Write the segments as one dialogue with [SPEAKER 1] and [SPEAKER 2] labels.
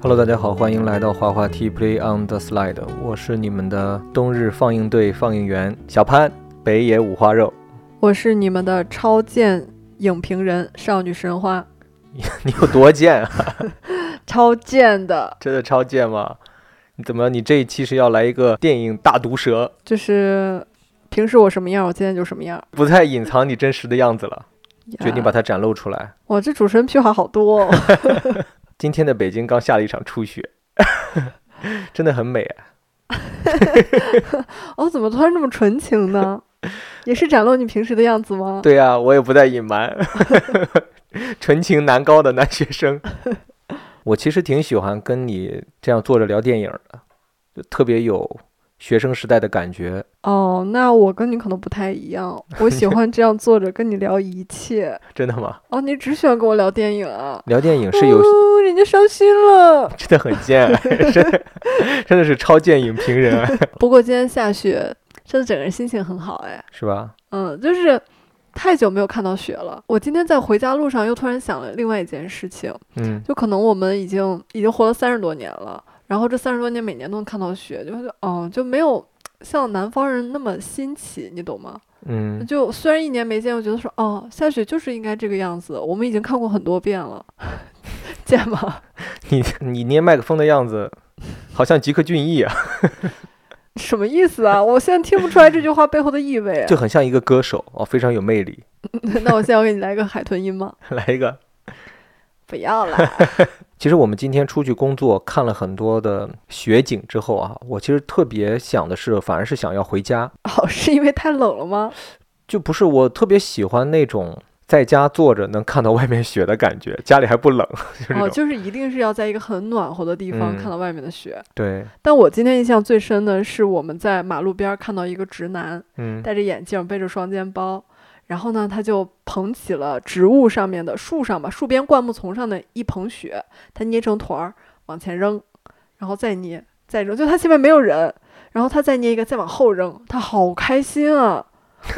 [SPEAKER 1] Hello，大家好，欢迎来到滑滑梯 Play on the Slide，我是你们的冬日放映队放映员小潘，北野五花肉。
[SPEAKER 2] 我是你们的超贱影评人少女神话，
[SPEAKER 1] 你有多贱啊？
[SPEAKER 2] 超贱的，
[SPEAKER 1] 真的超贱吗？你怎么，你这一期是要来一个电影大毒舌，
[SPEAKER 2] 就是平时我什么样，我今天就什么样。
[SPEAKER 1] 不再隐藏你真实的样子了， 决定把
[SPEAKER 2] 它，
[SPEAKER 1] 它展露出来。
[SPEAKER 2] 我这主持人屁话好多、哦。
[SPEAKER 1] 今天的北京刚下了一场初雪， 真的很美啊。
[SPEAKER 2] 我、哦怎么突然这么纯 情呢？也是展露你平时的样子吗？
[SPEAKER 1] 对呀、我也不再隐瞒，纯情男高的男学生。我其实挺喜欢跟你这样坐着聊电影的，就特别有学生时代的感觉。
[SPEAKER 2] 哦，那我跟你可能不太一样，我喜欢这样坐着跟你聊一 切。
[SPEAKER 1] 真的吗？
[SPEAKER 2] 哦，你只喜欢跟我聊电影啊？
[SPEAKER 1] 聊电影是 有、
[SPEAKER 2] 哦，人家伤心了。
[SPEAKER 1] 真的很贱，啊真的真的是超贱影评人啊，
[SPEAKER 2] 不过今天下雪，真的整个人心情很好哎。
[SPEAKER 1] 是吧？
[SPEAKER 2] 嗯，就是太久没有看到雪了。我今天在回家路上又突然想了另外一件事情，
[SPEAKER 1] 嗯，
[SPEAKER 2] 就可能我们已经已经活了三十多年了，然后这三十多年每年都能看到雪，就就哦就没有像南方人那么新奇，你懂吗？
[SPEAKER 1] 嗯，
[SPEAKER 2] 就虽然一年没见，我觉得说哦下雪就是应该这个样子，我们已经看过很多遍了， 见吗？
[SPEAKER 1] 你你捏麦克风的样子，好像吉克隽逸啊，
[SPEAKER 2] 什么意思啊？我现在听不出来这句话背后的意味。
[SPEAKER 1] 就很像一个歌手哦，非常有魅力。
[SPEAKER 2] 那我现在要给你来个海豚音吗？
[SPEAKER 1] 来一个，
[SPEAKER 2] 不要啦，
[SPEAKER 1] 其实我们今天出去工作，看了很多的雪景之后啊，我其实特别想的是，反而是想要回家，
[SPEAKER 2] 哦，是因为太冷了吗？
[SPEAKER 1] 就不是我特别喜欢那种在家坐着能看到外面雪的感觉， 家里还不冷，就是这种。
[SPEAKER 2] 哦，就是一定是要在一个很暖和的地方
[SPEAKER 1] 嗯
[SPEAKER 2] 看到外面的雪。
[SPEAKER 1] 对，
[SPEAKER 2] 但我今天印象最深的是我们在马路边儿看到一个直男，
[SPEAKER 1] 嗯，
[SPEAKER 2] 戴着眼镜，背着双肩包，然后呢，他就捧起了植物上面的树上吧，树边灌木丛上的一捧雪，他捏成团儿往前扔，然后再捏，再扔，就他前面没有人，然后他再捏一个，再往后扔，他好开心啊！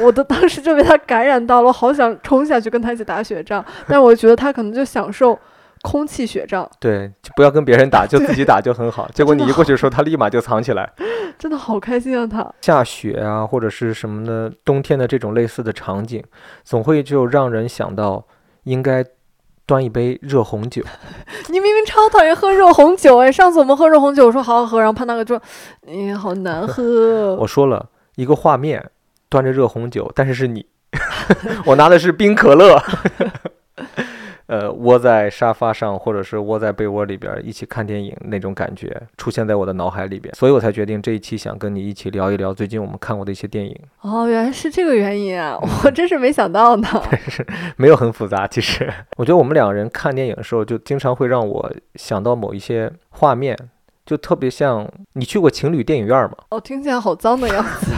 [SPEAKER 2] 我的 当时就被他感染到了，我好想冲下去跟他一起打雪仗，但我觉得他可能就享受空气雪仗，
[SPEAKER 1] 对，就不要跟别人打，就自己打就很 好。结果
[SPEAKER 2] 真
[SPEAKER 1] 你
[SPEAKER 2] 的
[SPEAKER 1] 一过去的时候，他立马就藏起来。
[SPEAKER 2] 真的好开心啊！他，
[SPEAKER 1] 下雪啊，或者是什么的，冬天的这种类似的场景，总会就让人想到应该端一杯热红酒。
[SPEAKER 2] 你明明超讨厌喝热红酒哎！上次我们喝热红酒，我说好好喝，然后潘大哥就说：“你、好难 喝。
[SPEAKER 1] 我说了一个画面，端着热红酒，但是是你， 我拿的是冰可乐。 呃，窝在沙发上，或者是窝在被窝里边儿一起看电影那种感觉，出现在我的脑海里边，所以我才决定这一期想跟你一起聊一聊最近我们看过的一些电影，”
[SPEAKER 2] 哦，原来是这个原因啊！我真是没想到呢。
[SPEAKER 1] 没有很复杂。其实， 我觉得我们两个人看电影的时候，就经常会让我想到某一些画面，就特别像你去过情侣电影院吗？
[SPEAKER 2] 哦，听起来好脏的样子。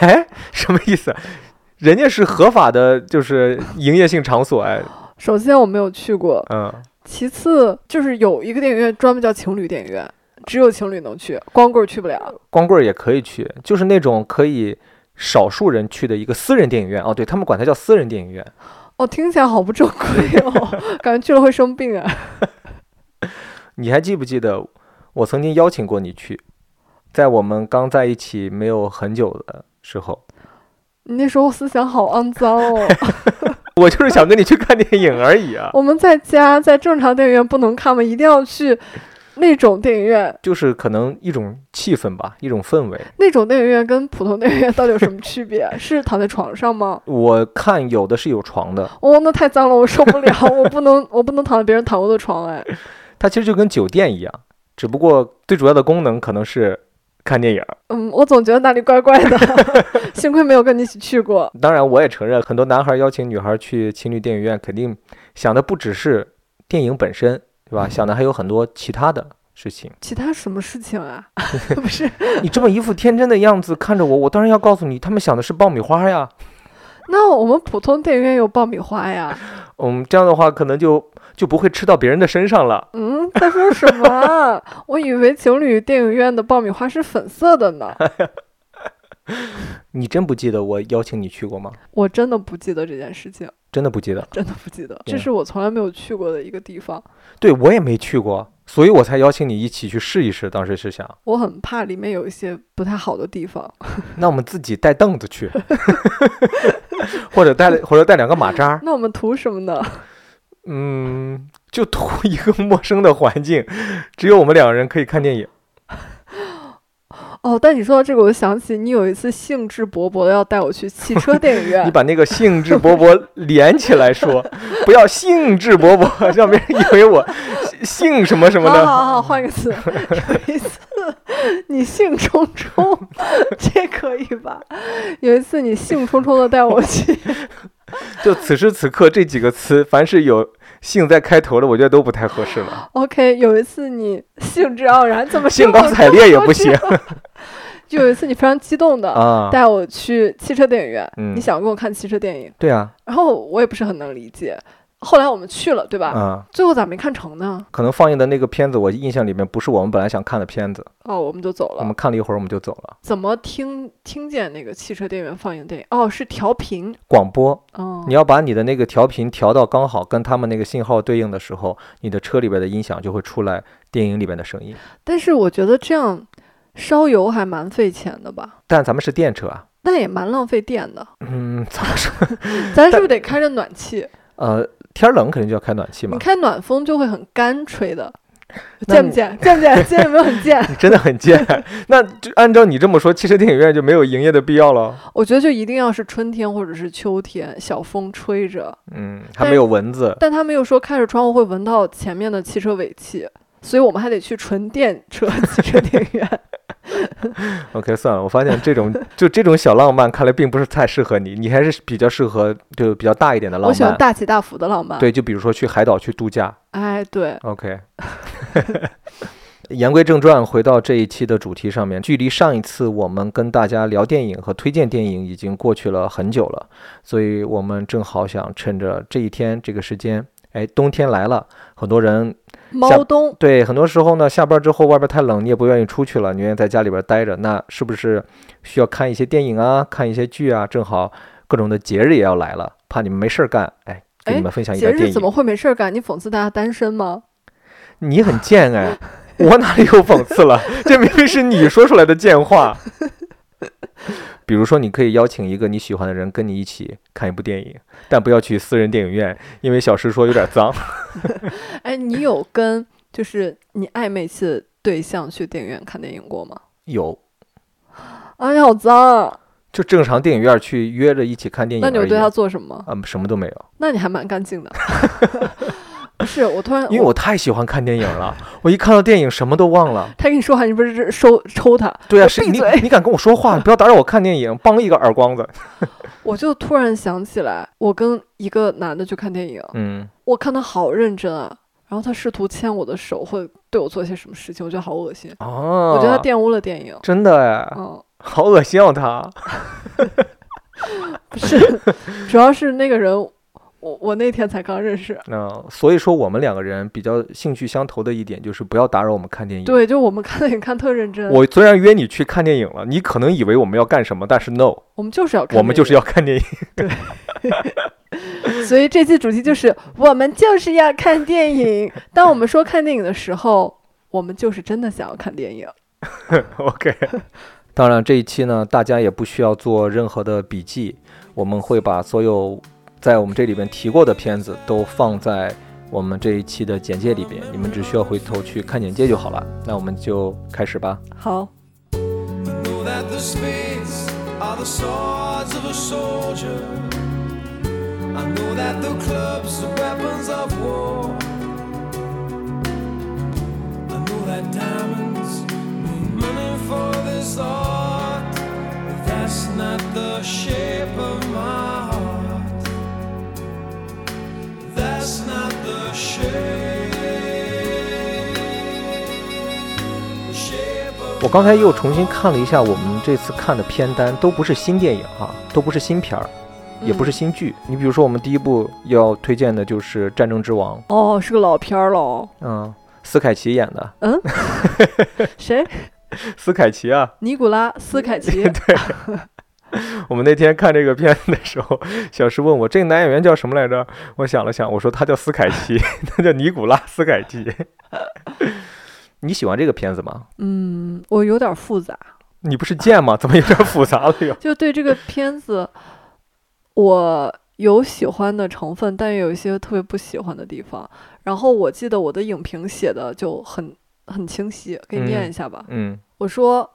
[SPEAKER 1] 哎，什么意思？人家是合法的，就是营业性场所哎，
[SPEAKER 2] 首先我没有去过，
[SPEAKER 1] 嗯，
[SPEAKER 2] 其次就是有一个电影院专门叫情侣电影院，只有情侣能去，光棍儿去不了。
[SPEAKER 1] 光棍儿也可以去，就是那种可以少数人去的一个私人电影院哦，对他们管它叫私人电影院。
[SPEAKER 2] 哦，听起来好不正规哦，感觉去了会生病啊！
[SPEAKER 1] 你还记不记得我曾经邀请过你去，在我们刚在一起没有很久的时候，
[SPEAKER 2] 你那时候思想好肮脏哦。，
[SPEAKER 1] 我就是想跟你去看电影而已啊
[SPEAKER 2] 我们在家在正常电影院不能看吗？一定要去那种电影院。
[SPEAKER 1] 就是可能一种气氛吧，一种氛围。
[SPEAKER 2] 那种电影院跟普通电影院到底有什么区别？ 是躺在床上吗？
[SPEAKER 1] 我看有的是有床的，
[SPEAKER 2] 哦，那太脏了，我受不了， 我不能，我不能躺在别人躺过的床，哎，
[SPEAKER 1] 它其实就跟酒店一样，只不过最主要的功能可能是看电影。
[SPEAKER 2] 嗯，我总觉得哪里怪怪的， 幸亏没有跟你一起去过。
[SPEAKER 1] 当然，我也承认，很多男孩邀请女孩去情侣电影院，肯定想的不只是电影本身，对吧？想的还有很多其他的事情。
[SPEAKER 2] 其他什么事情啊？ 不是，
[SPEAKER 1] 你这么一副天真的样子看着我，我当然要告诉你，他们想的是爆米花呀。
[SPEAKER 2] 那我们普通电影院有爆米花呀？
[SPEAKER 1] 嗯，这样的话可能就就不会吃到别人的身上了。
[SPEAKER 2] 嗯，在说什么啊？ 我以为情侣电影院的爆米花是粉色的呢，
[SPEAKER 1] 你真不记得我邀请你去过吗？
[SPEAKER 2] 我真的不记得这件事情，
[SPEAKER 1] 真的不记得。
[SPEAKER 2] 真的不记得，
[SPEAKER 1] 对
[SPEAKER 2] 这是我从来没有去过的一个地方。
[SPEAKER 1] 对我也没去过，所以我才邀请你一起去试一试。当时是想，
[SPEAKER 2] 我很怕里面有一些不太好的地方。
[SPEAKER 1] 那我们自己带凳子去， 或者带或者带两个马扎，
[SPEAKER 2] 那我们图什么呢？
[SPEAKER 1] 嗯，就图一个 陌生的环境，只有我们两个人可以看电影。
[SPEAKER 2] 哦，但你说到这个，我就想起你有一次兴致勃勃的要带我去汽车电影
[SPEAKER 1] 你
[SPEAKER 2] 院，
[SPEAKER 1] 把那个兴致勃勃连起来说， 不要兴致勃勃， 让别人以为我兴什么什么
[SPEAKER 2] 好
[SPEAKER 1] 的。
[SPEAKER 2] 好好，换个词。有一次你兴冲冲，这可以吧？有一次你兴冲冲的带我去，
[SPEAKER 1] 就此时此刻这几个词，凡是有“兴”在开头的，我觉得都不太合适了。
[SPEAKER 2] OK，有一次你兴致盎然，怎么
[SPEAKER 1] 兴
[SPEAKER 2] 这
[SPEAKER 1] 高
[SPEAKER 2] 么
[SPEAKER 1] 采
[SPEAKER 2] 多
[SPEAKER 1] 烈也
[SPEAKER 2] 都
[SPEAKER 1] 不
[SPEAKER 2] 是
[SPEAKER 1] 行
[SPEAKER 2] 就有一次你非常激动的
[SPEAKER 1] 啊。
[SPEAKER 2] 带我去汽车电影院，
[SPEAKER 1] 嗯
[SPEAKER 2] 你想跟我看汽车电影，
[SPEAKER 1] 对啊，
[SPEAKER 2] 然后我也不是很能理解。后来我们去了，对吧？
[SPEAKER 1] 嗯，
[SPEAKER 2] 最后咋没看成呢？
[SPEAKER 1] 可能放映的那个片子，我印象里面不是我们本来想看的片子，
[SPEAKER 2] 哦，我们就走
[SPEAKER 1] 我
[SPEAKER 2] 了。
[SPEAKER 1] 们看了一会儿我们就走了。
[SPEAKER 2] 怎么听听见那个汽车电影院放映电影？哦，是调频。
[SPEAKER 1] 广播，
[SPEAKER 2] 哦，
[SPEAKER 1] 你要把你的那个调频调到刚好跟他们那个信号对应的时候，你的车里边的音响就会出来电影里边的声音。
[SPEAKER 2] 但是我觉得这样烧油还蛮费钱的吧？
[SPEAKER 1] 但咱们是电车啊，
[SPEAKER 2] 但也蛮浪费电 的。
[SPEAKER 1] 嗯，怎么说？
[SPEAKER 2] 咱是不是得开着暖气？
[SPEAKER 1] 呃，天儿冷肯定就要开暖气嘛
[SPEAKER 2] 你。开暖风就会很干吹的，
[SPEAKER 1] 那
[SPEAKER 2] 贱不
[SPEAKER 1] 你
[SPEAKER 2] 贱？贱不贱？贱有没有很贱？
[SPEAKER 1] 你真的很贱。 那就按照你这么说，汽车电影院就没有营业的必要了。
[SPEAKER 2] 我觉得就一定要是春天或者是秋天，小风吹着。
[SPEAKER 1] 嗯，还没有蚊子。
[SPEAKER 2] 但他们又说开着窗户会闻到前面的汽车尾气，所以我们还得去纯电车 汽车电影院。
[SPEAKER 1] OK，算了，我发现这 种就这种小浪漫，看来并不是太适合你。你还是比较适合就比较大一点的 浪
[SPEAKER 2] 我喜欢
[SPEAKER 1] 漫。
[SPEAKER 2] 大起大伏的浪漫。，
[SPEAKER 1] 对，就比如说去海岛去度假。
[SPEAKER 2] 哎，对，
[SPEAKER 1] OK 。 言归正传，回到这一期的主题上面。距离上一次我们跟大家聊电影和推荐电影已经过去了很久了，所以我们正好想趁着这一天这个时间，哎，冬天来了，很多人
[SPEAKER 2] 猫冬
[SPEAKER 1] 对，很多时候呢，下班之后外边太冷，你也不愿意出去了，你愿意在家里边待着。那是不是需要看一些电影啊，看一些剧啊？正好各种的节日也要来了，怕你们没事儿干，哎，给你
[SPEAKER 2] 哎
[SPEAKER 1] 们分享一
[SPEAKER 2] 节
[SPEAKER 1] 点电
[SPEAKER 2] 日
[SPEAKER 1] 影。
[SPEAKER 2] 怎么会没事儿干？你讽刺大家单身吗？
[SPEAKER 1] 你很贱哎，我哪里有讽刺 了？这明明是你说出来的贱话。比如说，你可以邀请一个你喜欢的人跟你一起看一部电影，但不要去私人电影院，因为小石说有点脏。
[SPEAKER 2] 哎，你有跟就是你暧昧期的对象去电影院看电影过吗？
[SPEAKER 1] 有，
[SPEAKER 2] 哎呀，好脏啊！
[SPEAKER 1] 就正常电影院去约着一起看电影
[SPEAKER 2] 那
[SPEAKER 1] 而已。啊
[SPEAKER 2] 你有对他做什么吗？
[SPEAKER 1] 嗯，什么都没有。
[SPEAKER 2] 那你还蛮 干净的。不是，呃我突然
[SPEAKER 1] 因为我太喜欢看电影了，我一看到电影什么都忘 了。
[SPEAKER 2] 他跟你说话，你不是收抽他？
[SPEAKER 1] 对啊，
[SPEAKER 2] 我
[SPEAKER 1] 是
[SPEAKER 2] 闭
[SPEAKER 1] 你
[SPEAKER 2] 嘴
[SPEAKER 1] 你敢跟我说 话，你不要打扰我看电影，梆一个耳光子。
[SPEAKER 2] 我就突然想起来，我跟一个男的去看电影，
[SPEAKER 1] 嗯，
[SPEAKER 2] 我看他好认真啊，然后他试图牵我的手，会对我做些什么事情，我觉得好恶心，
[SPEAKER 1] 哦，
[SPEAKER 2] 我觉得他玷污了电影。
[SPEAKER 1] 真的哎，
[SPEAKER 2] 嗯，
[SPEAKER 1] 好恶心哦他。
[SPEAKER 2] 不 是，主要是那个人，我我那天才刚认识。
[SPEAKER 1] 嗯、所以说我们两个人比较兴趣相投的一点就是不要打扰我们看电影。
[SPEAKER 2] 对，就我们看电影看 特认真，我
[SPEAKER 1] 嗯我虽然约你去看电影了，你可能以为我们要干什么，但是 no，
[SPEAKER 2] 们就是要看，
[SPEAKER 1] 我们就是要，看电影。
[SPEAKER 2] 所以这期主题就是我们就是要看 电影。当我们说看电影的时候，我们就是真的想要看电影。
[SPEAKER 1] OK，当 然这一期呢，大家也不需要做任何的笔记，我们会把所有在我们这里边提过的片子都放在我们这一期的简介里边，你们只需要回头去看简介就好了。那我们就开始吧。
[SPEAKER 2] 好，
[SPEAKER 3] Know that the spades are the swords of a soldier. I know that the clubs are weapons of war. I know that diamonds mean money for this art. But that's not the shape of my heart. That's not the shape. shape of
[SPEAKER 1] 我刚才又重新看了一下我们这次看的片单，都不是新电影啊，都不是新片儿，也
[SPEAKER 2] 嗯
[SPEAKER 1] 不是新剧。你比如说，我们第一部要推荐的就是《战争之王》，
[SPEAKER 2] 哦，是个老片儿哦喽。
[SPEAKER 1] 嗯，斯凯奇演的，
[SPEAKER 2] 谁？
[SPEAKER 1] 斯凯奇啊，
[SPEAKER 2] 尼古拉斯 凯奇。
[SPEAKER 1] 我们那天看这个片子的时候，小石问我这个男演员叫什 么来着？我想了想，我说他叫斯凯奇，他叫尼古拉斯凯奇。你喜欢这个片子吗？
[SPEAKER 2] 嗯，我有点复杂，
[SPEAKER 1] 你不是贱吗？怎么有点复杂了又？
[SPEAKER 2] 就对这个片子，我有喜欢的成分，但也有一些特别不喜欢的地方。然后我记得我的影评写的就很很清晰，给你念一下吧。
[SPEAKER 1] 嗯
[SPEAKER 2] 我说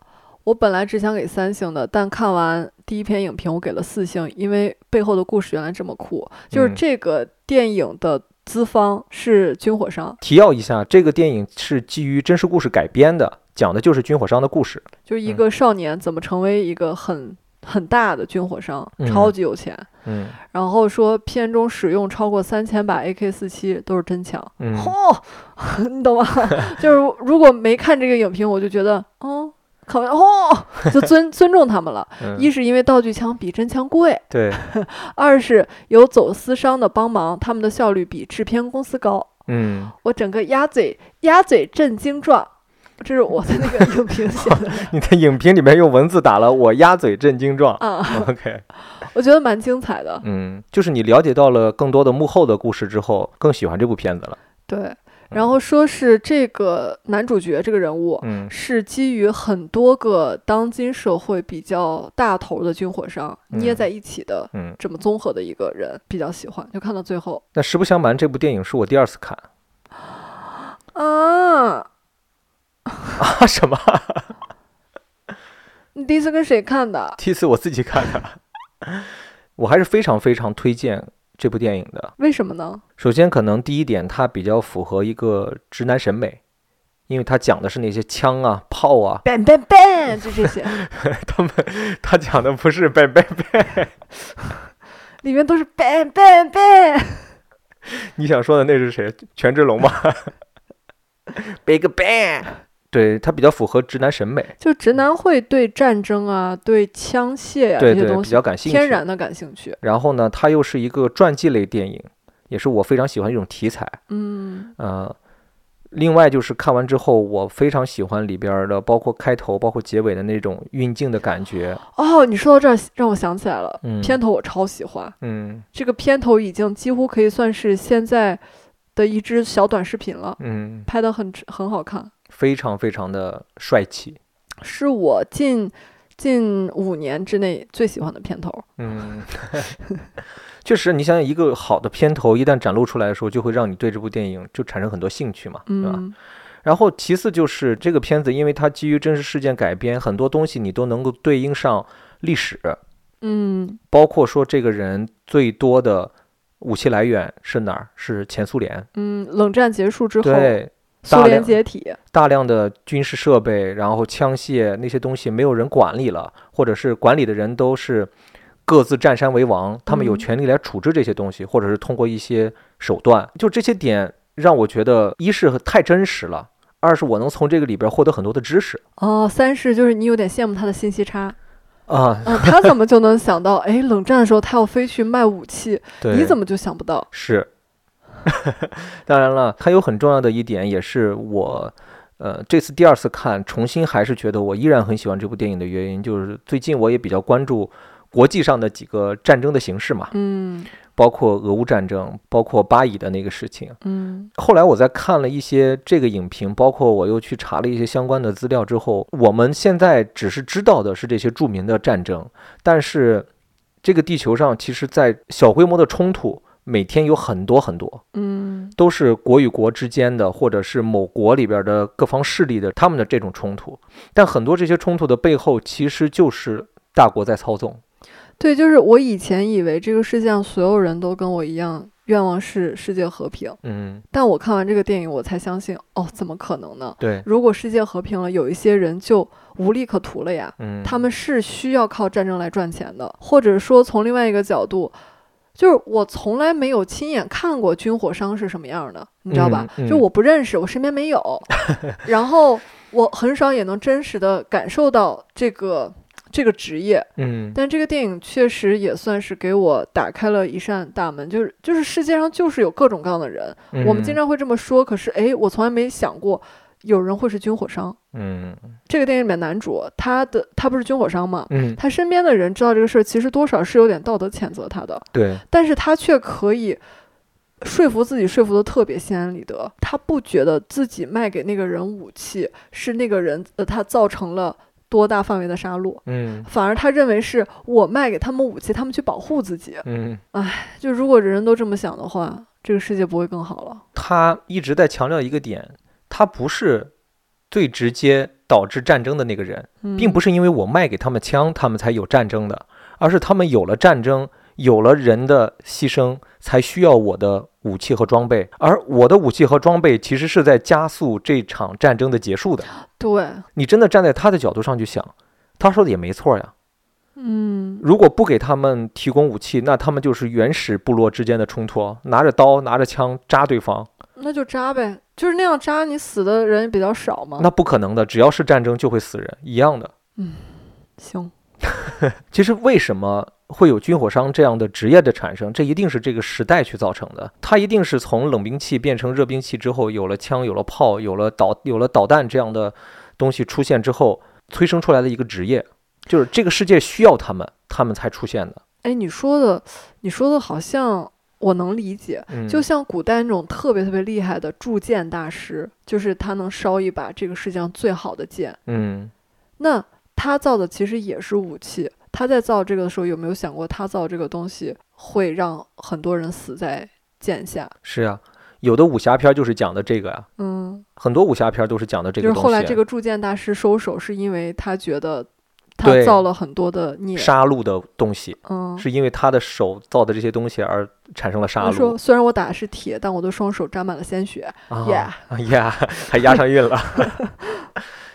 [SPEAKER 2] 我本来只想给三星的，但看完第一篇影评，我给了四星，因为背后的故事原来这么酷。就是
[SPEAKER 1] 嗯
[SPEAKER 2] 这个电影的资方是军火商，
[SPEAKER 1] 提要一下，这个电影是基于真实故事改编的，讲的就是军火商的故事。
[SPEAKER 2] 就是一
[SPEAKER 1] 嗯
[SPEAKER 2] 个少年怎么成为一个很很大的军火商，
[SPEAKER 1] 嗯
[SPEAKER 2] 超级有钱。
[SPEAKER 1] 嗯
[SPEAKER 2] 然后说片中使用超过三千把 AK 四七都是真枪，
[SPEAKER 1] 嗯
[SPEAKER 2] 哦，你懂吗？ 就是如果没看这个影评，我就觉得哦，考哦，就尊尊重他们了。
[SPEAKER 1] 嗯
[SPEAKER 2] 一是因为道具枪比真枪贵，
[SPEAKER 1] 对，
[SPEAKER 2] 二是有走私商的帮忙，他们的效率比制片公司高。
[SPEAKER 1] 嗯，
[SPEAKER 2] 我整个鸭嘴鸭嘴震惊状，这是我的那个影评写 的
[SPEAKER 1] 你在影评里面用文字打了“我鸭嘴震惊状。
[SPEAKER 2] 啊，”
[SPEAKER 1] OK，
[SPEAKER 2] 我觉得蛮精彩的。
[SPEAKER 1] 嗯，就是你了解到了更多的幕后的故事之后，更喜欢这部片子了。
[SPEAKER 2] 对，然后说是这个男主角这个人物，
[SPEAKER 1] 嗯
[SPEAKER 2] 是基于很多个当今社会比较大头的军火商
[SPEAKER 1] 嗯
[SPEAKER 2] 捏在一起的
[SPEAKER 1] 嗯。
[SPEAKER 2] 这么综合的一个人，比较喜欢。就看到最后
[SPEAKER 1] 那实不相瞒，这部电影是我第二次看
[SPEAKER 2] 啊，
[SPEAKER 1] 啊， 什么？
[SPEAKER 2] 你第一次跟谁看的？
[SPEAKER 1] 第一次我自己看的， 我还是非常非常推荐这部电影的。
[SPEAKER 2] 为什么呢？
[SPEAKER 1] 首先，可能第一点，它比较符合一个直男审美，因为它讲的是那些枪啊、炮啊，
[SPEAKER 2] bang bang bang，就这些，
[SPEAKER 1] 他们他讲的不是被被被
[SPEAKER 2] 里面都是 bang bang bang。
[SPEAKER 1] 你想说的那是谁？权志龙吗？Big Bang，对，它比较符合直男审美，
[SPEAKER 2] 就直男会对战争啊、对枪械呀、
[SPEAKER 1] 对
[SPEAKER 2] 这些
[SPEAKER 1] 对，
[SPEAKER 2] 东
[SPEAKER 1] 比
[SPEAKER 2] 西
[SPEAKER 1] 较感兴趣。
[SPEAKER 2] 天然的感兴趣。
[SPEAKER 1] 然后呢，它又是一个传记类电影，也是我非常喜欢一种题材。
[SPEAKER 2] 嗯
[SPEAKER 1] 呃，另外就是看完之后，我非常喜欢里边儿的，包括开头、包括结尾的那种运镜的感觉。
[SPEAKER 2] 哦，你说到这儿让我想起来了，
[SPEAKER 1] 嗯
[SPEAKER 2] 片头我超喜欢。
[SPEAKER 1] 嗯
[SPEAKER 2] 这个片头已经几乎可以算是现在的一支小短视频了，
[SPEAKER 1] 嗯，
[SPEAKER 2] 拍的很很好看，
[SPEAKER 1] 非常非常的帅气。
[SPEAKER 2] 是我近近五年之内最喜欢的片头。
[SPEAKER 1] 嗯， 确实，你想想一个好的片头一旦展露出来的时候，就会让你对这部电影就产生很多兴趣嘛，对吧？
[SPEAKER 2] 嗯，
[SPEAKER 1] 然后其次就是这个片子，因为它基于真实事件改编，很多东西你都能够对应上历史，
[SPEAKER 2] 嗯，
[SPEAKER 1] 包括说这个人最多的武器来源是哪儿？是前苏联。
[SPEAKER 2] 嗯，冷战结束之后，
[SPEAKER 1] 对，大
[SPEAKER 2] 苏联
[SPEAKER 1] 量
[SPEAKER 2] 解体，
[SPEAKER 1] 大量的军事设备，然后枪械那些东西没有人管理了，或者是管理的人都是各自占山为王，他们有
[SPEAKER 2] 嗯
[SPEAKER 1] 权利来处置这些东西，或者是通过一些手段。就这些点让我觉得，一是太真实了，二是我能从这个里边获得很多的知识
[SPEAKER 2] 哦，三是就是你有点羡慕他的信息差，
[SPEAKER 1] 啊。
[SPEAKER 2] 嗯，他怎么就能想到，哎，冷战的时候他要飞去卖武器，
[SPEAKER 1] 对，
[SPEAKER 2] 你怎
[SPEAKER 1] 么
[SPEAKER 2] 么就想不到？
[SPEAKER 1] 是？ 当然了，还有很重要的一点，也是我。呃，这次第二次看，重新还是觉得我依然很喜欢这部电影的原因，就是最近我也比较关注国际上的几个战争的形势嘛，
[SPEAKER 2] 嗯
[SPEAKER 1] 包括俄乌战争，包括巴以的那个事情。
[SPEAKER 2] 嗯
[SPEAKER 1] 后来我在看了一些这个影评，包括我又去查了一些相关的资料之后，我们现在只是知道的是这些著名的战争，但是这个地球上其实，在小规模的冲突每天有很多很多，
[SPEAKER 2] 嗯
[SPEAKER 1] 都是国与国之间的，或者是某国里边的各方势力的他们的这种冲突。但很多这些冲突的背后，其实就是大国在操纵。
[SPEAKER 2] 对，就是我以前以为这个世界上所有人都跟我一样，愿望是世界和平。
[SPEAKER 1] 嗯，
[SPEAKER 2] 但我看完这个电影，我才相信，哦，怎么可能呢？
[SPEAKER 1] 对，
[SPEAKER 2] 如果世界和平了，有一些人就无利可图了呀。
[SPEAKER 1] 嗯，
[SPEAKER 2] 他们是需要靠战争来赚钱的，或者说从另外一个角度，就是我从来没有亲眼看过军火商是什么样的，你知道吧？
[SPEAKER 1] 嗯嗯
[SPEAKER 2] 就我不认识，我身边 没有，然后我很少也能真实的感受到这个这个职业，
[SPEAKER 1] 嗯，
[SPEAKER 2] 但这个电影确实也算是给我打开了一扇大门，就是就是世界上就是有各种各样的人，
[SPEAKER 1] 嗯
[SPEAKER 2] 我们经常会这么说，可是诶，我从来没想过有人会是军火商。
[SPEAKER 1] 嗯
[SPEAKER 2] 这个电影里面男主他的他不是军火商嘛，
[SPEAKER 1] 嗯，
[SPEAKER 2] 他身边的人知道这个事儿，其实多少是有点道德谴责他的，
[SPEAKER 1] 对，
[SPEAKER 2] 但是他却可以说服自己说服的特别心安理得，他不觉得自己卖给那个人武器是那个人呃他造成了多大范围的杀戮，
[SPEAKER 1] 嗯
[SPEAKER 2] 反而他认为是我卖给他们武器，他们去保护自己。
[SPEAKER 1] 嗯，
[SPEAKER 2] 就如果人人都这么想的话，这个世界不会更好了。
[SPEAKER 1] 他一直在强调一个点，他不是最直接导致战争的那个人，
[SPEAKER 2] 嗯、
[SPEAKER 1] 并不是因为我卖给他们枪，他们才有战争的，而是他们有了战争，有了人的牺牲，才需要我的武器和装备，而我的武器和装备其实是在加速这场战争的结束的。
[SPEAKER 2] 对，
[SPEAKER 1] 你真的站在他的角度上去想，他说的也没错呀。
[SPEAKER 2] 嗯，
[SPEAKER 1] 如果不给他们提供武器，那他们就是原始部落之间的冲突，拿着刀拿着枪扎对方，
[SPEAKER 2] 那就扎呗，就是那样扎，你死的人也比较少嘛。
[SPEAKER 1] 那不可能的。只要是战争就会死人，一样的。
[SPEAKER 2] 行，
[SPEAKER 1] 其实为什么会有军火商这样的职业的产生？这一定是这个时代去造成的。它一定是从冷兵器变成热兵器之后，有了枪，有了炮，有了导，有了导弹这样的东西出现之后，催生出来的一个职业，就是这个世界需要他们，他们才出现的。
[SPEAKER 2] 哎，你说的，你说的好像我能理解，
[SPEAKER 1] 嗯，
[SPEAKER 2] 就像古代那种特别特别厉害的铸剑大师，就是他能烧一把这个世界上最好的剑。
[SPEAKER 1] 嗯
[SPEAKER 2] 那他造的其实也是武器。他在造这个的时候，有没有想过他造这个东西会让很多人死在剑下？
[SPEAKER 1] 是啊，有的武侠片就是讲的这个呀、
[SPEAKER 2] 嗯，
[SPEAKER 1] 很多武侠片都是讲的这个
[SPEAKER 2] 就
[SPEAKER 1] 东西。
[SPEAKER 2] 是
[SPEAKER 1] 啊
[SPEAKER 2] 后来这个铸剑大师收手，是因为他觉得他
[SPEAKER 1] 对
[SPEAKER 2] 造了很多的孽。
[SPEAKER 1] 杀戮的东西，
[SPEAKER 2] 嗯，
[SPEAKER 1] 是因为他的手造的这些东西而产生了杀
[SPEAKER 2] 他说
[SPEAKER 1] 戮
[SPEAKER 2] 虽然我打的是铁，但我的双手沾满了鲜血。
[SPEAKER 1] 啊
[SPEAKER 2] Yeah
[SPEAKER 1] 啊呀， 还押上韵了。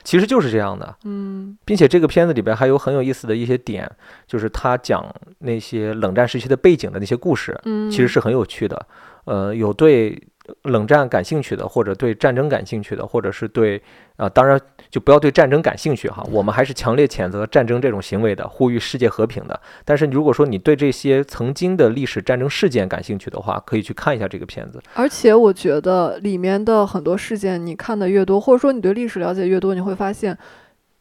[SPEAKER 1] 其实就是这样的，
[SPEAKER 2] 嗯
[SPEAKER 1] 并且这个片子里边还有很有意思的一些点，就是他讲那些冷战时期的背景的那些故事，
[SPEAKER 2] 嗯，
[SPEAKER 1] 其实是很有趣的。呃，有对冷战感兴趣的，或者对战争感兴趣的，或者是对啊、当然就不要对战争感兴趣哈。我们还是强烈谴责战争这种行为的，呼吁世界和平的。但是如果说你对这些曾经的历史战争事件感兴趣的话，可以去看一下这个片子。
[SPEAKER 2] 而且我觉得里面的很多事件，你看的越多，或者说你对历史了解越多，你会发现，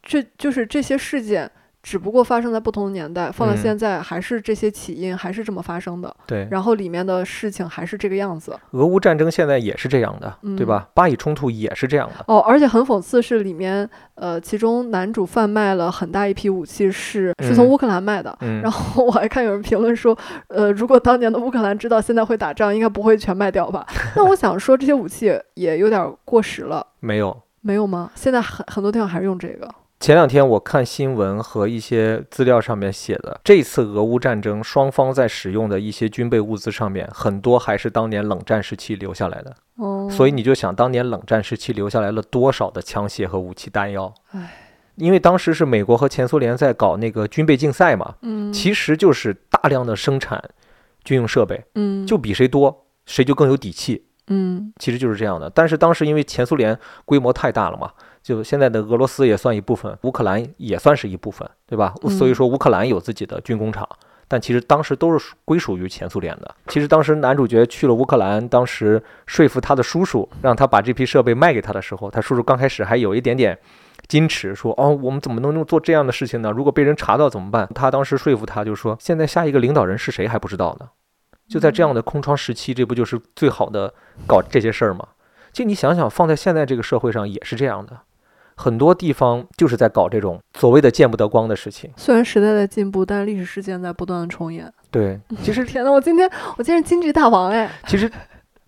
[SPEAKER 2] 这就是这些事件只不过发生在不同的年代，放到
[SPEAKER 1] 嗯
[SPEAKER 2] 现在还是这些起因还是这么发生的，
[SPEAKER 1] 对，
[SPEAKER 2] 然后里面的事情还是这个样子。
[SPEAKER 1] 俄乌战争现在也是这样的，对
[SPEAKER 2] 嗯
[SPEAKER 1] 吧？巴以冲突也是这样的。
[SPEAKER 2] 哦，而且很讽刺是里面，呃，其中男主贩卖了很大一批武器是是从
[SPEAKER 1] 嗯
[SPEAKER 2] 乌克兰卖的。
[SPEAKER 1] 嗯，
[SPEAKER 2] 然后我还看有人评论说，呃，如果当年的乌克兰知道现在会打仗，应该不会全卖掉 吧？那我想说，这些武器也也有点过时了。
[SPEAKER 1] 没有。
[SPEAKER 2] 没有吗？现在很很多地方还是用这个。
[SPEAKER 1] 前两天我看新闻和一些资料上面写的，这次俄乌战争双方在使用的一些军备物资上面，很多还是当年冷战时期留下来的。
[SPEAKER 2] 哦，
[SPEAKER 1] 所以你就想，当年冷战时期留下来了多少的枪械和武器弹药
[SPEAKER 2] 唉？
[SPEAKER 1] 因为当时是美国和前苏联在搞那个军备竞赛嘛，
[SPEAKER 2] 嗯，
[SPEAKER 1] 其实就是大量的生产军用设备，
[SPEAKER 2] 嗯
[SPEAKER 1] 就比谁多，谁就更有底气。
[SPEAKER 2] 嗯
[SPEAKER 1] 其实就是这样的。但是当时因为前苏联规模太大了嘛，就现在的俄罗斯也算一部分，乌克兰也算是一部分，对吧？
[SPEAKER 2] 嗯
[SPEAKER 1] 所以说乌克兰有自己的军工厂。但其实当时都是属归属于前苏联的。其实当时男主角去了乌克兰，当时说服他的叔叔让他把这批设备卖给他的时候，他叔叔刚开始还有一点点矜持，说：“哦，我们怎么能用做这样的事情呢？如果被人查到怎么办？”他当时说服他就说：“现在下一个领导人是谁还不知道呢。”就在这样的空窗时期，这不就是最好的搞这些事儿吗？就你想想，放在现在这个社会上也是这样的，很多地方就是在搞这种所谓的见不得光的事情。
[SPEAKER 2] 虽然时代在进步，但历史事件在不断的重演。
[SPEAKER 1] 对， 其实
[SPEAKER 2] 天呐，我今天我今天是金句大王 哎！
[SPEAKER 1] 其实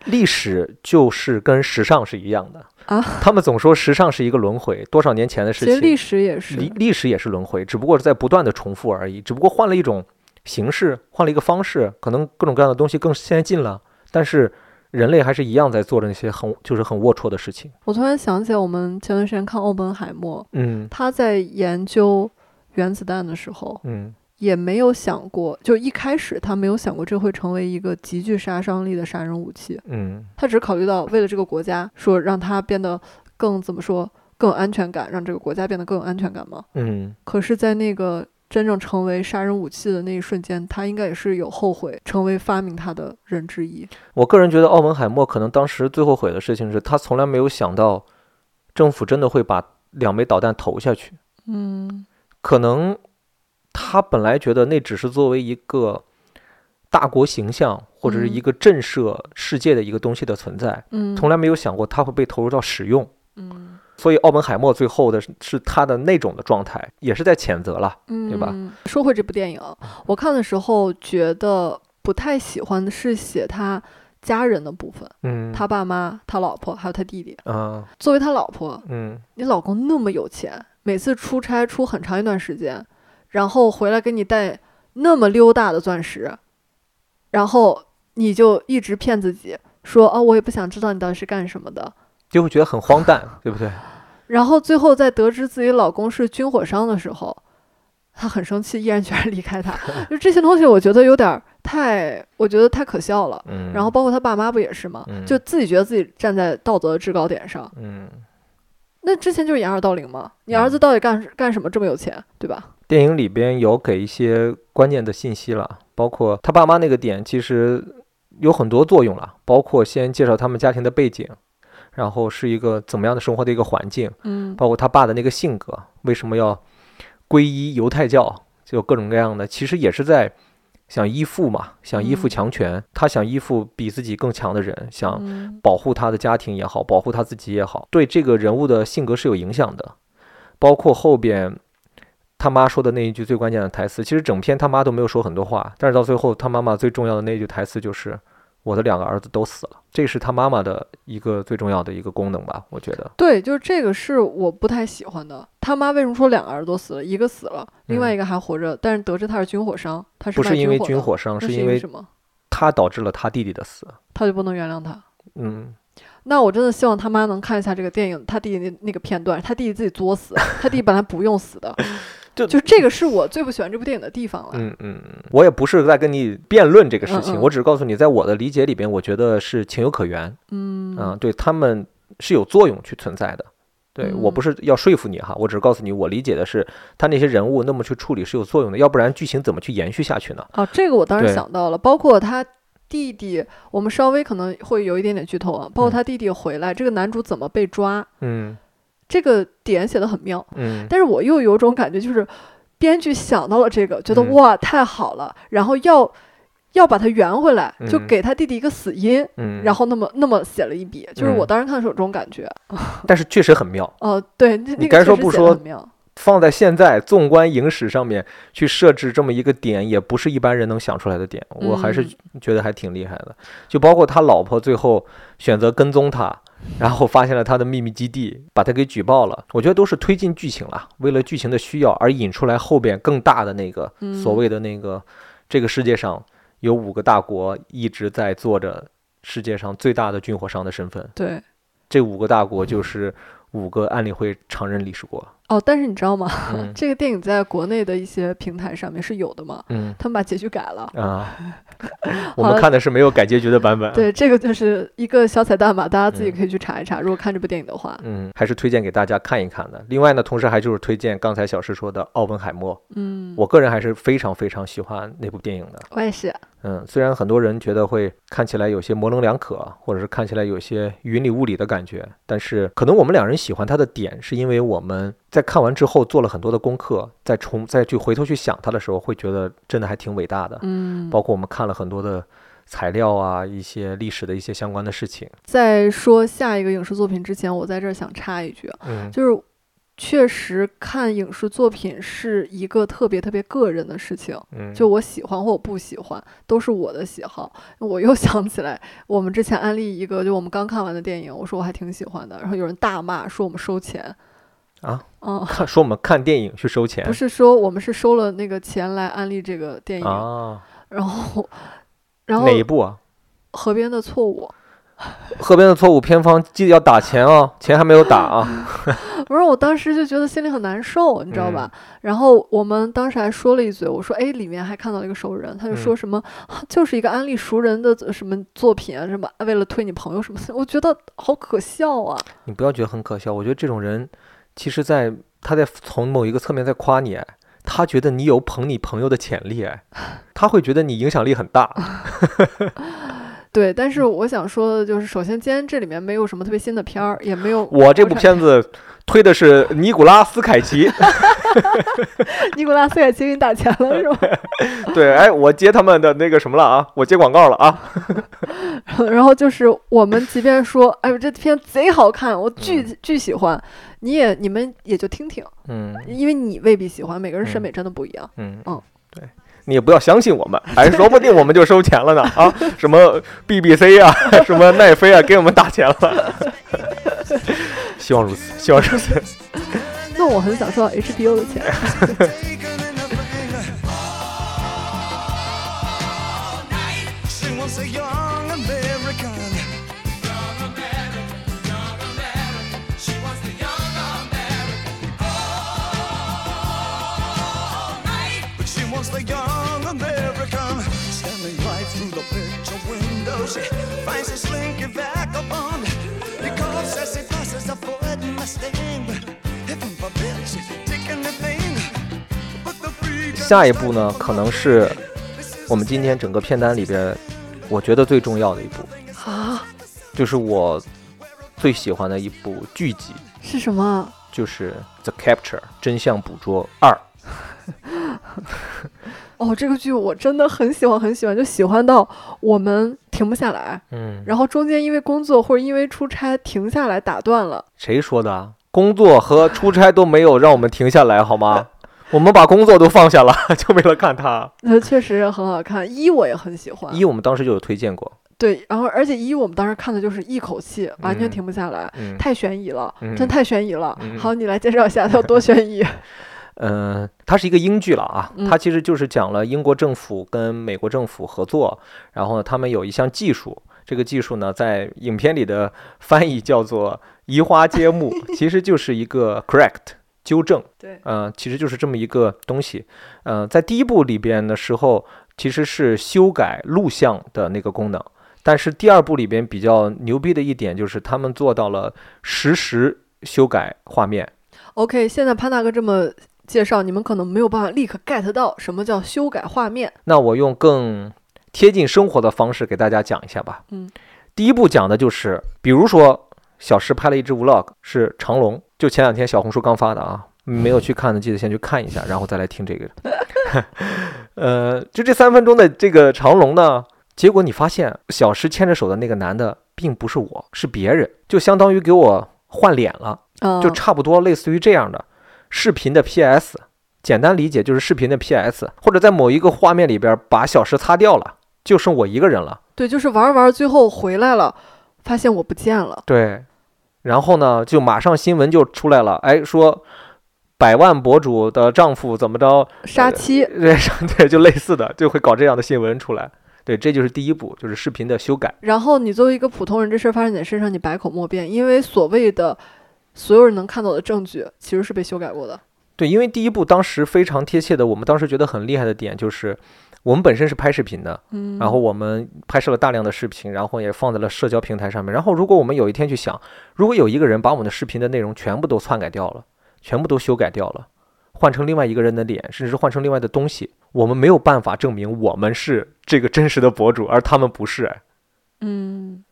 [SPEAKER 1] 历史就是跟时尚是一样的
[SPEAKER 2] 啊。
[SPEAKER 1] 他们总说时尚是一个轮回，多少年前的事
[SPEAKER 2] 其实
[SPEAKER 1] 情，
[SPEAKER 2] 历史也是
[SPEAKER 1] 历，历史也是轮回，只不过是在不断的重复而已，只不过换了一种形式，换了一个方式，可能各种各样的东西更先进了，但是人类还是一样在做着那些很就是很龌龊的事情。
[SPEAKER 2] 我突然想起来，我们前段时间看奥本海默，
[SPEAKER 1] 嗯
[SPEAKER 2] 他在研究原子弹的时候，
[SPEAKER 1] 嗯
[SPEAKER 2] 也没有想过，就一开始他没有想过这会成为一个极具杀伤力的杀人武器。
[SPEAKER 1] 嗯
[SPEAKER 2] 他只考虑到为了这个国家，说让它变得更怎么说更有安全感，让这个国家变得更有安全感吗？
[SPEAKER 1] 嗯，
[SPEAKER 2] 可是，在那个真正成为杀人武器的那一瞬间，他应该也是有后悔成为发明它的人之一。
[SPEAKER 1] 我个人觉得奥本海默可能当时最后悔的事情是他从来没有想到政府真的会把两枚导弹投下去。
[SPEAKER 2] 嗯
[SPEAKER 1] 可能他本来觉得那只是作为一个大国形象或者是一
[SPEAKER 2] 嗯
[SPEAKER 1] 个震慑世界的一个东西的存在，
[SPEAKER 2] 嗯，
[SPEAKER 1] 从来没有想过它会被投入到使用。
[SPEAKER 2] 嗯
[SPEAKER 1] 所以奥本海默最后的是是他的那种的状态，也是在谴责了。
[SPEAKER 2] 嗯，
[SPEAKER 1] 对吧
[SPEAKER 2] 说回这部电影，我看的时候觉得不太喜欢的是写他家人的部分，
[SPEAKER 1] 嗯，
[SPEAKER 2] 他爸妈、他老婆还有他弟弟。
[SPEAKER 1] 啊，
[SPEAKER 2] 作为他老婆，
[SPEAKER 1] 嗯
[SPEAKER 2] 你老公那么有钱，每次出差出很长一段时间，然后回来给你带那么溜大的钻石，然后你就一直骗自己说哦，我也不想知道你到底是干什么的。
[SPEAKER 1] 就会觉得很荒诞，对不对？
[SPEAKER 2] 然后最后在得知自己老公是军火商的时候，她很生气，毅然决然离 开他。就这些东西，我觉得有点儿太，我觉得太可笑了。
[SPEAKER 1] 嗯，
[SPEAKER 2] 然后包括他爸妈不也是吗？
[SPEAKER 1] 嗯
[SPEAKER 2] 就自己觉得自己站在道德的制高点上，
[SPEAKER 1] 嗯，
[SPEAKER 2] 那之前就是掩耳盗铃嘛。你
[SPEAKER 1] 嗯
[SPEAKER 2] 儿子到底干干什么这么有钱，对吧？
[SPEAKER 1] 电影里边有给一些关键的信息了，包括他爸妈那个点，其实有很多作用了，包括先介绍他们家庭的背景，然后是一个怎么样的生活的一个环境，
[SPEAKER 2] 嗯
[SPEAKER 1] 包括他爸的那个性格，为什么要皈依犹太教，就各种各样的，其实也是在想依附嘛，想依附
[SPEAKER 2] 嗯
[SPEAKER 1] 强权，他想依附比自己更强的人，想
[SPEAKER 2] 嗯
[SPEAKER 1] 保护他的家庭也好，保护他自己也好，对这个人物的性格是有影响的。包括后边他妈说的那一句最关键的台词，其实整篇他妈都没有说很多话，但是到最后他妈妈最重要的那一句台词就是“我的两个儿子都死了”，这是他妈妈的一个最重要的一个功能吧，我觉得。
[SPEAKER 2] 对，就是这个是我不太喜欢的。他妈为什么说两个儿子都死了，一个死了，另外一个还活着？但是得知他是军火商，他是
[SPEAKER 1] 嗯不
[SPEAKER 2] 卖
[SPEAKER 1] 是因为军
[SPEAKER 2] 的，
[SPEAKER 1] 火商，是
[SPEAKER 2] 那是
[SPEAKER 1] 因为
[SPEAKER 2] 什么？
[SPEAKER 1] 他导致了他弟弟的死。
[SPEAKER 2] 他就不能原谅他？
[SPEAKER 1] 嗯，
[SPEAKER 2] 那我真的希望他妈能看一下这个电影，他弟弟那那个片段，他弟弟自己作死，他弟弟本来不用死的，
[SPEAKER 1] 就
[SPEAKER 2] 就这个是我最不喜欢这部电影的地方了。
[SPEAKER 1] 嗯嗯，嗯，我也不是在跟你辩论这个事情，
[SPEAKER 2] 嗯嗯
[SPEAKER 1] 我只是告诉你，在我的理解里边，我觉得是情有可原。嗯对他们是有作用去存在的。对我不是要说服你哈，我只是告诉你，我理解的是他那些人物那么去处理是有作用的，要不然剧情怎么去延续下去呢？
[SPEAKER 2] 啊，这个我当时
[SPEAKER 1] 对
[SPEAKER 2] 想到了，包括他弟弟，我们稍微可能会有一点点剧透啊，包括
[SPEAKER 1] 嗯
[SPEAKER 2] 他弟弟回来，这个男主怎么被抓，
[SPEAKER 1] 嗯
[SPEAKER 2] 这个点写的很妙，
[SPEAKER 1] 嗯
[SPEAKER 2] 但是我又有种感觉，就是编剧想到了这个，觉得、
[SPEAKER 1] 嗯
[SPEAKER 2] 哇太好了，然后要要把它圆回来，就
[SPEAKER 1] 嗯
[SPEAKER 2] 给他弟弟一个死因，
[SPEAKER 1] 嗯，
[SPEAKER 2] 然
[SPEAKER 1] 后
[SPEAKER 2] 后那么那么写了一笔，就是我
[SPEAKER 1] 嗯
[SPEAKER 2] 当时看的时候有这种感觉。
[SPEAKER 1] 但是确实很妙，
[SPEAKER 2] 哦，对，那
[SPEAKER 1] 你
[SPEAKER 2] 那个
[SPEAKER 1] 该
[SPEAKER 2] 确
[SPEAKER 1] 说
[SPEAKER 2] 实
[SPEAKER 1] 不
[SPEAKER 2] 写得
[SPEAKER 1] 说
[SPEAKER 2] 很妙
[SPEAKER 1] 放在现在纵观影史上面去设置这么一个点，也不是一般人能想出来的点，我还是
[SPEAKER 2] 嗯
[SPEAKER 1] 觉得还挺厉害的。就包括他老婆最后选择跟踪他，然后发现了他的秘密基地，把他给举报了。我觉得都是推进剧情了，为了剧情的需要而引出来后边更大的那个
[SPEAKER 2] 嗯
[SPEAKER 1] 所谓的那个这个世界上有五个大国一直在做着世界上最大的军火商的身份，
[SPEAKER 2] 对。
[SPEAKER 1] 这五个大国就是五个安理会常任理事国。
[SPEAKER 2] 哦，但是你知道吗？
[SPEAKER 1] 嗯
[SPEAKER 2] 这个电影在国内的一些平台上面是有的嘛？
[SPEAKER 1] 嗯。
[SPEAKER 2] 他们把结局改了。
[SPEAKER 1] 啊，我
[SPEAKER 2] 好
[SPEAKER 1] 们看的是没有改结局的版本。，
[SPEAKER 2] 对，这个就是一个小彩蛋吧，大家自己
[SPEAKER 1] 啊嗯
[SPEAKER 2] 可以去查一查。如果看这部电影的话，
[SPEAKER 1] 嗯，还是推荐给大家看一看的。另外呢，同时还就是推荐刚才小石说的《奥本海默》，
[SPEAKER 2] 嗯，
[SPEAKER 1] 我个人还是非常非常喜欢那部电影的。
[SPEAKER 2] 我也是，
[SPEAKER 1] 嗯，虽然很多人觉得会看起来有些模棱两可，或者是看起来有些云里雾里的感觉，但是可能我们两人喜欢它的点，是因为我们在看完之后做了很多的功课，再重再去回头去想它的时候，会觉得真的还挺伟大的。
[SPEAKER 2] 嗯。
[SPEAKER 1] 包括我们看了很多的材料啊，一些历史的一些相关的事情。
[SPEAKER 2] 在说下一个影视作品之前，我在这儿想插一句，啊
[SPEAKER 1] 嗯，
[SPEAKER 2] 就是确实看影视作品是一个特别特别个人的事情。
[SPEAKER 1] 嗯，
[SPEAKER 2] 就我喜欢或我不喜欢，都是我的喜好。我又 想起来，我们之前安利一个，就我们刚看完的电影，我说我还挺喜欢的，然后有人大骂说我们收钱
[SPEAKER 1] 啊，
[SPEAKER 2] 嗯，
[SPEAKER 1] 看说我们看电影去收钱，
[SPEAKER 2] 不是说我们是收了那个钱来安利这个电影，
[SPEAKER 1] 啊？
[SPEAKER 2] 然后，然后
[SPEAKER 1] 哪一部啊？
[SPEAKER 2] 河边的错误，
[SPEAKER 1] 河边的错误，偏方记得要打钱哦，钱还没有打 啊。
[SPEAKER 2] 不是我当时就觉得心里很难受，你知道吧？
[SPEAKER 1] 嗯
[SPEAKER 2] 然后我们当时还说了一嘴，我说哎，里面还看到了一个熟人，他就
[SPEAKER 1] 嗯
[SPEAKER 2] 说什么、啊就是一个安利熟人的什么作品啊，什么为了推你朋友什么的，我觉得好可笑啊。
[SPEAKER 1] 你不要觉得很可笑，我觉得这种人，其实在他在从某一个侧面在夸你，哎他觉得你有捧你朋友的潜力， 哎，他会觉得你影响力很大。
[SPEAKER 2] 对，但
[SPEAKER 1] 嗯
[SPEAKER 2] 是我想说的就是，首先今天这里面没有什么特别新的片儿，也没有
[SPEAKER 1] 我这
[SPEAKER 2] 国
[SPEAKER 1] 部
[SPEAKER 2] 产
[SPEAKER 1] 片子推的是尼古拉斯凯奇，
[SPEAKER 2] 尼古拉斯凯奇给你打钱了是 吗？
[SPEAKER 1] 对，哎，我接他们的那个什么了啊，我接广告了啊。
[SPEAKER 2] 然后就是我们即便说，哎呦这片贼好看，我巨、巨喜欢，你也你们也就听听，
[SPEAKER 1] 嗯
[SPEAKER 2] 因为你未必喜欢，每个人审
[SPEAKER 1] 嗯
[SPEAKER 2] 美真的不一样。
[SPEAKER 1] 嗯
[SPEAKER 2] 哦
[SPEAKER 1] 对，你也不要相信我们，哎，说不定我们就收钱 了呢啊，什么 BBC 啊， 什么奈飞啊，给我们打钱了。希望如此， 希望如此。
[SPEAKER 2] 那我很想收到 HBO 的钱，
[SPEAKER 3] Taken in the finger all night. She wants a young American. Young American, young American. She wants the young American all night. But she wants the young American standing right through the picture window. She finds a slinky vagabond because as he passes a foot Mustang, heaven forbid she take anything.
[SPEAKER 1] 下一步呢，可能是我们今天整个片单里边，我觉得最重要的一部
[SPEAKER 2] 啊，
[SPEAKER 1] 就是我最喜欢的一部剧集，
[SPEAKER 2] 是什么？
[SPEAKER 1] 就是《The Capture》真相捕捉二。
[SPEAKER 2] 哦，这个剧我真的很喜欢，很喜欢，就喜欢到我们停不下来。
[SPEAKER 1] 嗯，
[SPEAKER 2] 然后中间因为工作或者因为出差停下来打断了，
[SPEAKER 1] 谁说的啊？工作和出差都没有让我们停下来，好吗？我们把工作都放下了， 就为了看它。
[SPEAKER 2] 呃，确实很好看。一我也很喜欢，
[SPEAKER 1] 一，我们当时就有推荐过。
[SPEAKER 2] 对，然后而且一我们当时看的就是一口气，完全
[SPEAKER 1] 嗯
[SPEAKER 2] 停不下来，
[SPEAKER 1] 嗯，
[SPEAKER 2] 太悬疑了，
[SPEAKER 1] 嗯
[SPEAKER 2] 真太悬疑了。
[SPEAKER 1] 嗯
[SPEAKER 2] 好，你来介绍一下它有多悬疑？
[SPEAKER 1] 呃，它是一个英剧了啊，
[SPEAKER 2] 嗯
[SPEAKER 1] 它其实就是讲了英国政府跟美国政府合作，然后呢，他们有一项技术，这个技术呢，在影片里的翻译叫做移花接木， 其实就是一个 correct 纠正，
[SPEAKER 2] 对，
[SPEAKER 1] 呃，其实就是这么一个东西。呃，在第一部里边的时候，其实是修改录像的那个功能，但是第二部里边比较牛逼的一点就是他们做到了实时修改画面。
[SPEAKER 2] OK，现在潘大哥这么介绍，你们可能没有办法立刻 get 到什么叫修改画面。
[SPEAKER 1] 那我用更贴近生活的方式给大家讲一下吧。
[SPEAKER 2] 嗯，
[SPEAKER 1] 第一步讲的就是，比如说小石拍了一支 vlog，是长龙，就前两天小红书刚发的啊，没有去看的记得先去看一下，然后再来听这个。 呃，就这三分钟的这个长龙呢，结果你发现小石牵着手的那个男的并不是我，是别人，就相当于给我换脸了。
[SPEAKER 2] 嗯，
[SPEAKER 1] 就差不多类似于这样的视频的 PS，简单理解就是视频的 PS，或者在某一个画面里边把小时擦掉了，就剩我一个人了。
[SPEAKER 2] 对，就是玩儿玩，儿，最后回来了，发现我不见了。
[SPEAKER 1] 对，然后呢，就马上新闻就出来了，哎，说百万博主的丈夫怎么着，
[SPEAKER 2] 杀妻，
[SPEAKER 1] 对 对，就类似的，就会搞这样的新闻出来。对，这就是第一步，就是视频的修改。
[SPEAKER 2] 然后你作为一个普通人，这事儿发生在你身上，你百口莫辩，因为所谓的所有人能看到的证据，其实是被修改过的。
[SPEAKER 1] 对，因为第一部当时非常贴切的，我们当时觉得很厉害的点就是，我们本身是拍视频的，
[SPEAKER 2] 嗯，
[SPEAKER 1] 然后我们拍摄了大量的视频，然后也放在了社交平台上面。然后，如果我们有一天去想，如果有一个人把我们的视频的内容全部都篡改掉了，全部都修改掉了，换成另外一个人的脸，甚至是换成另外的东西，我们没有办法证明我们是这个真实的博主，而他们不是，哎
[SPEAKER 2] 嗯，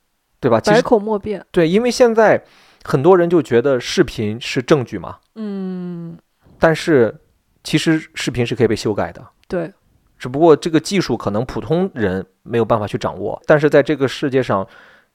[SPEAKER 1] 对吧？其
[SPEAKER 2] 百
[SPEAKER 1] 实
[SPEAKER 2] 口莫辩。
[SPEAKER 1] 对，因为现在很多人就觉得视频是证据嘛，
[SPEAKER 2] 嗯，
[SPEAKER 1] 但是其实视频是可以被修改的。
[SPEAKER 2] 对，
[SPEAKER 1] 只不过这个技术可能普通人没有办法去掌握，但是在这个世界上，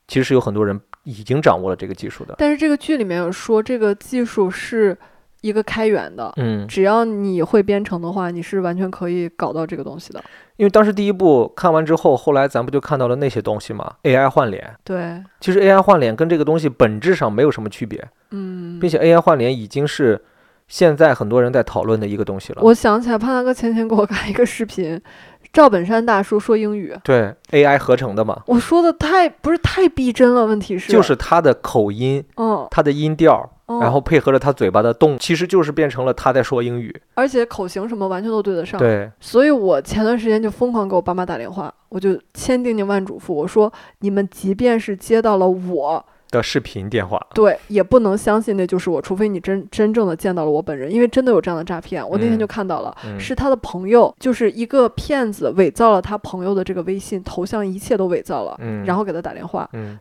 [SPEAKER 1] 其实有很多人已经掌握了这个技术的。
[SPEAKER 2] 但是这个剧里面有说，这个技术是一个开源的，
[SPEAKER 1] 嗯，
[SPEAKER 2] 只要你会编程的话，你是完全可以搞到这个东西的。
[SPEAKER 1] 因为当时第一部看完之后，后来咱不就看到了那些东西嘛？AI 换脸，
[SPEAKER 2] 对，
[SPEAKER 1] 其实 AI 换脸跟这个东西本质上没有什么区别，
[SPEAKER 2] 嗯，
[SPEAKER 1] 并且 AI 换脸已经是现在很多人在讨论的一个东西了。
[SPEAKER 2] 我想起来，潘大哥前天给我 看一个视频，赵本山大叔说英语，
[SPEAKER 1] 对 AI 合成的嘛，
[SPEAKER 2] 我说的太不是太逼真了，问题是
[SPEAKER 1] 就是它的口音、
[SPEAKER 2] 嗯，
[SPEAKER 1] 它的音调，
[SPEAKER 2] 嗯
[SPEAKER 1] 然后配合着它嘴巴的动，其实就是变成了他在说英语。
[SPEAKER 2] 而且口型什么完全都对得上，
[SPEAKER 1] 对，
[SPEAKER 2] 所以我前段时间就疯狂给我爸妈打电话，我就千叮咛万嘱咐，我说你们即便是接到了我。
[SPEAKER 1] 的视频电话。
[SPEAKER 2] 对，也不能相信那就是我，除非你真真正的见到了我本人，因为真的有这样的诈骗，我那天
[SPEAKER 1] 嗯
[SPEAKER 2] 就看到了，
[SPEAKER 1] 嗯
[SPEAKER 2] 是他的朋友，就是一个骗子伪造了他朋友的这个微信头像，一切都伪造了，
[SPEAKER 1] 嗯，
[SPEAKER 2] 然后给他打电话，
[SPEAKER 1] 嗯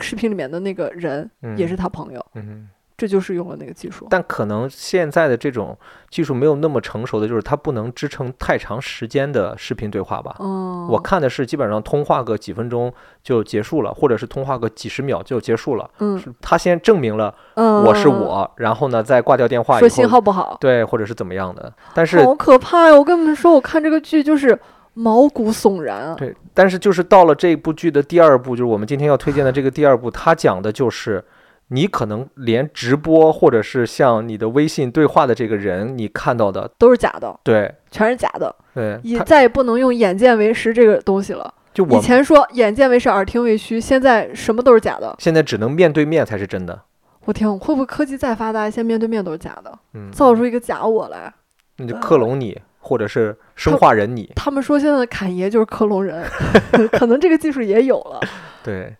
[SPEAKER 2] 视频里面的那个人
[SPEAKER 1] 嗯
[SPEAKER 2] 也是他朋友，
[SPEAKER 1] 嗯，
[SPEAKER 2] 这就是用了那个技术。
[SPEAKER 1] 但可能现在的这种技术没有那么成熟的，就是它不能支撑太长时间的视频对话吧。
[SPEAKER 2] 嗯，
[SPEAKER 1] 我看的是基本上通话个几分钟就结束了，或者是通话个几十秒就结束了。
[SPEAKER 2] 嗯
[SPEAKER 1] 是他先证明了
[SPEAKER 2] 嗯，
[SPEAKER 1] 我是
[SPEAKER 2] 嗯，
[SPEAKER 1] 我，然后呢再挂掉电话以
[SPEAKER 2] 说
[SPEAKER 1] 后，
[SPEAKER 2] 信号不好，
[SPEAKER 1] 对，或者是怎么样的。但是
[SPEAKER 2] 好可怕呀！我跟你们说，我看这个剧就是毛骨悚然。啊
[SPEAKER 1] 对，但是就是到了这部剧的第二部，就是我们今天要推荐的这个第二部，它讲的就是你可能连直播或者是像你的微信对话的这个人，你看到的，
[SPEAKER 2] 都是假的，
[SPEAKER 1] 对
[SPEAKER 2] 全是假的，
[SPEAKER 1] 对，
[SPEAKER 2] 也
[SPEAKER 1] 嗯他嗯
[SPEAKER 2] 再也不能用眼见为实这个东西了。
[SPEAKER 1] 就
[SPEAKER 2] 以
[SPEAKER 1] 我们
[SPEAKER 2] 前说眼见为实，耳听为虚，现在什么都是假的。
[SPEAKER 1] 现在只能面对面才是真的，
[SPEAKER 2] 我天，会不会科技再发达，现在面对面都是假的，
[SPEAKER 1] 嗯，
[SPEAKER 2] 造出一个假我来？
[SPEAKER 1] 那就克隆你或者是生化人你，
[SPEAKER 2] 他们说现在的侃爷就是克隆人， 可能这个技术也有了。
[SPEAKER 1] 对。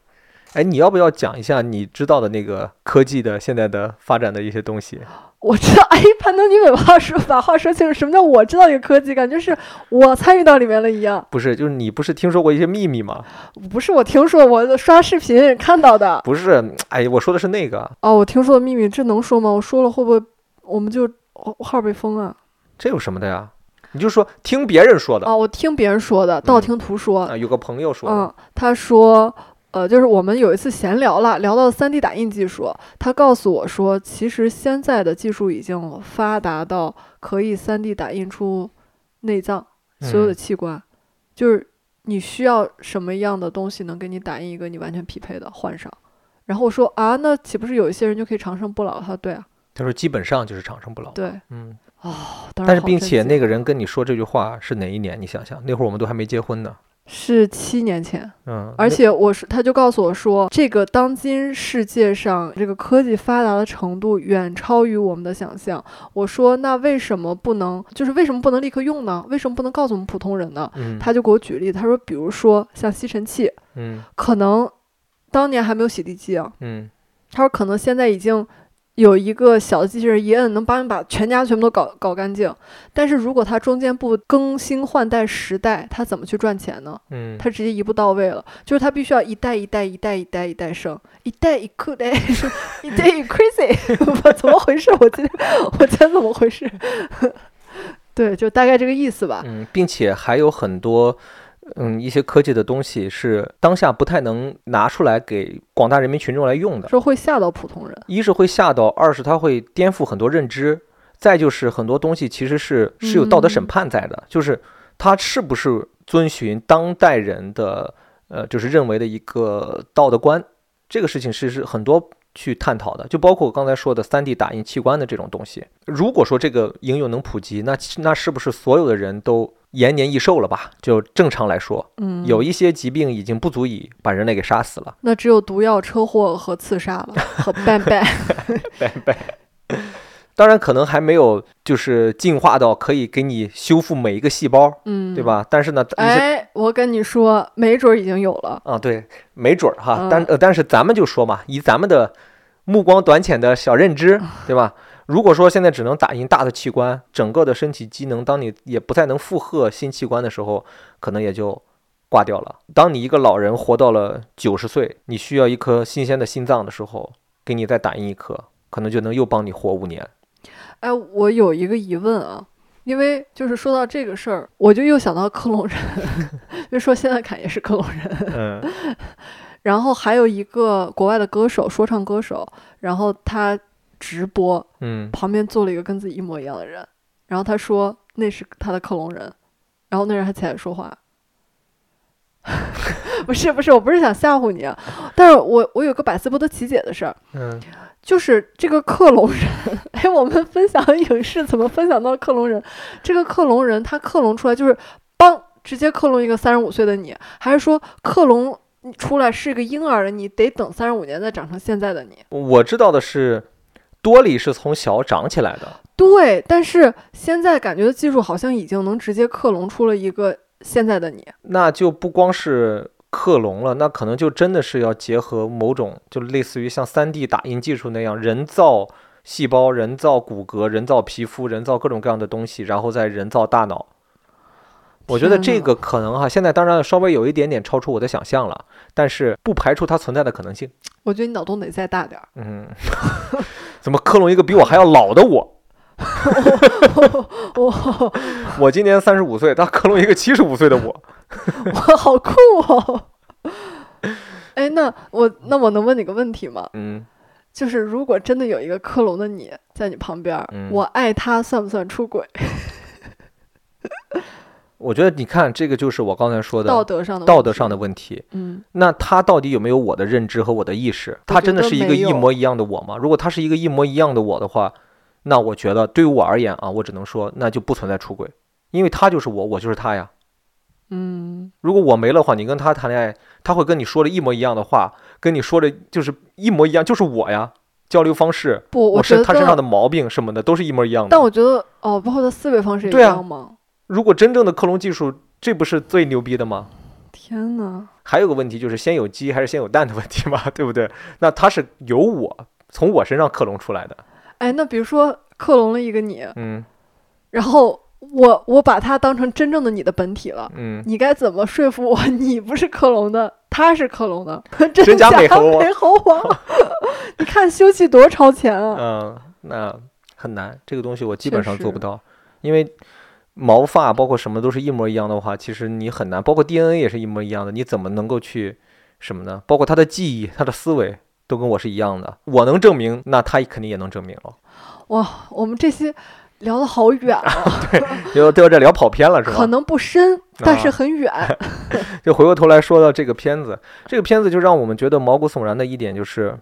[SPEAKER 1] 哎，你要不要讲一下你知道的那个科技的现在的发展的一些东西？
[SPEAKER 2] 我知道，哎，潘登，你把话说把话说清楚，什么叫我知道这个科技？感觉是我参与到里面了一样，
[SPEAKER 1] 不是，就是你不是听说过一些秘密吗？
[SPEAKER 2] 不是我听说，我刷视频看到的。
[SPEAKER 1] 不是，哎，我说的是那个，
[SPEAKER 2] 哦，我听说的秘密，这能说吗？我说了会不会我们就哦号被封啊？
[SPEAKER 1] 这有什么的呀？你就说听别人说的
[SPEAKER 2] 啊，我听别人说的，道听途说。
[SPEAKER 1] 啊，有个朋友说的，
[SPEAKER 2] 嗯，他说，呃，就是我们有一次闲聊了，聊到三 D 打印技术，他告诉我说，其实现在的技术已经发达到可以三 D 打印出内脏所有的
[SPEAKER 1] 嗯
[SPEAKER 2] 器官，就是你需要什么样的东西能给你打印一个你完全匹配的换上。然后我说啊，那岂不是有一些人就可以长生不老？他说对啊，
[SPEAKER 1] 他说基本上就是长生不老。
[SPEAKER 2] 对，
[SPEAKER 1] 嗯，
[SPEAKER 2] 哦，当然好震惊。
[SPEAKER 1] 但是并且那个人跟你说这句话是哪一年？你想想，那会儿我们都还没结婚呢。
[SPEAKER 2] 是七年前，
[SPEAKER 1] 嗯，那
[SPEAKER 2] 而且我是，他就告诉我说，这个当今世界上这个科技发达的程度远超于我们的想象。我说，那为什么不能，就是为什么不能立刻用呢？为什么不能告诉我们普通人呢？
[SPEAKER 1] 嗯
[SPEAKER 2] 他就给我举例，他说，比如说像吸尘器，
[SPEAKER 1] 嗯
[SPEAKER 2] 可能当年还没有洗地机啊，
[SPEAKER 1] 嗯
[SPEAKER 2] 他说可能现在已经有一个小的机器人一摁，能帮你把全家全部都搞搞干净。但是如果它中间不更新换代时代，它怎么去赚钱呢？
[SPEAKER 1] 嗯，
[SPEAKER 2] 他直接一步到位了，就是他必须要一代一代一代一代一代升，一代一酷代， 一代一 crazy，我 怎么回事？我今天我今天怎么回事？ 对，就大概这个意思吧。
[SPEAKER 1] 嗯，并且还有很多。嗯，一些科技的东西是当下不太能拿出来给广大人民群众来用的，
[SPEAKER 2] 说会吓到普通人，
[SPEAKER 1] 一是会吓到，二是它会颠覆很多认知，再就是很多东西其实是是有道德审
[SPEAKER 2] 嗯
[SPEAKER 1] 判在的，就是它是不是遵循当代人的呃，就是认为的一个道德观，这个事情是是很多去探讨的，就包括我刚才说的三 D 打印器官的这种东西。如果说这个应用能普及，那其那是不是所有的人都延年益寿了吧？就正常来说，
[SPEAKER 2] 嗯，
[SPEAKER 1] 有一些疾病已经不足以把人类给杀死了。
[SPEAKER 2] 那只有毒药、车祸和刺杀了，和 拜 拜。
[SPEAKER 1] 当然，可能还没有就是进化到可以给你修复每一个细胞，
[SPEAKER 2] 嗯，
[SPEAKER 1] 对？吧？但是呢，一些
[SPEAKER 2] 哎，我跟你说，没准儿已经有了。
[SPEAKER 1] 啊，对，没准儿哈。
[SPEAKER 2] 嗯
[SPEAKER 1] 但呃，但是咱们就说嘛，以咱们的目光短浅的小认 知，对吧？如果说现在只能打印大的器官，整个的身体机能，当你也不再能负荷新器官的时候，可能也就挂掉了。当你一个老人活到了九十岁，你需要一颗新鲜的心脏的时候，给你再打印一颗，可能就能又帮你活五年。
[SPEAKER 2] 哎，我有一个疑问啊，因为就是说到这个事儿，我就又想到克隆人， 因为说现在侃也是克隆人。
[SPEAKER 1] 嗯
[SPEAKER 2] 然后还有一个国外的歌手，说唱歌手，然后他直播，
[SPEAKER 1] 嗯
[SPEAKER 2] 旁边坐了一个跟自己一模一样的人，然后他说那是他的克隆人，然后那人还起来说话。 不是不是，我不是想吓唬你啊，但是我我有个百思不得其解的事儿，
[SPEAKER 1] 嗯
[SPEAKER 2] 就是这个克隆人，哎，我们分享影视怎么分享到克隆人？这个克隆人他克隆出来就是帮直接克隆一个三十五岁的你，还是说克隆你出来是个婴儿的你，得等三十五年再长成现在的你？
[SPEAKER 1] 我知道的是，多里是从小长起来的。
[SPEAKER 2] 对，但是现在感觉技术好像已经能直接克隆出了一个现在的你。
[SPEAKER 1] 那就不光是克隆了，那可能就真的是要结合某种，就类似于像 3D 打印技术那样，人造细胞、人造骨骼、人造皮肤、人造各种各样的东西，然后再人造大脑。我觉得
[SPEAKER 2] 天
[SPEAKER 1] 这
[SPEAKER 2] 呐
[SPEAKER 1] 个可能哈，现在当然稍微有一点点超出我的想象了，但是不排除它存在的可能性。
[SPEAKER 2] 我觉得你脑洞得再大点儿。
[SPEAKER 1] 嗯， 怎么克隆一个比我还要老的我？
[SPEAKER 2] 哇、
[SPEAKER 1] 我今年三十五岁，他克隆一个七十五岁的我。
[SPEAKER 2] 哇，好酷哦！ 哎，那我那我能问你个问题吗？
[SPEAKER 1] 嗯，
[SPEAKER 2] 就是如果真的有一个克隆的你在你旁边儿，
[SPEAKER 1] 嗯
[SPEAKER 2] 我爱他算不算出轨？
[SPEAKER 1] 我觉得你看这个就是我刚才说的
[SPEAKER 2] 道德上的
[SPEAKER 1] 道
[SPEAKER 2] 问
[SPEAKER 1] 德
[SPEAKER 2] 题
[SPEAKER 1] 上的问题。
[SPEAKER 2] 嗯，
[SPEAKER 1] 那他到底有没有我的认知和我的意识？他真的是一个
[SPEAKER 2] 没有
[SPEAKER 1] 一模一样的我吗？如果他是一个一模一样的我的话，那我觉得对于我而言啊，我只能说那就不存在出轨，因为他就是我，我就是他呀。
[SPEAKER 2] 嗯，
[SPEAKER 1] 如果我没了的话，你跟他谈恋爱，他会跟你说的一模一样的话，跟你说的就是一模一样，就是我呀。交流方式，
[SPEAKER 2] 不，
[SPEAKER 1] 我
[SPEAKER 2] 觉
[SPEAKER 1] 身
[SPEAKER 2] 得，
[SPEAKER 1] 他身上的毛病什么的都是一模一样的。
[SPEAKER 2] 但我觉得哦，包括他思维方式也一
[SPEAKER 1] 对啊
[SPEAKER 2] 样吗？
[SPEAKER 1] 如果真正的克隆技术，这不是最牛逼的吗？
[SPEAKER 2] 天哪！
[SPEAKER 1] 还有个问题就是先有鸡还是先有蛋的问题 嘛，对不对？那它是由我从我身上克隆出来的，
[SPEAKER 2] 哎，那比如说克隆了一个你，
[SPEAKER 1] 嗯
[SPEAKER 2] 然后我我把他当成真正的你的本体了，
[SPEAKER 1] 嗯，
[SPEAKER 2] 你该怎么说服我？ 你不是克隆的，他是克隆的， 真
[SPEAKER 1] 真假
[SPEAKER 2] 美
[SPEAKER 1] 美猴王
[SPEAKER 2] 猴 王。你看休息多超前啊！
[SPEAKER 1] 嗯，那很难，这个东西我基
[SPEAKER 2] 确
[SPEAKER 1] 本上做不
[SPEAKER 2] 实
[SPEAKER 1] 到，因为毛发包括什么都是一模一样的话，其实你很难，包括 DNA 也是一模一样的，你怎么能够去什么呢？包括他的记忆、他的思维都跟我是一样的，我能证明，那他肯定也能证明了。
[SPEAKER 2] 哇，我们这些聊得好远啊，
[SPEAKER 1] 就到这聊跑偏了是吧
[SPEAKER 2] 可？能不深，但是
[SPEAKER 1] 啊
[SPEAKER 2] 很 远。
[SPEAKER 1] 就回过头来说到这个片子，这个片子就让我们觉得毛骨悚然的一点就是，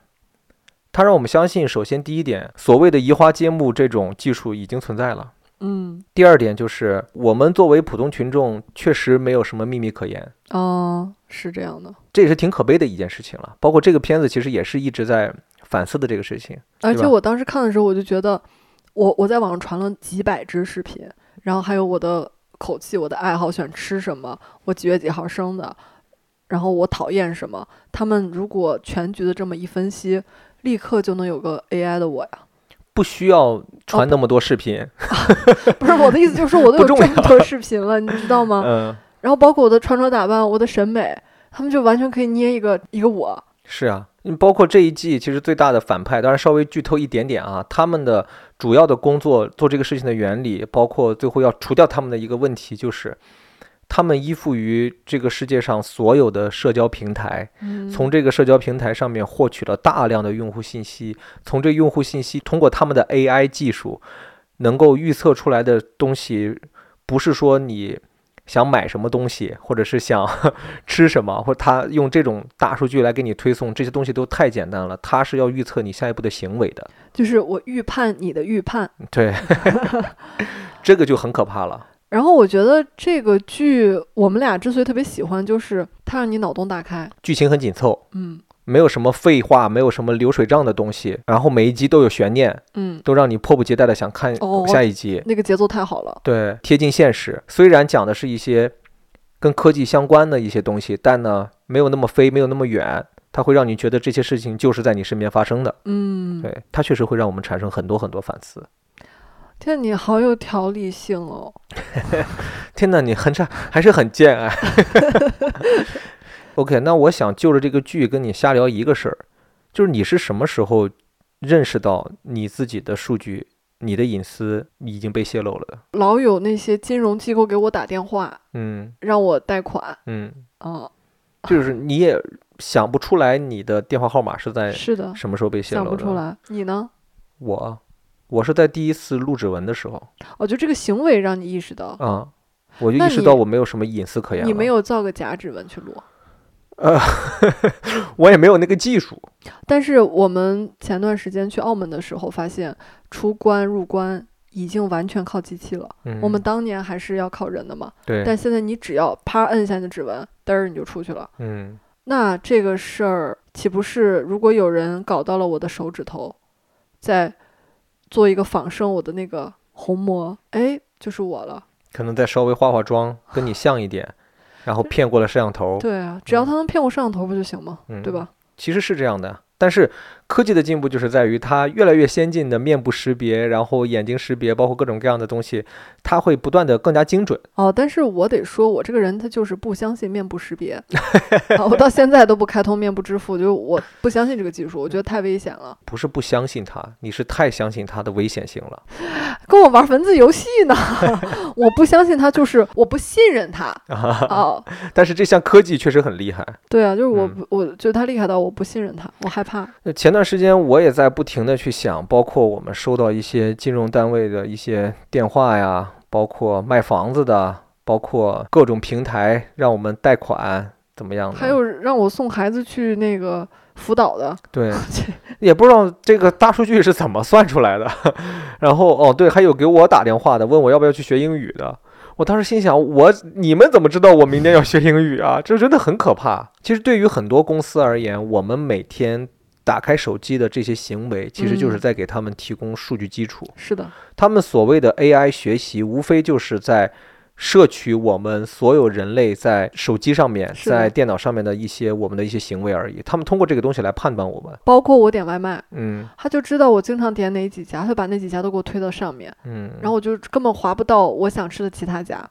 [SPEAKER 1] 它让我们相信，首先第一点，所谓的移花接木这种技术已经存在了；
[SPEAKER 2] 嗯，
[SPEAKER 1] 第二点就是，我们作为普通群众确实没有什么秘密可言，
[SPEAKER 2] 哦，是这样的。
[SPEAKER 1] 这也是挺可悲的一件事情了。包括这个片子其实也是一直在反思的这个事情。
[SPEAKER 2] 而
[SPEAKER 1] 对
[SPEAKER 2] 且
[SPEAKER 1] 吧
[SPEAKER 2] 我当时看的时候，我就觉得我，我在网上传了几百支视频，然后还有我的口气、我的爱好、喜欢吃什么，我几月几号生的，然后我讨厌什么。他们如果全局的这么一分析，立刻就能有个 AI 的我 呀。
[SPEAKER 1] 不需要传那么多视频，
[SPEAKER 2] 不是我的意思，就是说我都
[SPEAKER 1] 不
[SPEAKER 2] 有这
[SPEAKER 1] 重
[SPEAKER 2] 么多视频了，你知道 吗？
[SPEAKER 1] 嗯，
[SPEAKER 2] 然后包括我的穿着打扮、我的审美，他们就完全可以捏一个一个我。
[SPEAKER 1] 是啊，嗯包括这一季其实最大的反派，当然稍微剧透一点点啊，他们的主要的工作做这个事情的原理，包括最后要除掉他们的一个问题就是。他们依附于这个世界上所有的社交平台，
[SPEAKER 2] 嗯
[SPEAKER 1] 从这个社交平台上面获取了大量的用户信息，从这用户信息通过他们的 AI 技术，能够预测出来的东西，不是说你想买什么东西，或者是想吃什么，或者他用这种大数据来给你推送这些东西都太简单了，他是要预测你下一步的行为 的，
[SPEAKER 2] 就是我预判你的预判。
[SPEAKER 1] 对，这个就很可怕了，
[SPEAKER 2] 然后我觉得这个剧我们俩之所以特别喜欢，就是它让你脑洞大开。
[SPEAKER 1] 剧情很紧凑。
[SPEAKER 2] 嗯
[SPEAKER 1] 没有什么废话，没有什么流水账的东西，然后每一集都有悬念，
[SPEAKER 2] 嗯，
[SPEAKER 1] 都让你迫不及待的想看
[SPEAKER 2] 哦
[SPEAKER 1] 下一集。
[SPEAKER 2] 那个节奏太好了。
[SPEAKER 1] 对，贴近现实。虽然讲的是一些跟科技相关的一些东西，但呢，没有那么飞，没有那么远，它会让你觉得这些事情就是在你身边发生的。
[SPEAKER 2] 嗯，
[SPEAKER 1] 对，它确实会让我们产生很多很多反思。
[SPEAKER 2] 天，你好有条理性哦。
[SPEAKER 1] 天呐，你很差，还是很贱啊。OK，那我想就着这个剧跟你瞎聊一个事儿，就是你是什么时候认识到你自己的数据、你的隐私已经被泄露了的？
[SPEAKER 2] 老有那些金融机构给我打电话
[SPEAKER 1] 嗯
[SPEAKER 2] 让我贷款。
[SPEAKER 1] 嗯，
[SPEAKER 2] 嗯，
[SPEAKER 1] 就是你也想不出来你的电话号哎码是在
[SPEAKER 2] 是的，
[SPEAKER 1] 什么时候被泄
[SPEAKER 2] 想
[SPEAKER 1] 露
[SPEAKER 2] 不
[SPEAKER 1] 的？
[SPEAKER 2] 出来。你呢？
[SPEAKER 1] 我，我是在第一次录指纹的时候
[SPEAKER 2] 我哦觉得这个行为让你意识到，
[SPEAKER 1] 啊、我就
[SPEAKER 2] 那
[SPEAKER 1] 意识
[SPEAKER 2] 你
[SPEAKER 1] 到我没有什么隐私可言了。
[SPEAKER 2] 你没，有造个假指纹去录。
[SPEAKER 1] 我也没有那个技术。
[SPEAKER 2] 但是我们前段时间去澳门的时候，发现出关入关已经完全靠机器了。
[SPEAKER 1] 嗯，
[SPEAKER 2] 我们当年还是要靠人的嘛，
[SPEAKER 1] 对，
[SPEAKER 2] 但现在你只要啪摁一下你的指纹，嘚儿你就出去了。
[SPEAKER 1] 嗯，
[SPEAKER 2] 那这个事儿岂不是，如果有人搞到了我的手指头，再做一个仿生我的那个虹膜，哎，就是我了。
[SPEAKER 1] 可能再稍微化化妆，跟你像一点，然后骗过了摄像头，
[SPEAKER 2] 对啊，只要他能骗过摄像头不就行吗？
[SPEAKER 1] 哦嗯
[SPEAKER 2] 对吧？
[SPEAKER 1] 其实是这样的。但是科技的进步就是在于它越来越先进的面部识别，然后眼睛识别，包括各种各样的东西，它会不断的更加精准。
[SPEAKER 2] 哦，但是我得说，我这个人他就是不相信面部 识别，啊我到现在都不开通面部支付，就是我不相信这个技术，我觉得太危险了，
[SPEAKER 1] 不是不相信它，你是太相信它的危险性了
[SPEAKER 2] 跟我玩文字游戏 呢，我不相信他，就是我不信任他。 哦，
[SPEAKER 1] 但是这项科技确实很厉害。
[SPEAKER 2] 对啊，就是我
[SPEAKER 1] 嗯
[SPEAKER 2] 不，我觉得他厉害到我不信任他，我害怕。
[SPEAKER 1] 那呃前段时间我也在不停的去想，包括我们收到一些金融单位的一些电话呀，包括卖房子的，包括各种平台让我们贷款怎么样的，
[SPEAKER 2] 还有让我送孩子去那个辅导 的，
[SPEAKER 1] 对，也不知道这个大数据是怎么算出来的。 然后哦，对，还有给我打电话的，问我要不要去学英语的。我当时心想，我你们怎么知道我明天要学英语啊？ 这真的很可怕。其实对于很多公司而言，我们每天打开手机的这些行为，其实就是
[SPEAKER 2] 嗯
[SPEAKER 1] 在给他们提供数据基础。
[SPEAKER 2] 是的，
[SPEAKER 1] 他们所谓的 AI 学习，无非就是在摄取我们所有人类在手机上面、
[SPEAKER 2] 是的
[SPEAKER 1] 在电脑上面的一些我们的一些行为而已。他们通过这个东西来判断我们。
[SPEAKER 2] 包括我点外卖，
[SPEAKER 1] 嗯
[SPEAKER 2] 他就知道我经常点哪几家，他就把那几家都给我推到上面，
[SPEAKER 1] 嗯。
[SPEAKER 2] 然后我就根本划不到我想吃的其他家。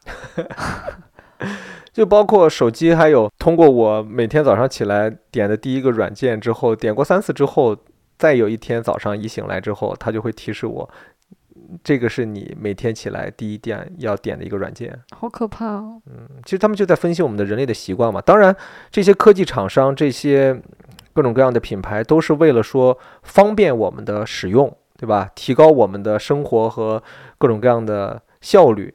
[SPEAKER 1] 就包括手机，还有通过我每天早上起来点的第一个软件之后，点过三次之后，再有一天早上一醒来之后，它就会提示我，这个是你每天起来第一点要点的一个软件。
[SPEAKER 2] 好可怕哦！
[SPEAKER 1] 其实他们就在分析我们的人类的习惯嘛。当然，这些科技厂商、这些各种各样的品牌，都是为了说方便我们的使用，对吧？提高我们的生活和各种各样的效率。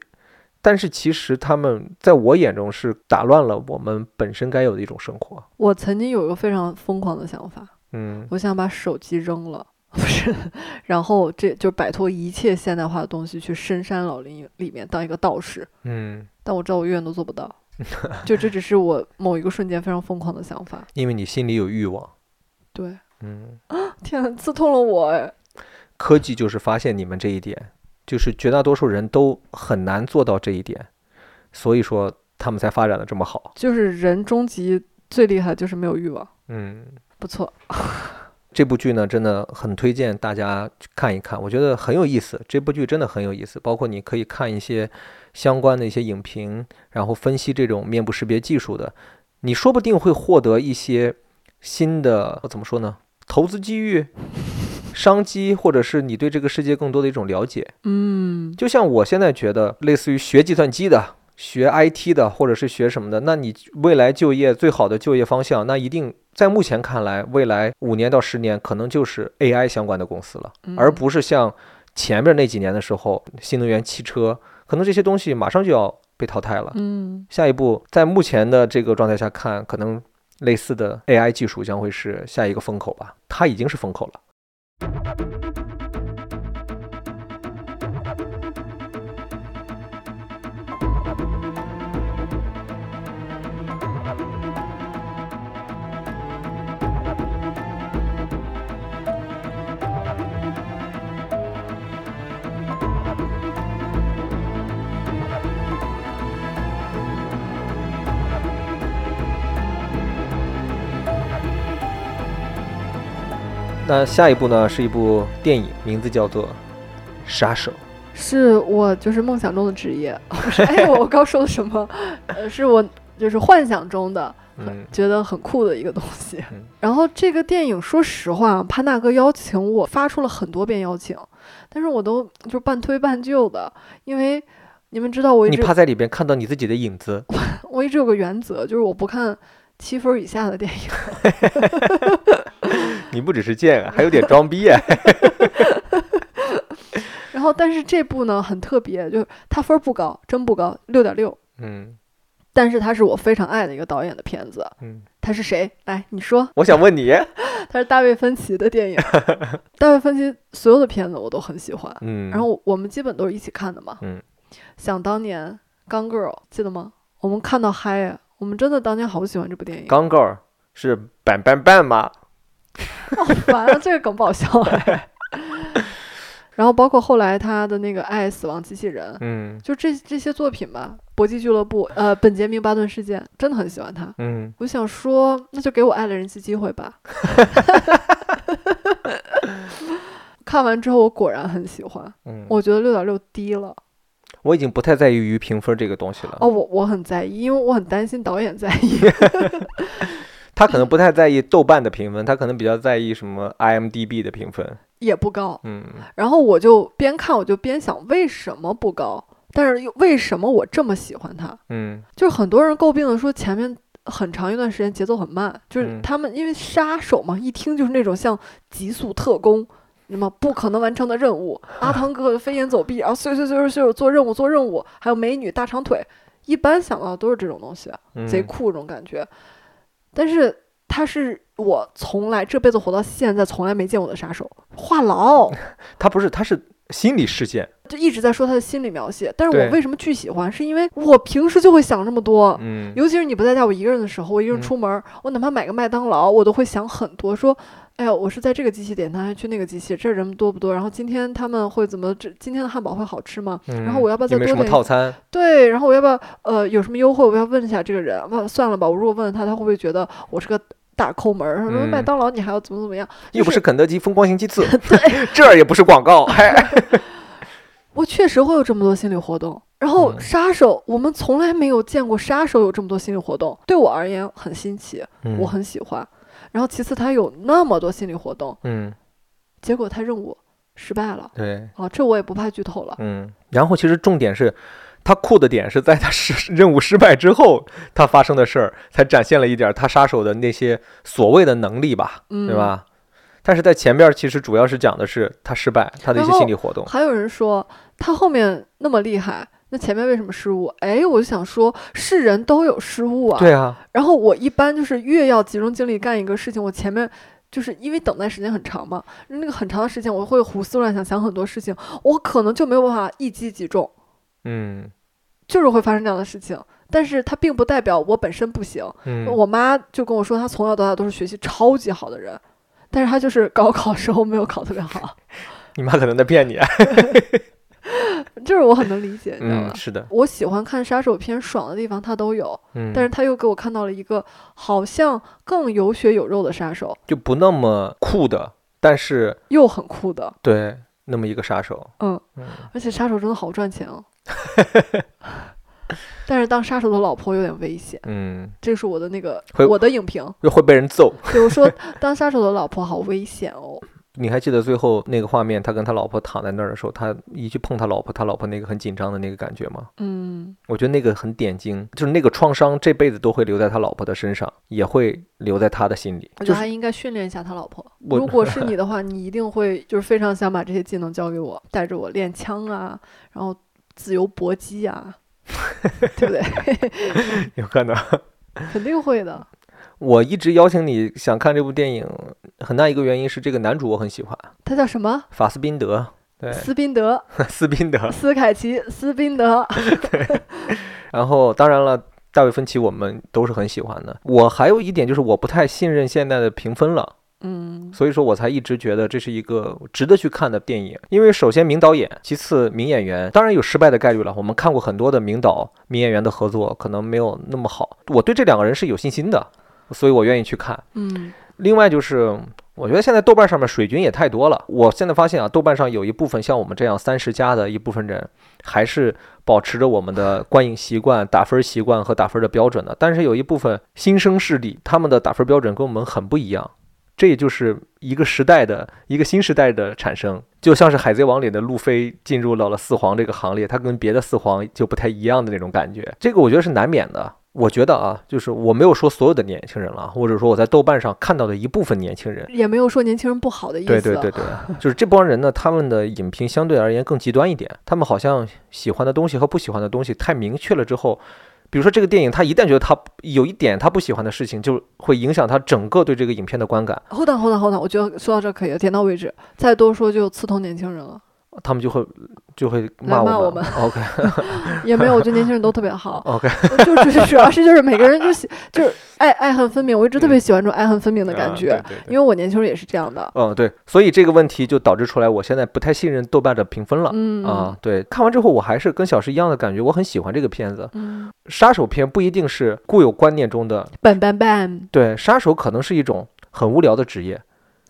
[SPEAKER 1] 但是其实他们在我眼中是打乱了我们本身该有的一种生活。
[SPEAKER 2] 我曾经有一个非常疯狂的想法，
[SPEAKER 1] 嗯
[SPEAKER 2] 我想把手机扔了， 不是，然后这就摆脱一切现代化的东西，去深山老林里面当一个道士。
[SPEAKER 1] 嗯，
[SPEAKER 2] 但我知道我永远都做不到， 就这只是我某一个瞬间非常疯狂的想法。
[SPEAKER 1] 因为你心里有欲望。
[SPEAKER 2] 对，
[SPEAKER 1] 嗯，
[SPEAKER 2] 天啊， 刺痛了我哎！
[SPEAKER 1] 科技就是发现你们这一点，就是绝大多数人都很难做到这一点，所以说他们才发展的这么好。
[SPEAKER 2] 就是人终极最厉害就是没有欲望，
[SPEAKER 1] 嗯。
[SPEAKER 2] 不错，
[SPEAKER 1] 这部剧呢，真的很推荐大家去看一看，我觉得很有意思。这部剧真的很有意思，包括你可以看一些相关的一些影评，然后分析这种面部识别技术的，你说不定会获得一些新的呃怎么说呢？投资机遇、商机，或者是你对这个世界更多的一种了解。
[SPEAKER 2] 嗯，
[SPEAKER 1] 就像我现在觉得，类似于学计算机的、学 IT 的，或者是学什么的，那你未来就业最好的就业方向，那一定在目前看来，未来五年到十年可能就是 AI 相关的公司了，而
[SPEAKER 2] 嗯
[SPEAKER 1] 不是像前面那几年的时候，新能源汽车，可能这些东西马上就要被淘汰了。
[SPEAKER 2] 嗯，
[SPEAKER 1] 下一步，在目前的这个状态下看，可能类似的 AI 技术将会是下一个风口吧，它已经是风口了。那下一部呢，是一部电影，名字叫做《杀手》。
[SPEAKER 2] 是我就是梦想中的职业。 不是哎，我刚说的什么？ 呃，是我就是幻想中的，
[SPEAKER 1] 嗯
[SPEAKER 2] 很，觉得很酷的一个东西
[SPEAKER 1] 嗯。
[SPEAKER 2] 然后这个电影，说实话，潘大哥邀请我发出了很多遍邀请，但是我都就半推半就的，因为你们知道我一
[SPEAKER 1] 你
[SPEAKER 2] 直
[SPEAKER 1] 怕在里边看到你自己的影子，
[SPEAKER 2] 我一直有个原则，就是我不看七分以下的电影。
[SPEAKER 1] 你不只是贱啊，还有点装逼 啊。
[SPEAKER 2] 然后，但是这部呢很特别，就是它分儿不高，真不高，六点六。
[SPEAKER 1] 嗯
[SPEAKER 2] 但是它是我非常爱的一个导演的片子，
[SPEAKER 1] 嗯，
[SPEAKER 2] 他是谁？来，你说。
[SPEAKER 1] 我想问你，
[SPEAKER 2] 他是大卫芬奇 的电影，大卫芬奇所有的片子我都很喜欢，
[SPEAKER 1] 嗯，
[SPEAKER 2] 然后我们基本都是一起看的嘛。
[SPEAKER 1] 嗯，
[SPEAKER 2] 想当年《Gone Girl》记得吗？我们看到嗨呀，我们真的当年好喜欢这部电影，
[SPEAKER 1] 钢构儿是板板板吗？
[SPEAKER 2] 好烦啊！这个梗不好笑 哎。然后包括后来他的那个《爱死亡机器人》，
[SPEAKER 1] 嗯
[SPEAKER 2] 就这这些作品吧，《搏击俱乐部》呃，《本杰明·巴顿事件》，真的很喜欢他。
[SPEAKER 1] 嗯，
[SPEAKER 2] 我想说，那就给我爱的人一次机会吧。 看完之后，我果然很喜欢。
[SPEAKER 1] 嗯，
[SPEAKER 2] 我觉得六点六低了
[SPEAKER 1] 我已经不太在意于评分这个东西了。
[SPEAKER 2] 哦，我我很在意，因为我很担心导演在意。
[SPEAKER 1] 他可能不太在意豆瓣的评分，他可能比较在意什么 IMDB 的评分。
[SPEAKER 2] 也不高，
[SPEAKER 1] 嗯，
[SPEAKER 2] 然后我就边看我就边想为什么不高，但是又为什么我这么喜欢它？
[SPEAKER 1] 嗯，
[SPEAKER 2] 就是很多人诟病的说前面很长一段时间节奏很慢，就是
[SPEAKER 1] 嗯
[SPEAKER 2] 他们因为杀手嘛，一听就是那种像极速特工，那么不可能完成的任务，阿汤哥哥就飞檐走壁，然后碎碎碎碎碎做任务做任务，还有美女大长腿，一般想到的都是这种东西，
[SPEAKER 1] 嗯
[SPEAKER 2] 贼酷这种感觉。但是他是我从来这辈子活到现在从来没见过的杀手，话 痨
[SPEAKER 1] 他不是，他是心理事件。
[SPEAKER 2] 就一直在说他的心理描写，但是我
[SPEAKER 1] 对
[SPEAKER 2] 为什么巨喜欢，是因为我平时就会想这么多，
[SPEAKER 1] 嗯，
[SPEAKER 2] 尤其是你不在家，我一个人的时候，我一个
[SPEAKER 1] 嗯
[SPEAKER 2] 人出门儿，我哪怕买个麦当劳，我都会想很多，说，哎呀，我是在这个机器点餐，还是去那个机器，这儿人多不多？然后今天他们会怎么？这今天的汉堡会好吃吗？
[SPEAKER 1] 然
[SPEAKER 2] 然后我要不要
[SPEAKER 1] 嗯
[SPEAKER 2] 再
[SPEAKER 1] 有没有什
[SPEAKER 2] 多
[SPEAKER 1] 么
[SPEAKER 2] 点
[SPEAKER 1] 套餐？
[SPEAKER 2] 对，然后我要不要呃有什么优惠？我要问一下这个人。问算了吧，我如果问了他，他会不会觉得我是个大抠门儿？什么
[SPEAKER 1] 嗯
[SPEAKER 2] 麦当劳你还要怎么怎么样？
[SPEAKER 1] 又不
[SPEAKER 2] 就是
[SPEAKER 1] 肯德基风光星期 四，这儿也不是广告。嗨，
[SPEAKER 2] 我确实会有这么多心理活动。然后
[SPEAKER 1] 嗯
[SPEAKER 2] 杀手，我们从来没有见过杀手有这么多心理活动，对我而言很新奇，
[SPEAKER 1] 嗯
[SPEAKER 2] 我很喜欢。然后其次，他有那么多心理活动，
[SPEAKER 1] 嗯，
[SPEAKER 2] 结果他任务失败了。
[SPEAKER 1] 对，
[SPEAKER 2] 哦，这我也不怕剧透了。
[SPEAKER 1] 嗯。然后其实重点是，他酷的点是在他失任务失败之后，他发生的事儿，才展现了一点儿他杀手的那些所谓的能力吧，
[SPEAKER 2] 嗯，
[SPEAKER 1] 对？吧？但是在前边儿其实主要是讲的是他失败，他的一些
[SPEAKER 2] 然后
[SPEAKER 1] 心理活动。
[SPEAKER 2] 还有人说他后面那么厉害，那前面为什么失误？哎，我就想说，是人都有失误啊。
[SPEAKER 1] 对啊，
[SPEAKER 2] 然后我一般就是越要集中精力干一个事情，我前面就是因为等待时间很长嘛，那个很长的时间我会胡思乱想，想很多事情，我可能就没有办法一击即中，
[SPEAKER 1] 嗯
[SPEAKER 2] 就是会发生这样的事情。但是它并不代表我本身不行。
[SPEAKER 1] 嗯，
[SPEAKER 2] 我妈就跟我说，她从小到大都是学习超级好的人，但是她就是高考时候没有考特别好，
[SPEAKER 1] 你妈可能在骗你啊。
[SPEAKER 2] 就是我很能理解，你知道吗
[SPEAKER 1] 嗯，？是的，
[SPEAKER 2] 我喜欢看杀手片，爽的地方它都有，
[SPEAKER 1] 嗯，
[SPEAKER 2] 但是他又给我看到了一个好像更有血有肉的杀手，
[SPEAKER 1] 就不那么酷的，但是
[SPEAKER 2] 又很酷的，
[SPEAKER 1] 对那么一个杀手，
[SPEAKER 2] 嗯，
[SPEAKER 1] 嗯
[SPEAKER 2] 而且杀手真的好赚钱哦。 但是当杀手的老婆有点危险，
[SPEAKER 1] 嗯，
[SPEAKER 2] 这是我的那个
[SPEAKER 1] 会
[SPEAKER 2] 我的影评。
[SPEAKER 1] 又会被人揍。
[SPEAKER 2] 对，我说当杀手的老婆好危险 哦。
[SPEAKER 1] 你还记得最后那个画面，他跟他老婆躺在那儿的时候，他一去碰他老婆，他老婆那个很紧张的那个感觉吗？
[SPEAKER 2] 嗯，
[SPEAKER 1] 我觉得那个很点睛，就是那个创伤这辈子都会留在他老婆的身上，也会留在他的心里。
[SPEAKER 2] 我觉
[SPEAKER 1] 就
[SPEAKER 2] 得他
[SPEAKER 1] 是
[SPEAKER 2] 应该训练一下他老婆。
[SPEAKER 1] 我
[SPEAKER 2] 如 果是你的话，你一定会就是非常想把这些技能教给我，带着我练枪啊，然后自由搏 击啊，对不对？
[SPEAKER 1] 有可能，
[SPEAKER 2] 肯定会的。
[SPEAKER 1] 我一直邀请你想看这部电影，很大一个原因是这个男主我很喜欢，
[SPEAKER 2] 他叫什么？
[SPEAKER 1] 法斯宾德，对，
[SPEAKER 2] 斯宾德、
[SPEAKER 1] 斯宾德。
[SPEAKER 2] 斯凯奇、斯宾德。
[SPEAKER 1] 然后当然了，大卫芬奇我们都是很喜欢的。我还有一点就是我不太信任现在的评分了，
[SPEAKER 2] 嗯
[SPEAKER 1] 所以说我才一直觉得这是一个值得去看的电影。因为首先名导演，其次名演员，当然有失败的概率了。我们看过很多的名导、名演员的合作，可能没有那么好。我对这两个人是有信心的，所以我愿意去看。
[SPEAKER 2] 嗯，
[SPEAKER 1] 另外就是，我觉得现在豆瓣上面水军也太多了。我现在发现啊，豆瓣上有一部分像我们这样三十加的一部分人，还是保持着我们的观影习惯、打分习惯和打分的标准的。但是有一部分新生势力，他们的打分标准跟我们很不一样。这也就是一个时代的一个新时代的产生，就像是《海贼王》里的路飞进入到了四皇这个行列，他跟别的四皇就不太一样的那种感觉。这个我觉得是难免的。我觉得啊，就是我没有说所有的年轻人了，或者说我在豆瓣上看到的一部分年轻人，
[SPEAKER 2] 也没有说年轻人不好的意思。
[SPEAKER 1] 对对对 对，就是这帮人呢，他们的影评相对而言更极端一点，他们好像喜欢的东西和不喜欢的东西太明确了之后，比如说这个电影，他一旦觉得他有一点他不喜欢的事情，就会影响他整个对这个影片的观感，
[SPEAKER 2] Hold on hold on hold on，我觉得说到这儿可以了，点到为止，再多说就刺痛年轻人了。
[SPEAKER 1] 他们就会就会
[SPEAKER 2] 来
[SPEAKER 1] 骂
[SPEAKER 2] 骂我
[SPEAKER 1] 我
[SPEAKER 2] 们
[SPEAKER 1] OK，
[SPEAKER 2] 也没有，我觉得年轻人都特别好
[SPEAKER 1] OK，
[SPEAKER 2] 就就是主要是就是每个人就喜就是爱爱恨分明，我一直特别喜欢这种爱恨分明的感觉，
[SPEAKER 1] 嗯啊对对
[SPEAKER 2] 因为我年轻人也是这样的。
[SPEAKER 1] 嗯，对，所以这个问题就导致出来，我现在不太信任豆瓣的评分了。
[SPEAKER 2] 嗯
[SPEAKER 1] 啊，对，看完之后我还是跟小石一样的感觉，我很喜欢这个片子。
[SPEAKER 2] 嗯，
[SPEAKER 1] 杀手片不一定是固有观念中的，
[SPEAKER 2] 本本本，
[SPEAKER 1] 对，杀手可能是一种很无聊的职业，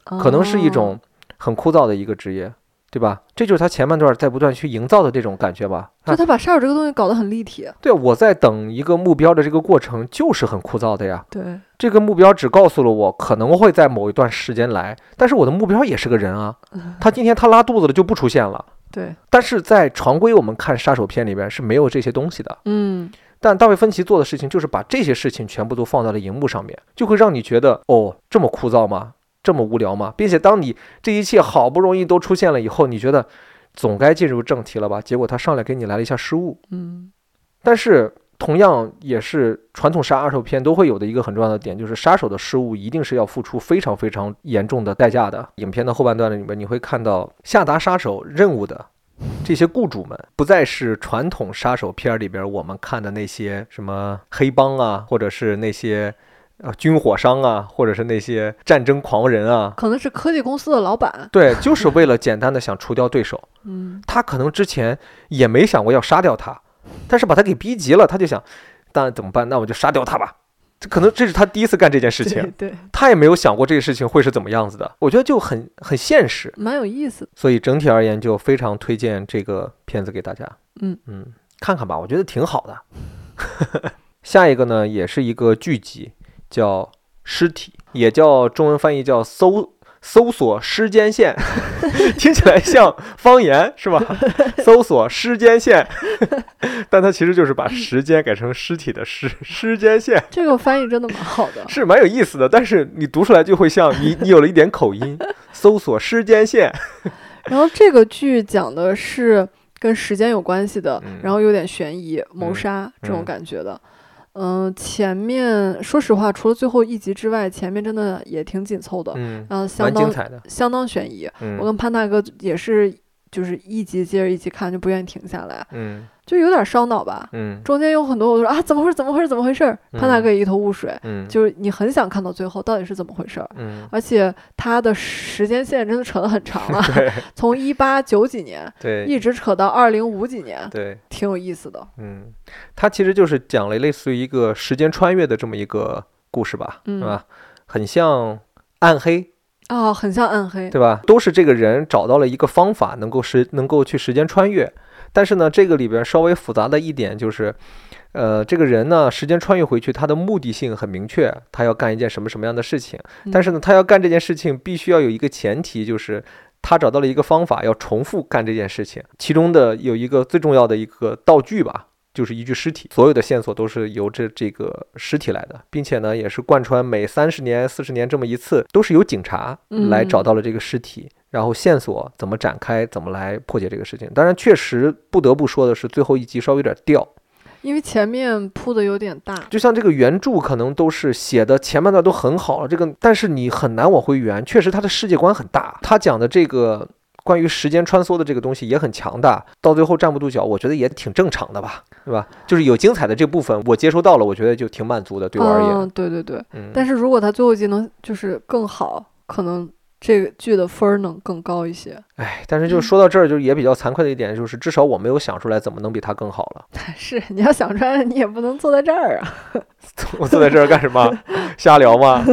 [SPEAKER 1] 可能是一
[SPEAKER 2] 哦
[SPEAKER 1] 种很枯燥的一个职业，对吧？这就是他前半段在不断去营造的这种感觉吧。
[SPEAKER 2] 就
[SPEAKER 1] 啊、
[SPEAKER 2] 他把杀手这个东西搞得很立体，
[SPEAKER 1] 对，我在等一个目标的这个过程就是很枯燥的呀。
[SPEAKER 2] 对
[SPEAKER 1] 这个目标只告诉了我可能会在某一段时间来，但是我的目标也是个人啊。
[SPEAKER 2] 嗯
[SPEAKER 1] 他今天他拉肚子了就不出现了，
[SPEAKER 2] 对，
[SPEAKER 1] 但是在常规我们看杀手片里边是没有这些东西的。
[SPEAKER 2] 嗯，
[SPEAKER 1] 但大卫芬奇做的事情就是把这些事情全部都放到了荧幕上面，就会让你觉得哦，这么枯燥吗？这么无聊吗？并且当你这一切好不容易都出现了以后，你觉得总该进入正题了吧？结果他上来给你来了一下失误，
[SPEAKER 2] 嗯，
[SPEAKER 1] 但是同样也是传统杀手片都会有的一个很重要的点，就是杀手的失误一定是要付出非常非常严重的代价的。影片的后半段里面，你会看到下达杀手任务的。这些雇主们不再是传统杀手片里边我们看的那些什么黑帮啊，或者是那些呃军火商啊，或者是那些战争狂人啊，
[SPEAKER 2] 可能是科技公司的老板，
[SPEAKER 1] 对，就是为了简单的想除掉对手。
[SPEAKER 2] 嗯，
[SPEAKER 1] 他可能之前也没想过要杀掉他，但是把他给逼急了，他就想，那怎么办？那我就杀掉他吧。这可能这是他第一次干这件事情，
[SPEAKER 2] 对对，
[SPEAKER 1] 他也没有想过这个事情会是怎么样子的。我觉得就很很现实，
[SPEAKER 2] 蛮有意思的，
[SPEAKER 1] 所以整体而言就非常推荐这个片子给大家。
[SPEAKER 2] 嗯
[SPEAKER 1] 嗯，看看吧，我觉得挺好的。 下一个呢，也是一个剧集，叫《尸体》，也叫中文翻译叫搜。搜索尸间线， 听起来像方言是吧？ 搜索尸间线， 但它其实就是把时间改成尸体的尸尸间线，，
[SPEAKER 2] 这个翻译真的蛮好的
[SPEAKER 1] 是蛮有意思的。但是你读出来就会像你你有了一点口音。搜索尸间线，
[SPEAKER 2] 然后这个剧讲的是跟时间有关系的，
[SPEAKER 1] 嗯
[SPEAKER 2] 然后有点悬疑、谋
[SPEAKER 1] 嗯
[SPEAKER 2] 杀这种
[SPEAKER 1] 嗯
[SPEAKER 2] 感觉的。嗯、前面说实话，除了最后一集之外，前面真的也挺紧凑的，
[SPEAKER 1] 嗯，
[SPEAKER 2] 然后哦相
[SPEAKER 1] 蛮精
[SPEAKER 2] 当
[SPEAKER 1] 彩的。
[SPEAKER 2] 相当悬疑。我
[SPEAKER 1] 嗯
[SPEAKER 2] 跟潘大哥也是，就是一集接着一集看，就不愿意停下来，
[SPEAKER 1] 嗯
[SPEAKER 2] 就有点烧脑吧。
[SPEAKER 1] 嗯
[SPEAKER 2] 中间有很多我说啊，怎么回事？怎么回事？怎么回事？潘大
[SPEAKER 1] 嗯
[SPEAKER 2] 哥也一头雾水，
[SPEAKER 1] 嗯，
[SPEAKER 2] 就是你很想看到最后到底是怎么回事儿。
[SPEAKER 1] 嗯
[SPEAKER 2] 而且他的时间线真的扯得很长 了，从一八九几年
[SPEAKER 1] 对
[SPEAKER 2] 一直扯到二零五几年，
[SPEAKER 1] 对。
[SPEAKER 2] 挺有意思的。
[SPEAKER 1] 嗯，它其实就是讲了类似于一个时间穿越的这么一个故事吧，
[SPEAKER 2] 嗯
[SPEAKER 1] 是吧？很像《暗黑》，
[SPEAKER 2] 啊，很像暗黑，
[SPEAKER 1] 对吧？都是这个人找到了一个方法，能够时能够去时间穿越。但是呢，这个里边稍微复杂的一点就是，呃，这个人呢，时间穿越回去，他的目的性很明确，他要干一件什么什么样的事情。但是呢，他要干这件事情，必须要有一个前提，就是他找到了一个方法，要重复干这件事情。其中的有一个最重要的一个道具吧，就是一具尸体。所有的线索都是由这这个尸体来的，并且呢，也是贯穿每三十年、四十年这么一次，都是由警察来找到了这个尸体。然后线索怎么展开，怎么来破解这个事情？当然，确实不得不说的是，最后一集稍微有点掉，
[SPEAKER 2] 因为前面铺的有点大，
[SPEAKER 1] 就像这个原著可能都是写的前半段都很好了，这个但是你很难往回圆。确实，他的世界观很大，他讲的这个关于时间穿梭的这个东西也很强大，到最后站不住脚，我觉得也挺正常的吧，对吧？就是有精彩的这部分，我接收到了，我觉得就挺满足的，对我而言。
[SPEAKER 2] 嗯，对对对。
[SPEAKER 1] 嗯，
[SPEAKER 2] 但是如果他最后一集能就是更好，可能这个剧的分儿能更高一些。
[SPEAKER 1] 哎，但是就说到这儿，就是也比较惭愧的一点，就是至少我没有想出来怎么能比他更好了。
[SPEAKER 2] 是你要想出来，你也不能坐在这儿啊。
[SPEAKER 1] 我坐在这儿干什么？瞎聊吗？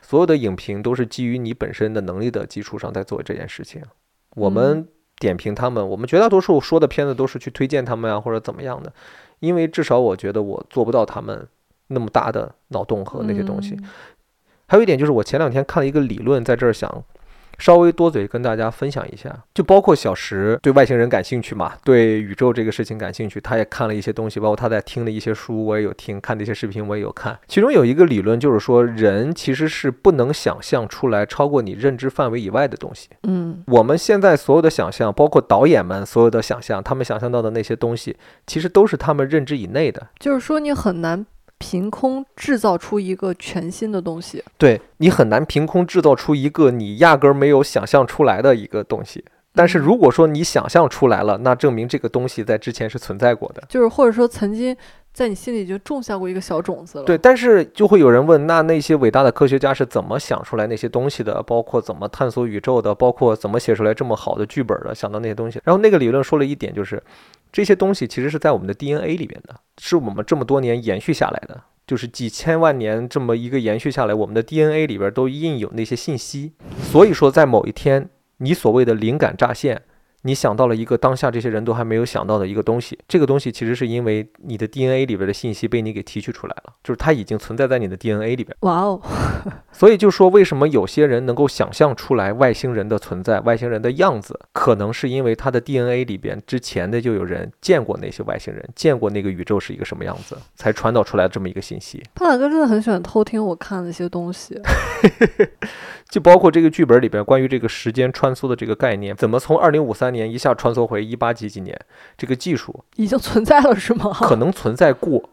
[SPEAKER 1] 所有的影评都是基于你本身的能力的基础上在做这件事情。我们点评他们，我们绝大多数说的片子都是去推荐他们啊，或者怎么样的，因为至少我觉得我做不到他们那么大的脑洞和那些东西。
[SPEAKER 2] 嗯
[SPEAKER 1] 还有一点就是，我前两天看了一个理论，在这儿想稍微多嘴跟大家分享一下，就包括小石对外星人感兴趣嘛，对宇宙这个事情感兴趣，他也看了一些东西，包括他在听的一些书，我也有听，看的一些视频我也有看。其中有一个理论就是说，人其实是不能想象出来超过你认知范围以外的东西。
[SPEAKER 2] 嗯
[SPEAKER 1] 我们现在所有的想象，包括导演们所有的想象，他们想象到的那些东西，其实都是他们认知以内的。
[SPEAKER 2] 就是说你很难凭空制造出一个全新的东西。
[SPEAKER 1] 对你很难凭空制造出一个你压根儿没有想象出来的一个东西。但是如果说你想象出来了，那证明这个东西在之前是存在过的。
[SPEAKER 2] 就是或者说曾经在你心里就种下过一个小种子了。
[SPEAKER 1] 对，，但是就会有人问，那那些伟大的科学家是怎么想出来那些东西的？包括怎么探索宇宙的，包括怎么写出来这么好的剧本的，想到那些东西。然后那个理论说了一点，就是这些东西其实是在我们的 DNA 里面的，是我们这么多年延续下来的。就是几千万年这么一个延续下来，我们的 DNA 里边都印有那些信息。所以说，在某一天，你所谓的灵感乍现，你想到了一个当下这些人都还没有想到的一个东西。这个东西其实是因为你的 DNA 里边的信息被你给提取出来了，就是它已经存在在你的 DNA 里边。
[SPEAKER 2] 哇哦，
[SPEAKER 1] 所以就说，为什么有些人能够想象出来外星人的存在、外星人的样子，可能是因为他的 DNA 里边之前的就有人见过那些外星人，见过那个宇宙是一个什么样子，才传导出来这么一个信息。
[SPEAKER 2] 胖大哥真的很喜欢偷听我看的一些东西。
[SPEAKER 1] 就包括这个剧本里边关于这个时间穿梭的这个概念，怎么从二零五三年一下穿梭回一八几几年，这个技术
[SPEAKER 2] 已经存在了是吗？
[SPEAKER 1] 可能存在过。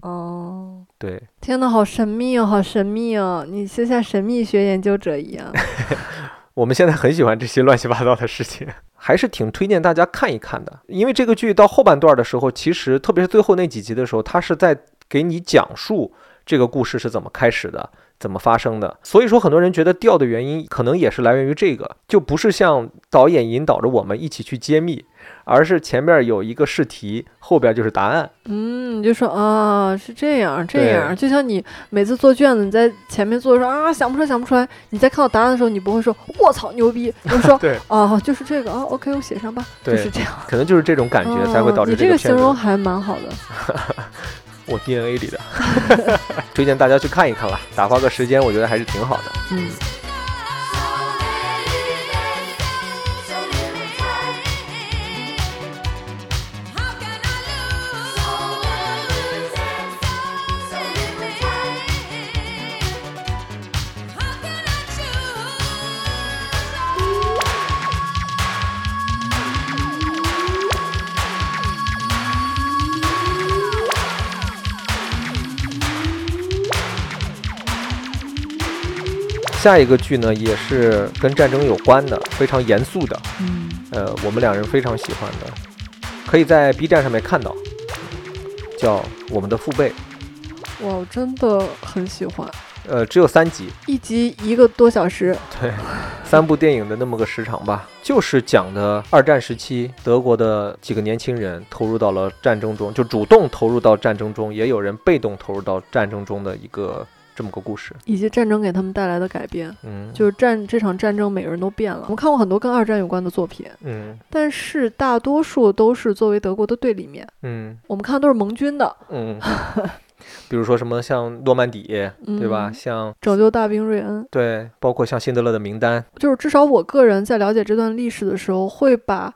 [SPEAKER 2] 哦，
[SPEAKER 1] 对，
[SPEAKER 2] 天呐，好神秘哦，好神秘哦！你就像神秘学研究者一样。
[SPEAKER 1] 我们现在很喜欢这些乱七八糟的事情， 还是挺推荐大家看一看的。因为这个剧到后半段的时候，其实特别是最后那几集的时候，它是在给你讲述这个故事是怎么开始的，怎么发生的。所以说，很多人觉得掉的原因，可能也是来源于这个，就不是像导演引导着我们一起去揭秘，而是前面有一个试题，后边就是答案。
[SPEAKER 2] 嗯，你就说啊，是这样这样，
[SPEAKER 1] 对
[SPEAKER 2] 就像你每次做卷子，你在前面做的时候啊，想不出来想不出来，你在看到答案的时候，你不会说我操 牛逼，你就说
[SPEAKER 1] 对
[SPEAKER 2] 哦、就是这个啊，OK，我写上吧，就
[SPEAKER 1] 对
[SPEAKER 2] 是这样。
[SPEAKER 1] 可能就是这种感觉才会导
[SPEAKER 2] 嗯
[SPEAKER 1] 致
[SPEAKER 2] 你这
[SPEAKER 1] 个
[SPEAKER 2] 形
[SPEAKER 1] 片
[SPEAKER 2] 容
[SPEAKER 1] 子。
[SPEAKER 2] 还蛮好的。
[SPEAKER 1] 我 DNA 里的， 推荐大家去看一看吧，打发个时间，我觉得还是挺好的。
[SPEAKER 2] 嗯，
[SPEAKER 1] 下一个剧呢，也是跟战争有关的，非常严肃的，呃，我们两人非常喜欢的，可以在 B 站上面看到，叫《我们的父辈》，
[SPEAKER 2] 哇，我真的很喜欢，
[SPEAKER 1] 呃，只有三集，
[SPEAKER 2] 一集一个多小时，
[SPEAKER 1] 对，三部电影的那么个时长吧，就是讲的二战时期德国的几个年轻人投入到了战争中，就主动投入到战争中，也有人被动投入到战争中的一个这么个故事，
[SPEAKER 2] 以及战争给他们带来的改变。
[SPEAKER 1] 嗯，
[SPEAKER 2] 就是战这场战争，每个人都变了。我看过很多跟二战有关的作品，
[SPEAKER 1] 嗯
[SPEAKER 2] 但是大多数都是作为德国的对立面，
[SPEAKER 1] 嗯
[SPEAKER 2] 我们看的都是盟军的，
[SPEAKER 1] 嗯，比如说什么像诺曼底，
[SPEAKER 2] 嗯、
[SPEAKER 1] 对吧？像
[SPEAKER 2] 拯救大兵瑞恩，
[SPEAKER 1] 对，包括像辛德勒的名单，
[SPEAKER 2] 就是至少我个人在了解这段历史的时候，会把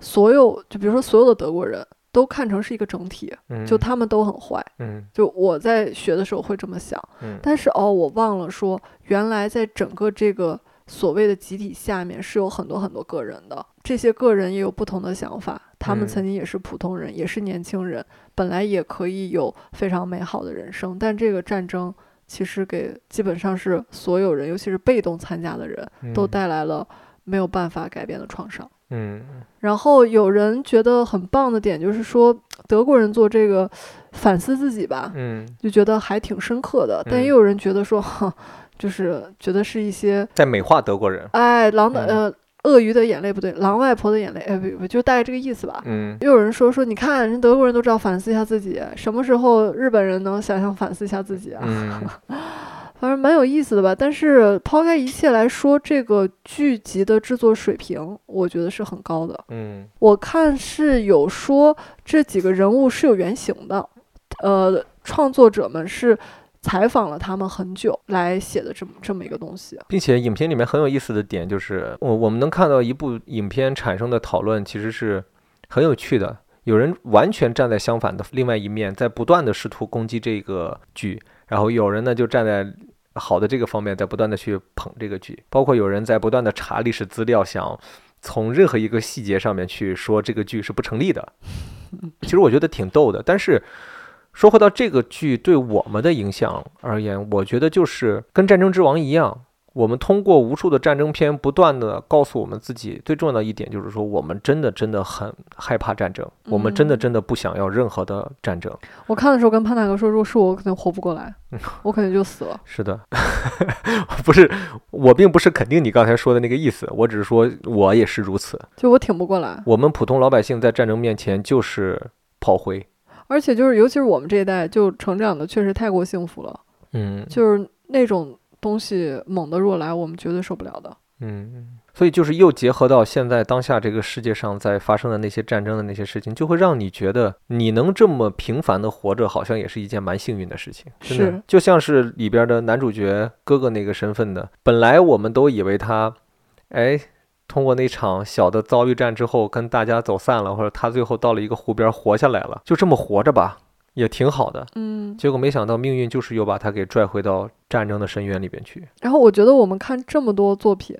[SPEAKER 2] 所有，就比如说所有的德国人都看成是一个整体，
[SPEAKER 1] 嗯，
[SPEAKER 2] 就，他们都很坏。
[SPEAKER 1] 嗯
[SPEAKER 2] 就我在学的时候会这么想，
[SPEAKER 1] 嗯
[SPEAKER 2] 但是哦，我忘了说，原来在整个这个所谓的集体下面是有很多很多个人的，这些个人也有不同的想法，他们
[SPEAKER 1] 嗯
[SPEAKER 2] 曾经也是普通人，也是年轻人，本来也可以有非常美好的人生，但这个战争其实给基本上是所有人，尤其是被动参加的人都
[SPEAKER 1] 嗯，
[SPEAKER 2] 带来了没有办法改变的创伤。
[SPEAKER 1] 嗯
[SPEAKER 2] 然后有人觉得很棒的点就是说，德国人做这个反思自己吧，
[SPEAKER 1] 嗯，
[SPEAKER 2] 就觉得还挺深刻的，但
[SPEAKER 1] 嗯
[SPEAKER 2] 也有人觉得说， 哈，就是觉得是一些
[SPEAKER 1] 在美化德国人，
[SPEAKER 2] 哎狼的、
[SPEAKER 1] 嗯
[SPEAKER 2] 呃鳄鱼的眼泪不对，狼外婆的眼泪，哎不不，就大概这个意思吧。
[SPEAKER 1] 嗯
[SPEAKER 2] 也有人说说，你看人德国人都知道反思一下自己，什么时候日本人能想想反思一下自己啊？
[SPEAKER 1] 嗯
[SPEAKER 2] 反正蛮有意思的吧。但是抛开一切来说，这个剧集的制作水平，我觉得是很高的。
[SPEAKER 1] 嗯
[SPEAKER 2] 我看是有说这几个人物是有原型的，呃，创作者们是采访了他们很久来写的这么这么一个东西。
[SPEAKER 1] 并且影片里面很有意思的点就是，我我们能看到一部影片产生的讨论其实是很有趣的，有人完全站在相反的另外一面，在不断的试图攻击这个剧，然后有人呢就站在。好的这个方面，在不断的去捧这个剧，包括有人在不断的查历史资料，想从任何一个细节上面去说这个剧是不成立的。其实我觉得挺逗的，但是说回到这个剧对我们的影响而言，我觉得就是跟《战争之王》一样，我们通过无数的战争片，不断的告诉我们自己最重要的一点，就是说我们真的真的很害怕战争，我们真的
[SPEAKER 2] 嗯
[SPEAKER 1] 真的不想要任何的战争。
[SPEAKER 2] 我看的时候跟潘大哥说，如果是我，我可能活不过来，我可能就死了。
[SPEAKER 1] 是的， 不是，我并不是肯定你刚才说的那个意思，我只是说我也是如此。
[SPEAKER 2] 就我挺不过来
[SPEAKER 1] 我们普通老百姓在战争面前就是炮灰，
[SPEAKER 2] 而且就是，尤其是我们这一代，就成长的确实太过幸福了，
[SPEAKER 1] 嗯
[SPEAKER 2] 就是那种东西猛的若来，我们绝对受不了的。
[SPEAKER 1] 嗯，所以就是又结合到现在当下这个世界上在发生的那些战争的那些事情，就会让你觉得你能这么平凡的活着，好像也是一件蛮幸运的事情。真的
[SPEAKER 2] 是，
[SPEAKER 1] 就像是里边的男主角哥哥那个身份的，本来我们都以为他，哎。通过那场小的遭遇战之后，跟大家走散了，或者他最后到了一个湖边活下来了，就这么活着吧，也挺好的。
[SPEAKER 2] 嗯，
[SPEAKER 1] 结果没想到命运就是又把他给拽回到战争的深渊里边去。
[SPEAKER 2] 然后我觉得我们看这么多作品，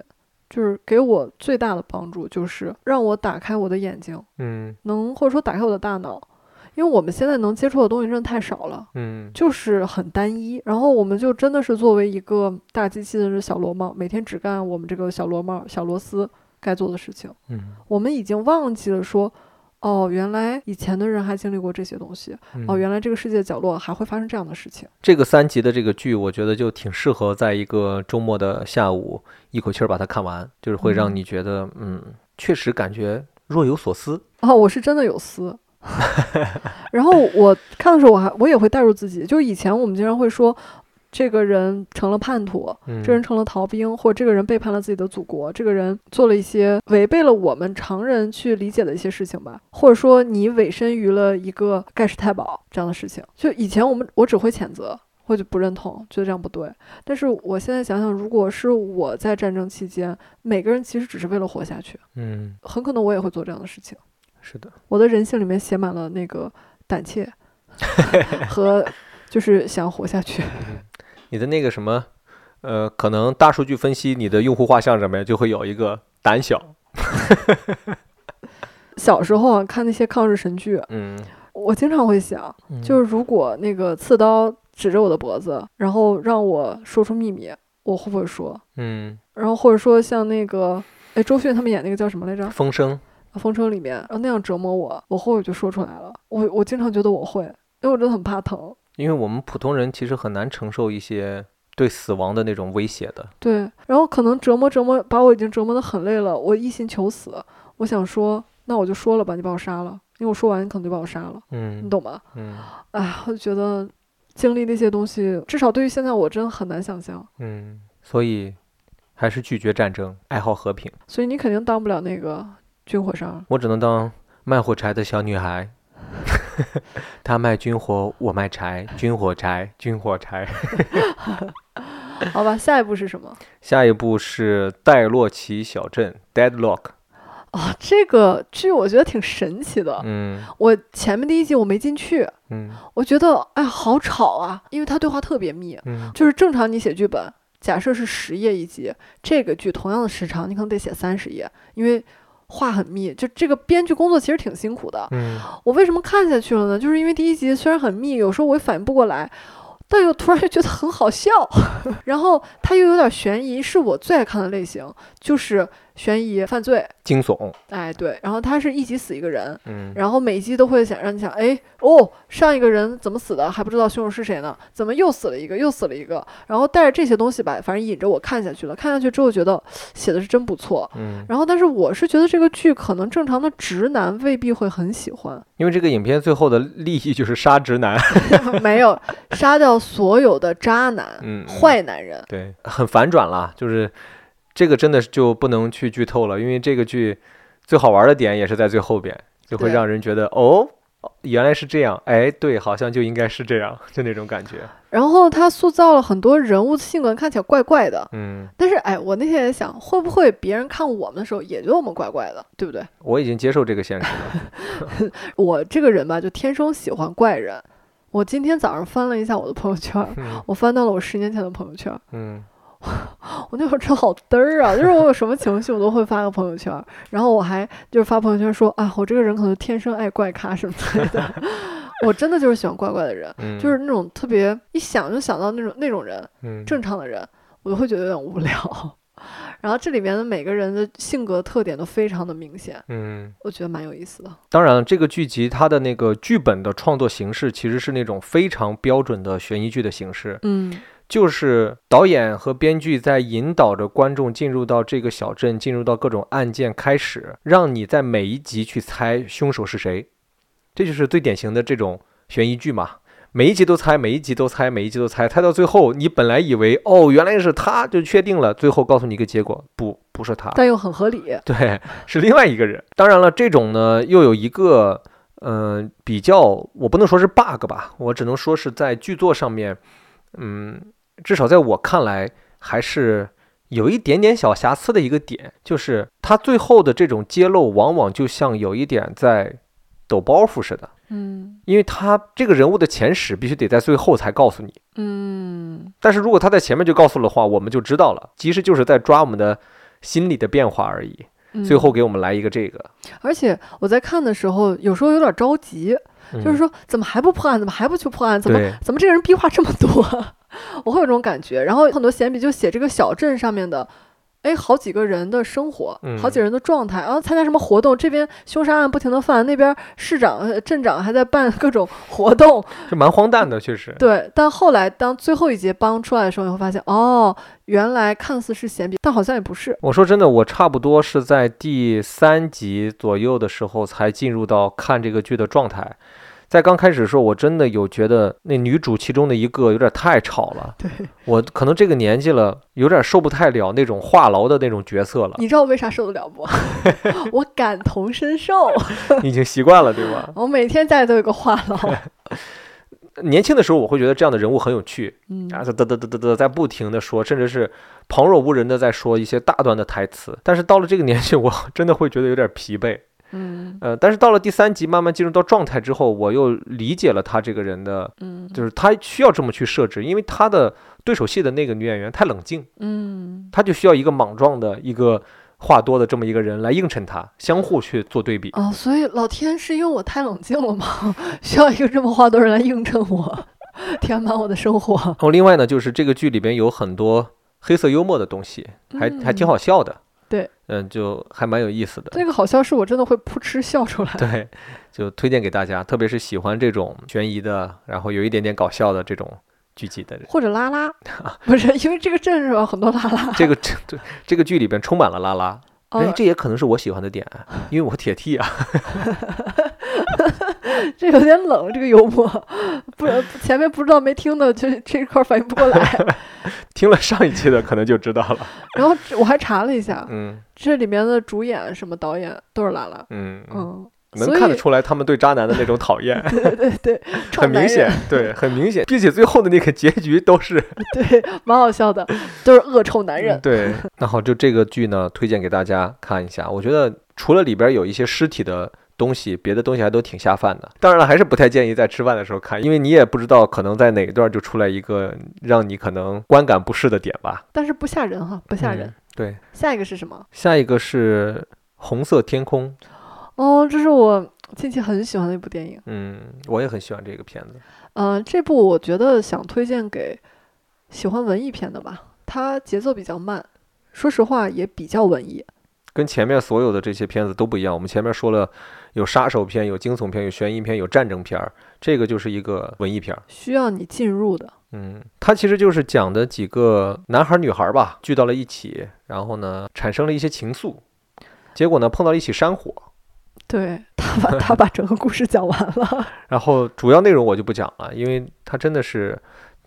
[SPEAKER 2] 就是给我最大的帮助，就是让我打开我的眼睛，
[SPEAKER 1] 嗯
[SPEAKER 2] 能或者说打开我的大脑，因为我们现在能接触的东西真的太少了。
[SPEAKER 1] 嗯
[SPEAKER 2] 就是很单一，然后我们就真的是作为一个大机器的小螺帽，每天只干我们这个小螺帽、小螺丝该做的事情。
[SPEAKER 1] 嗯，
[SPEAKER 2] 我们已经忘记了说，哦，原来以前的人还经历过这些东西，
[SPEAKER 1] 嗯
[SPEAKER 2] 哦，原来这个世界角落还会发生这样的事情。
[SPEAKER 1] 这个三集的这个剧，我觉得就挺适合在一个周末的下午一口气儿把它看完，就是会让
[SPEAKER 2] 嗯
[SPEAKER 1] 你觉得，嗯，确实感觉若有所思。
[SPEAKER 2] 哦，我是真的有撕。然后我看的时候，我还我也会带入自己，就是以前我们经常会说，这个人成了叛徒，
[SPEAKER 1] 嗯，
[SPEAKER 2] 这人成了逃兵，或者这个人背叛了自己的祖国，这个人做了一些违背了我们常人去理解的一些事情吧，或者说你委身于了一个盖世太保这样的事情。就以前我们我只会谴责，或者不认同，觉得这样不对。但是我现在想想，如果是我在战争期间，每个人其实只是为了活下去，
[SPEAKER 1] 嗯，
[SPEAKER 2] 很可能我也会做这样的事情。
[SPEAKER 1] 是的，
[SPEAKER 2] 我的人性里面写满了那个胆怯和就是想活下去。
[SPEAKER 1] 你的那个什么，呃，可能大数据分析你的用户画像上面就会有一个胆小，
[SPEAKER 2] 小时候啊，看那些抗日神剧，
[SPEAKER 1] 嗯，
[SPEAKER 2] 我经常会想，就是如果那个刺刀指着我的脖子，然后让我说出秘密，我会不会说？
[SPEAKER 1] 嗯，
[SPEAKER 2] 然后或者说像那个，哎，周迅他们演那个叫什么来着？啊
[SPEAKER 1] 风声，
[SPEAKER 2] 《风声》里面，然后那样折磨我，我会不会就说出来了？我我经常觉得我会，因为我真的很怕疼。
[SPEAKER 1] 因为我们普通人其实很难承受一些对死亡的那种威胁的，
[SPEAKER 2] 对，然后可能折磨折磨，把我已经折磨得很累了，我一心求死，我想说，那我就说了吧，你把我杀了，因为我说完你可能就把我杀了，你
[SPEAKER 1] 嗯
[SPEAKER 2] 懂吗？
[SPEAKER 1] 嗯
[SPEAKER 2] 哎，我就觉得经历那些东西，至少对于现在我真的很难想象。
[SPEAKER 1] 嗯，所以还是拒绝战争，爱好和平。
[SPEAKER 2] 所以你肯定当不了那个军火商。
[SPEAKER 1] 我只能当卖火柴的小女孩。 她卖军火，我卖柴，军火柴，军火柴。
[SPEAKER 2] 好吧，下一步是什么？
[SPEAKER 1] 下一步是戴洛奇小镇 （Deadlock）。
[SPEAKER 2] 啊，这个剧我觉得挺神奇的。
[SPEAKER 1] 嗯
[SPEAKER 2] 我前面第一集我没进去，
[SPEAKER 1] 嗯
[SPEAKER 2] 我觉得哎好吵啊，因为他对话特别密。
[SPEAKER 1] 嗯
[SPEAKER 2] 就是正常你写剧本，假设是十页一集，这个剧同样的时长，你可能得写三十页，因为话很密。就这个编剧工作其实挺辛苦的。
[SPEAKER 1] 嗯，
[SPEAKER 2] 我为什么看下去了呢？就是因为第一集虽然很密，有时候我也反应不过来，但又突然 又觉得很好笑，然后它又有点悬疑，是我最爱看的类型，就是悬疑犯罪。
[SPEAKER 1] 惊悚。
[SPEAKER 2] 哎，对，然后它是一集死一个人，
[SPEAKER 1] 嗯
[SPEAKER 2] 然后每一集都会想让你想，哎，哦，上一个人怎么死的还不知道凶手是谁呢？怎么又死了一个，又死了一个？然后带着这些东西吧，反正引着我看下去了。看下去之后觉得写的是真不错。
[SPEAKER 1] 嗯，
[SPEAKER 2] 然后，但是我是觉得这个剧可能正常的直男未必会很喜欢，
[SPEAKER 1] 因为这个影片最后的利益就是杀直男。
[SPEAKER 2] 没有杀掉所有的渣男、
[SPEAKER 1] 嗯，
[SPEAKER 2] 坏男人。
[SPEAKER 1] 对，很反转啦，就是这个真的是就不能去剧透了，因为这个剧最好玩的点也是在最后边，就会
[SPEAKER 2] 对
[SPEAKER 1] 让人觉得哦，原来是这样，哎，对，好像就应该是这样，就那种感觉。
[SPEAKER 2] 然后他塑造了很多人物性格看起来怪怪的，
[SPEAKER 1] 嗯，
[SPEAKER 2] 但是哎，我那天也想，会不会别人看我们的时候也觉得我们怪怪的，对不对？
[SPEAKER 1] 我已经接受这个现实了。
[SPEAKER 2] 我这个人吧，就天生喜欢怪人。我今天早上翻了一下我的朋友圈儿，
[SPEAKER 1] 嗯
[SPEAKER 2] 我翻到了我十年前的朋友圈儿。
[SPEAKER 1] 嗯
[SPEAKER 2] 我那会儿真好嘚儿啊，就是我有什么情绪，我都会发个朋友圈儿。然后我还就是发朋友圈说啊，我这个人可能天生爱怪咖什么之类的。 我真的就是喜欢怪怪的人，
[SPEAKER 1] 嗯，
[SPEAKER 2] 就是那种特别一想就想到那种那种人，
[SPEAKER 1] 嗯
[SPEAKER 2] 正常的人，我就会觉得有点无聊。 然后这里面的每个人的性格特点都非常的明显，
[SPEAKER 1] 嗯。
[SPEAKER 2] 我觉得蛮有意思的。
[SPEAKER 1] 当然，这个剧集它的那个剧本的创作形式其实是那种非常标准的悬疑剧的形式，
[SPEAKER 2] 嗯
[SPEAKER 1] 就是导演和编剧在引导着观众进入到这个小镇，进入到各种案件开始，让你在每一集去猜凶手是谁。这就是最典型的这种悬疑剧嘛，每一集都猜，每一集都猜，每一集都猜，猜到最后，你本来以为哦原来是他，就确定了，最后告诉你一个结果，不不是他，
[SPEAKER 2] 但又很合理。
[SPEAKER 1] 对，是另外一个人。当然了，这种呢又有一个，嗯、比较我不能说是 bug 吧，我只能说是在剧作上面，嗯，至少在我看来还是有一点点小瑕疵的一个点，就是他最后的这种揭露，往往就像有一点在抖包袱似的，
[SPEAKER 2] 嗯
[SPEAKER 1] 因为他这个人物的前史必须得在最后才告诉你。
[SPEAKER 2] 嗯
[SPEAKER 1] 但是如果他在前面就告诉了话，我们就知道了，其实就是在抓我们的心理的变化而已。
[SPEAKER 2] 嗯，
[SPEAKER 1] 最后给我们来一个这个，
[SPEAKER 2] 而且我在看的时候，有时候有点着急，就是
[SPEAKER 1] 嗯
[SPEAKER 2] 说怎么还不破案？怎么还不去破案？怎么
[SPEAKER 1] 对
[SPEAKER 2] 怎么这个人逼话这么多？ 我会有这种感觉。然后很多闲笔就写这个小镇上面的，哎，好几个人的生活，好几个人的状态，然后参加什么活动，这边凶杀案不停的犯，那边市长、呃镇长还在办各种活动。
[SPEAKER 1] 这蛮荒诞的，确实。
[SPEAKER 2] 对，但后来当最后一节帮出来的时候，你会发现，哦，原来看似是闲笔，但好像也不是。
[SPEAKER 1] 我说真的，我差不多是在第三集左右的时候才进入到看这个剧的状态。在刚开始的时候，我真的有觉得那女主其中的一个有点太吵了，
[SPEAKER 2] 对
[SPEAKER 1] 我可能这个年纪了，有点受不太了那种话痨的那种角色 了，
[SPEAKER 2] 你知道我为啥受得了不？ 我感同身受。
[SPEAKER 1] 你已经习惯了，对吧？
[SPEAKER 2] 我每天家里都有个话痨，
[SPEAKER 1] 年轻的时候，我会觉得这样的人物很有趣，
[SPEAKER 2] 嗯
[SPEAKER 1] 然后他嘚嘚嘚嘚嘚在不停的说，甚至是旁若无人的在说一些大段的台词。但是到了这个年纪，我 真的会觉得有点疲惫。
[SPEAKER 2] 嗯
[SPEAKER 1] 呃，但是到了第三集，慢慢进入到状态之后，我又理解了他这个人的，
[SPEAKER 2] 嗯
[SPEAKER 1] 就是他需要这么去设置，因为他的对手戏的那个女演员太冷静，
[SPEAKER 2] 嗯，
[SPEAKER 1] 他就需要一个莽撞的一个话多的这么一个人来映衬他，相互去做对比。
[SPEAKER 2] 哦，所以老天是因为我太冷静了吗？ 需要一个这么话多人来映衬我，填满我的生活
[SPEAKER 1] 然。后另外呢，就是这个剧里边有很多黑色幽默的东西，还还挺好笑的。
[SPEAKER 2] 嗯对，
[SPEAKER 1] 嗯，就还蛮有意思的。
[SPEAKER 2] 这个好像是我真的会扑哧笑出来。
[SPEAKER 1] 对，就推荐给大家，特别是喜欢这种悬疑的，然后有一点点搞笑的这种剧集的人。
[SPEAKER 2] 或者拉 拉，不是因为这个镇上有很多拉拉，
[SPEAKER 1] 这个这这这个剧里边充满了拉拉，哎，
[SPEAKER 2] 哦，
[SPEAKER 1] 这也可能是我喜欢的点，因为我铁 T 啊。
[SPEAKER 2] 这有点冷，这个幽默， 不然前面不知道没听的，就这一块儿反应不过来。
[SPEAKER 1] 听了上一期的可能就知道了。
[SPEAKER 2] 然后这我还查了一下，
[SPEAKER 1] 嗯
[SPEAKER 2] 这里面的主演什么导演都是拉拉，
[SPEAKER 1] 嗯，
[SPEAKER 2] 嗯，
[SPEAKER 1] 能
[SPEAKER 2] 所
[SPEAKER 1] 看得
[SPEAKER 2] 以
[SPEAKER 1] 出来他们对渣男的那种讨 厌，
[SPEAKER 2] 对对对，
[SPEAKER 1] 很
[SPEAKER 2] 很
[SPEAKER 1] 明显，对，很明显，并且最后的那个结局都是
[SPEAKER 2] 对，蛮好笑的，都是恶臭男人。
[SPEAKER 1] 嗯 对，那好，就这个剧呢，推荐给大家看一下。我觉得除了里边有一些尸体的东西，别的东西还都挺下饭的。当然了，还是不太建议在吃饭的时候看，因为你也不知道可能在哪一段就出来一个让你可能观感不适的点吧。
[SPEAKER 2] 但是不吓人哈，不吓人。
[SPEAKER 1] 嗯对，
[SPEAKER 2] 下一个是什么？
[SPEAKER 1] 下一个是红色天空。
[SPEAKER 2] 哦，这是我近期很喜欢的一部电影。
[SPEAKER 1] 嗯，我也很喜欢这个片子。
[SPEAKER 2] 嗯、这部我觉得想推荐给喜欢文艺片的吧，它节奏比较慢，说实话也比较文艺。
[SPEAKER 1] 跟前面所有的这些片子都不一样。我们前面说了，有杀手片，有惊悚片，有悬疑片，有战争片儿，这个就是一个文艺片儿。
[SPEAKER 2] 需要你进入的，
[SPEAKER 1] 嗯，它其实就是讲的几个男孩儿女孩儿吧，聚到了一起，然后呢，产生了一些情愫，结果呢，碰到了一起山火。
[SPEAKER 2] 对他把他把整个故事讲完了，
[SPEAKER 1] 然后主要内容我就不讲了，因为它真的是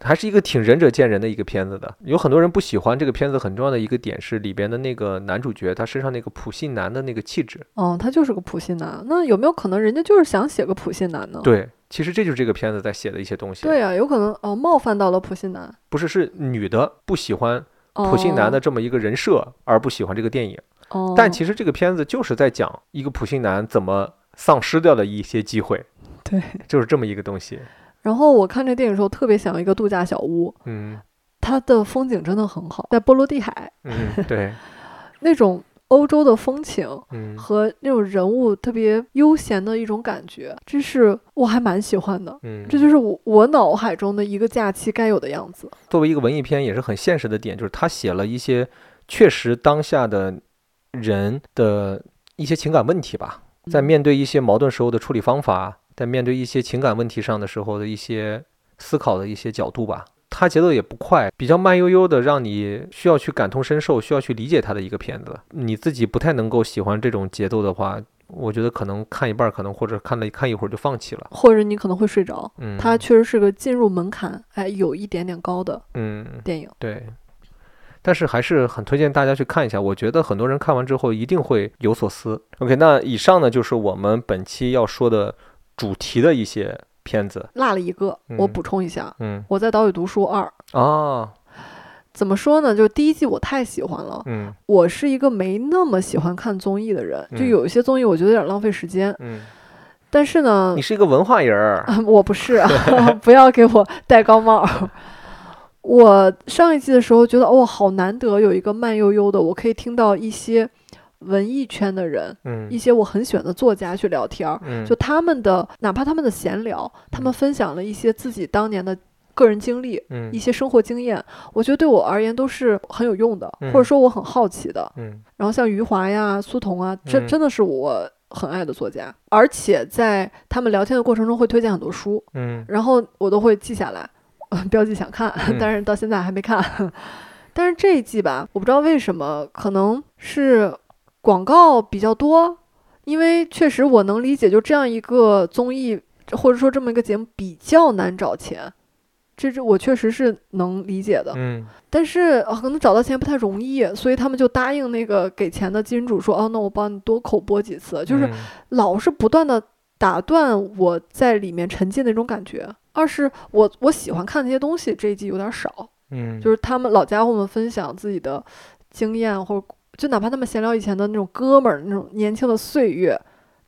[SPEAKER 1] 还是一个挺仁者见仁的一个片子的。有很多人不喜欢这个片子，很重要的一个点是里边的那个男主角他身上那个普信男的那个气质。
[SPEAKER 2] 哦，他就是个普信男。那有没有可能人家就是想写个普信男呢？
[SPEAKER 1] 对，其实这就是这个片子在写的一些东西。
[SPEAKER 2] 哦对，啊，有可能哦，冒犯到了普信男。
[SPEAKER 1] 不是是女的不喜欢
[SPEAKER 2] 哦、
[SPEAKER 1] 普信男的这么一个人设，而不喜欢这个电影。
[SPEAKER 2] 哦，
[SPEAKER 1] 但其实这个片子就是在讲一个普信男怎么丧失掉的一些机会，
[SPEAKER 2] 对，
[SPEAKER 1] 就是这么一个东西。
[SPEAKER 2] 然后我看这电影的时候，特别想要一个度假小屋，
[SPEAKER 1] 嗯
[SPEAKER 2] 它的风景真的很好，在波罗的海
[SPEAKER 1] 嗯，对，
[SPEAKER 2] 那种欧洲的风情
[SPEAKER 1] 嗯
[SPEAKER 2] 和那种人物特别悠闲的一种感觉，这是我还蛮喜欢的。
[SPEAKER 1] 嗯，
[SPEAKER 2] 这就是我我脑海中的一个假期该有的样子。
[SPEAKER 1] 作为一个文艺片也是很现实的点，就是他写了一些确实当下的人的一些情感问题吧，在
[SPEAKER 2] 嗯
[SPEAKER 1] 面对一些矛盾时候的处理方法，在面对一些情感问题上的时候的一些思考的一些角度吧。它节奏也不快，比较慢悠悠的，让你需要去感同身受，需要去理解它的一个片子。你自己不太能够喜欢这种节奏的话，我觉得可能看一半儿，可能或者看了看一会儿就放弃了。
[SPEAKER 2] 或者你可能会睡着。
[SPEAKER 1] 嗯，
[SPEAKER 2] 它确实是个进入门槛哎有一点点高的
[SPEAKER 1] 嗯
[SPEAKER 2] 电影，
[SPEAKER 1] 对，但是还是很推荐大家去看一下。我觉得很多人看完之后一定会有所思。OK，那以上呢就是我们本期要说的主题的一些片子。
[SPEAKER 2] 落了一个。我
[SPEAKER 1] 嗯
[SPEAKER 2] 补充一下，
[SPEAKER 1] 嗯
[SPEAKER 2] 我在《岛屿读书二》
[SPEAKER 1] 啊，
[SPEAKER 2] 怎么说呢？就是第一季我太喜欢了，
[SPEAKER 1] 嗯
[SPEAKER 2] 我是一个没那么喜欢看综艺的人，就
[SPEAKER 1] 嗯
[SPEAKER 2] 有一些综艺我觉得有点浪费时间。
[SPEAKER 1] 嗯，
[SPEAKER 2] 但是呢
[SPEAKER 1] 你，是一个文化人儿。
[SPEAKER 2] 啊我不是、 啊，不要给我戴高帽儿。我上一季的时候觉得，哦，好难得有一个慢悠悠的，我可以听到一些文艺圈的人，
[SPEAKER 1] 嗯
[SPEAKER 2] 一些我很喜欢的作家去聊天儿，
[SPEAKER 1] 嗯，
[SPEAKER 2] 就他们的，哪怕他们的闲聊，他们分享了一些自己当年的个人经历，
[SPEAKER 1] 嗯
[SPEAKER 2] 一些生活经验，我觉得对我而言都是很有用的，
[SPEAKER 1] 嗯
[SPEAKER 2] 或者说我很好奇的。
[SPEAKER 1] 嗯
[SPEAKER 2] 然后像余华呀、苏童啊，这
[SPEAKER 1] 嗯
[SPEAKER 2] 真的是我很爱的作家，而且在他们聊天的过程中会推荐很多书，
[SPEAKER 1] 嗯
[SPEAKER 2] 然后我都会记下来，呃标记想看，
[SPEAKER 1] 嗯
[SPEAKER 2] 但是到现在还没看。 但是这一季吧，我不知道为什么，可能是广告比较多，因为确实我能理解，就这样一个综艺或者说这么一个节目比较难找钱，这是我确实是能理解的。
[SPEAKER 1] 嗯
[SPEAKER 2] 但是、呃可能找到钱不太容易，所以他们就答应那个给钱的金主说：“哦，那我帮你多口播几次。”就是
[SPEAKER 1] 嗯
[SPEAKER 2] 老是不断的打断我在里面沉浸的那种感觉。二是我我喜欢看那些东西，这一季有点少，
[SPEAKER 1] 嗯，
[SPEAKER 2] 就是他们老家伙们分享自己的经验，或者就哪怕他们闲聊以前的那种哥们儿那种年轻的岁月，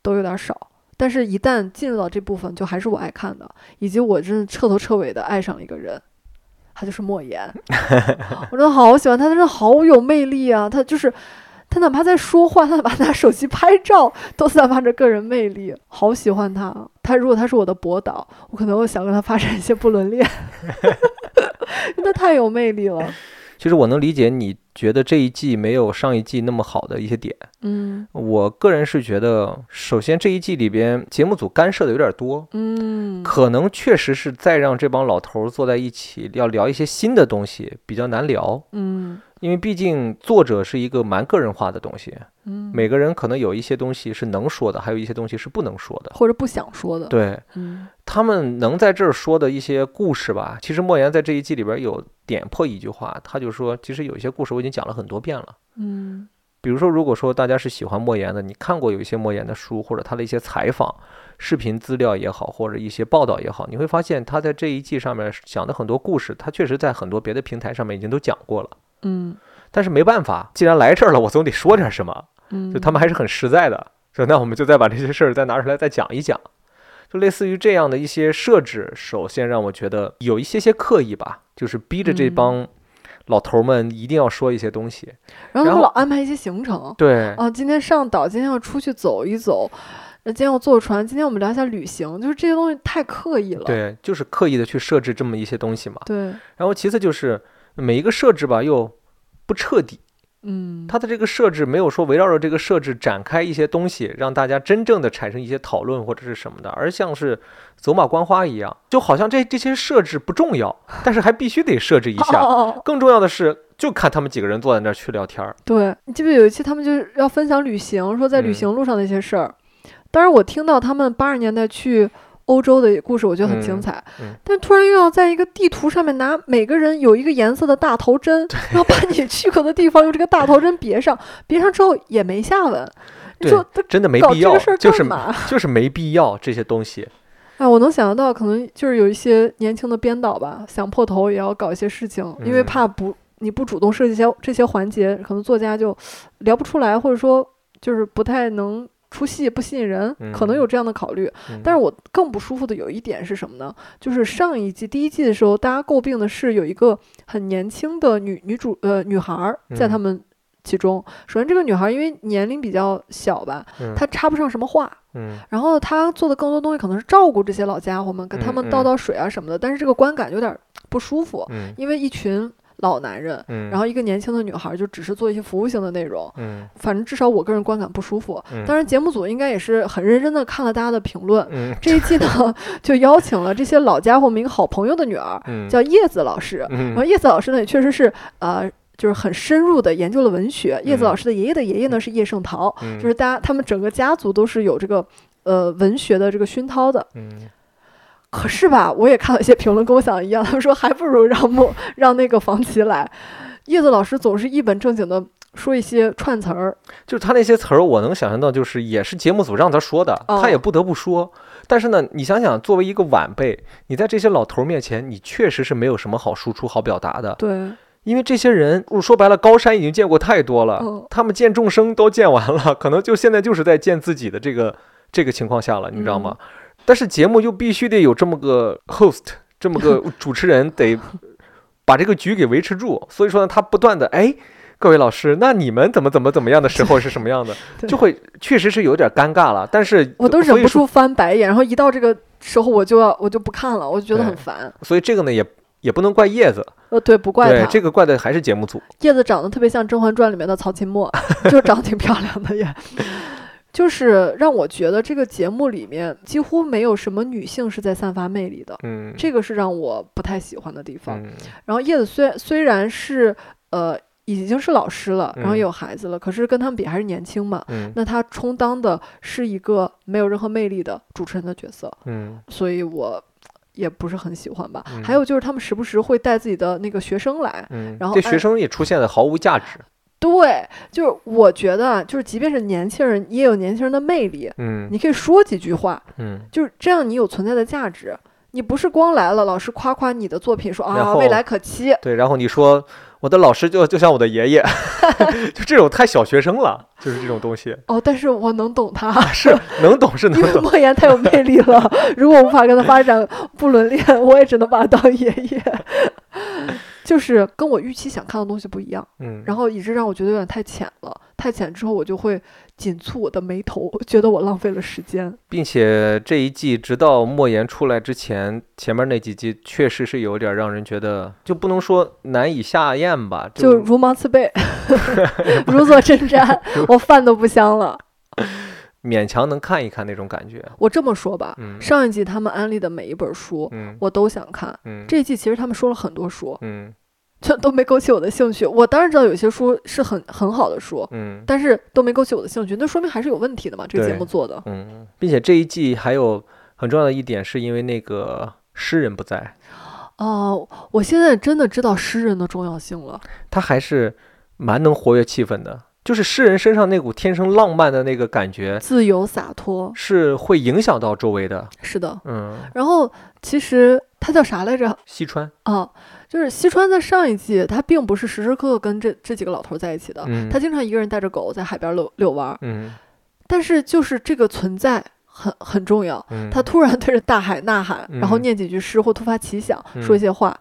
[SPEAKER 2] 都有点少。但是，一旦进入到这部分，就还是我爱看的，以及我真是彻头彻尾的爱上了一个人，他就是莫言。我真的好喜欢他，他真的好有魅力啊！他就是他，哪怕在说话，他哪怕拿手机拍照，都散发着个人魅力，好喜欢他。啊他如果他是我的博导，我可能会想跟他发展一些不伦恋， 因为他太有魅力了。
[SPEAKER 1] 其实我能理解你觉得这一季没有上一季那么好的一些点。
[SPEAKER 2] 嗯
[SPEAKER 1] 我个人是觉得，首先这一季里边节目组干涉的有点多，
[SPEAKER 2] 嗯
[SPEAKER 1] 可能确实是再让这帮老头儿坐在一起要聊一些新的东西比较难聊，
[SPEAKER 2] 嗯
[SPEAKER 1] 因为毕竟作者是一个蛮个人化的东西，
[SPEAKER 2] 嗯，
[SPEAKER 1] 每个人可能有一些东西是能说的，还有一些东西是不能说的。
[SPEAKER 2] 或者不想说的，
[SPEAKER 1] 对
[SPEAKER 2] 嗯
[SPEAKER 1] 他们能在这儿说的一些故事吧，其实莫言在这一季里边有点破一句话，他就说，其实有一些故事我已经讲了很多遍了。
[SPEAKER 2] 嗯
[SPEAKER 1] 比如说，如果说大家是喜欢莫言的，你看过有一些莫言的书，或者他的一些采访、视频资料也好，或者一些报道也好，你会发现他在这一季上面讲的很多故事，他确实在很多别的平台上面已经都讲过了。
[SPEAKER 2] 嗯
[SPEAKER 1] 但是没办法，既然来这儿了，我总得说点什么。
[SPEAKER 2] 嗯，
[SPEAKER 1] 就他们还是很实在的，说那我们就再把这些事儿再拿出来再讲一讲。就类似于这样的一些设置，首先让我觉得有一些些刻意吧，就是逼着这
[SPEAKER 2] 嗯
[SPEAKER 1] 帮老头儿们一定要说一些东西。
[SPEAKER 2] 然后
[SPEAKER 1] 然后哎
[SPEAKER 2] 他们老安排一些行程，
[SPEAKER 1] 对，
[SPEAKER 2] 啊，今天上岛，今天要出去走一走，呃今天要坐船，今天我们聊一下旅行，就是这些东西太刻意了。
[SPEAKER 1] 对，就是刻意的去设置这么一些东西嘛。
[SPEAKER 2] 对
[SPEAKER 1] 然后其次就是每一个设置吧又不彻底，
[SPEAKER 2] 嗯，
[SPEAKER 1] 它的这个设置没有说围绕着这个设置展开一些东西，让大家真正的产生一些讨论或者是什么的，而像是走马观花一样，就好像这这些设置不重要，但是还必须得设置一 下。
[SPEAKER 2] 哦哦 哦
[SPEAKER 1] 更重要的是，就看他们几个人坐在那儿去聊天儿。
[SPEAKER 2] 对，你记不记得有一期他们就是要分享旅行，说在旅
[SPEAKER 1] 嗯
[SPEAKER 2] 行路上的一些事儿。当然，我听到他们八十年代去欧洲的故事，我觉得很精
[SPEAKER 1] 嗯
[SPEAKER 2] 彩。
[SPEAKER 1] 嗯
[SPEAKER 2] 但突然又要在一个地图上面拿每个人有一个颜色的大头针，然后把你去过的地方用这个大头针别上，别上之后也没下文。你
[SPEAKER 1] 对
[SPEAKER 2] 说他
[SPEAKER 1] 真的没
[SPEAKER 2] 搞
[SPEAKER 1] 必
[SPEAKER 2] 这
[SPEAKER 1] 要
[SPEAKER 2] 个事儿，
[SPEAKER 1] 就是
[SPEAKER 2] 干嘛？
[SPEAKER 1] 就是没必要这些东西。
[SPEAKER 2] 哎，我能想得到，可能就是有一些年轻的编导吧，想破头也要搞一些事情，因为
[SPEAKER 1] 嗯
[SPEAKER 2] 怕不你不主动设计一些这些环节，可能作家就聊不出来，或者说就是不太能出戏，不吸引人，可能有
[SPEAKER 1] 嗯
[SPEAKER 2] 这样的考虑。
[SPEAKER 1] 嗯
[SPEAKER 2] 但是我更不舒服的有一点是什么呢？就是上一季第一季的时候，大家诟病的是有一个很年轻的女女主呃女孩儿在他
[SPEAKER 1] 嗯
[SPEAKER 2] 们其中。首先，这个女孩儿因为年龄比较小吧，
[SPEAKER 1] 嗯
[SPEAKER 2] 她插不上什么话。
[SPEAKER 1] 嗯
[SPEAKER 2] 然后他做的更多东西可能是照顾这些老家伙们，给他
[SPEAKER 1] 嗯
[SPEAKER 2] 们
[SPEAKER 1] 嗯
[SPEAKER 2] 倒倒水啊什么的，但是这个观感有点儿不舒服，
[SPEAKER 1] 嗯
[SPEAKER 2] 因为一群老男人，
[SPEAKER 1] 嗯，
[SPEAKER 2] 然后一个年轻的女孩就只是做一些服务性的内容，
[SPEAKER 1] 嗯
[SPEAKER 2] 反正至少我个人观感不舒服。
[SPEAKER 1] 嗯
[SPEAKER 2] 当然，节目组应该也是很认真的看了大家的评论。
[SPEAKER 1] 嗯
[SPEAKER 2] 这一季呢， 就邀请了这些老家伙们一个好朋友的女儿，
[SPEAKER 1] 嗯
[SPEAKER 2] 叫叶子老师。
[SPEAKER 1] 嗯
[SPEAKER 2] 然后叶子老师呢，也确实是呃，就是很深入的研究了文学。叶
[SPEAKER 1] 嗯
[SPEAKER 2] 子老师的爷爷的爷爷呢是叶圣陶，
[SPEAKER 1] 嗯
[SPEAKER 2] 就是大家他们整个家族都是有这个呃文学的这个熏陶的。
[SPEAKER 1] 嗯
[SPEAKER 2] 可是吧，我也看到一些评论跟我想的一样，他们说还不如让莫让那个房琪来。叶子老师总是一本正经的说一些串词儿，
[SPEAKER 1] 就是他那些词儿，我能想象到，就是也是节目组让他说的，
[SPEAKER 2] 哦
[SPEAKER 1] 他也不得不说。但是呢，你想想，作为一个晚辈，你在这些老头儿面前，你确实是没有什么好输出、好表达的，
[SPEAKER 2] 对，
[SPEAKER 1] 因为这些人，说白了，高山已经见过太多了，
[SPEAKER 2] 嗯
[SPEAKER 1] 他们见众生都见完了， 可能就现在就是在见自己的这个这个情况下了，你知道
[SPEAKER 2] 嗯
[SPEAKER 1] 吗？但是节目又必须得有这么个 host，这么 个主持人得把这个局给维持住。所以说呢，他不断的哎，各位老师，那你们怎么怎么怎么样的时候是什么样的
[SPEAKER 2] 对，
[SPEAKER 1] 就会确实是有点尴尬了。但是
[SPEAKER 2] 我都
[SPEAKER 1] 所
[SPEAKER 2] 忍
[SPEAKER 1] 以
[SPEAKER 2] 不
[SPEAKER 1] 说
[SPEAKER 2] 住翻白眼。然后一到这个时候，我就要我就不看了，我就觉得很
[SPEAKER 1] 对
[SPEAKER 2] 烦。
[SPEAKER 1] 所以这个呢也也不能怪叶子，
[SPEAKER 2] 呃，对，不怪
[SPEAKER 1] 对
[SPEAKER 2] 他。
[SPEAKER 1] 这个怪的还是节目组。
[SPEAKER 2] 叶子长得特别像《甄嬛传》里面的曹 琴墨，就长得挺漂亮的也。就是让我觉得这个节目里面几乎没有什么女性是在散发魅力的，
[SPEAKER 1] 嗯，
[SPEAKER 2] 这个是让我不太喜欢的地方。
[SPEAKER 1] 嗯
[SPEAKER 2] 然后叶子虽虽然是呃已经是老师了，然后
[SPEAKER 1] 嗯
[SPEAKER 2] 也有孩子了，可是跟他们比还是年轻嘛。
[SPEAKER 1] 嗯
[SPEAKER 2] 那她充当的是一个没有任何魅力的主持人的角色，
[SPEAKER 1] 嗯
[SPEAKER 2] 所以我也不是很喜欢吧。
[SPEAKER 1] 嗯
[SPEAKER 2] 还有就是他们时不时会带自己的那个学生来，
[SPEAKER 1] 嗯，
[SPEAKER 2] 然后
[SPEAKER 1] 对
[SPEAKER 2] 按
[SPEAKER 1] 学生也出现的毫无价值。
[SPEAKER 2] 对，就是我觉得啊，就是即便是年轻人，也有年轻人的魅力，
[SPEAKER 1] 嗯
[SPEAKER 2] 你可以说几句话，
[SPEAKER 1] 嗯，
[SPEAKER 2] 就是这样，你有存在的价值。你不是光来了，老师夸夸你的作品，说
[SPEAKER 1] 然
[SPEAKER 2] 啊
[SPEAKER 1] 后
[SPEAKER 2] 未来可期，
[SPEAKER 1] 对，然后你说我的老师就就像我的爷爷， 就这种太小学生了，就是这种东西
[SPEAKER 2] 哦，但是我能懂他，
[SPEAKER 1] 是能懂是能
[SPEAKER 2] 因为
[SPEAKER 1] 懂，
[SPEAKER 2] 莫言太有魅力了，如果无法跟他发展不伦恋，我也只能把他当爷爷。就是跟我预期想看的东西不一样，
[SPEAKER 1] 嗯，
[SPEAKER 2] 然后以致让我觉得有点太浅了。太浅之后，我就会紧蹙我的眉头，觉得我浪费了时间。
[SPEAKER 1] 并且这一季直到莫言出来之前，前面那几季确实是有点儿让人觉得就不能说难以下咽吧，
[SPEAKER 2] 就如芒刺背， 如坐针毡，我饭都不香了。
[SPEAKER 1] 勉强能看一看那种感觉，
[SPEAKER 2] 我这么说吧，
[SPEAKER 1] 嗯
[SPEAKER 2] 上一季他们安利的每一本书，
[SPEAKER 1] 嗯
[SPEAKER 2] 我都想看。
[SPEAKER 1] 嗯
[SPEAKER 2] 这一季其实他们说了很多书，
[SPEAKER 1] 嗯
[SPEAKER 2] 这都没勾起我的兴趣。我当然知道有些书是很很好的书，
[SPEAKER 1] 嗯
[SPEAKER 2] 但是都没勾起我的兴趣，那说明还是有问题的嘛。这个节
[SPEAKER 1] 对
[SPEAKER 2] 目做的，
[SPEAKER 1] 嗯，并且这一季还有很重要的一点是因为那个诗人不在，
[SPEAKER 2] 哦，我现在真的知道诗人的重要性了。
[SPEAKER 1] 他还是蛮能活跃气氛的。就是诗人身上那股天生浪漫的那个感觉，
[SPEAKER 2] 自由洒脱，
[SPEAKER 1] 是会影响到周围的。
[SPEAKER 2] 是的。
[SPEAKER 1] 嗯，
[SPEAKER 2] 然后其实他叫啥来着？
[SPEAKER 1] 西川，
[SPEAKER 2] 啊，就是西川在上一季他并不是时时刻刻跟这这几个老头儿在一起的，
[SPEAKER 1] 嗯
[SPEAKER 2] 呃他经常一个人带着狗在海边遛遛弯儿。
[SPEAKER 1] 嗯
[SPEAKER 2] 但是就是这个存在很很重要。
[SPEAKER 1] 嗯，
[SPEAKER 2] 他突然对着大海呐喊，然后
[SPEAKER 1] 嗯
[SPEAKER 2] 念几句诗或突发奇想、说
[SPEAKER 1] 嗯
[SPEAKER 2] 一些话，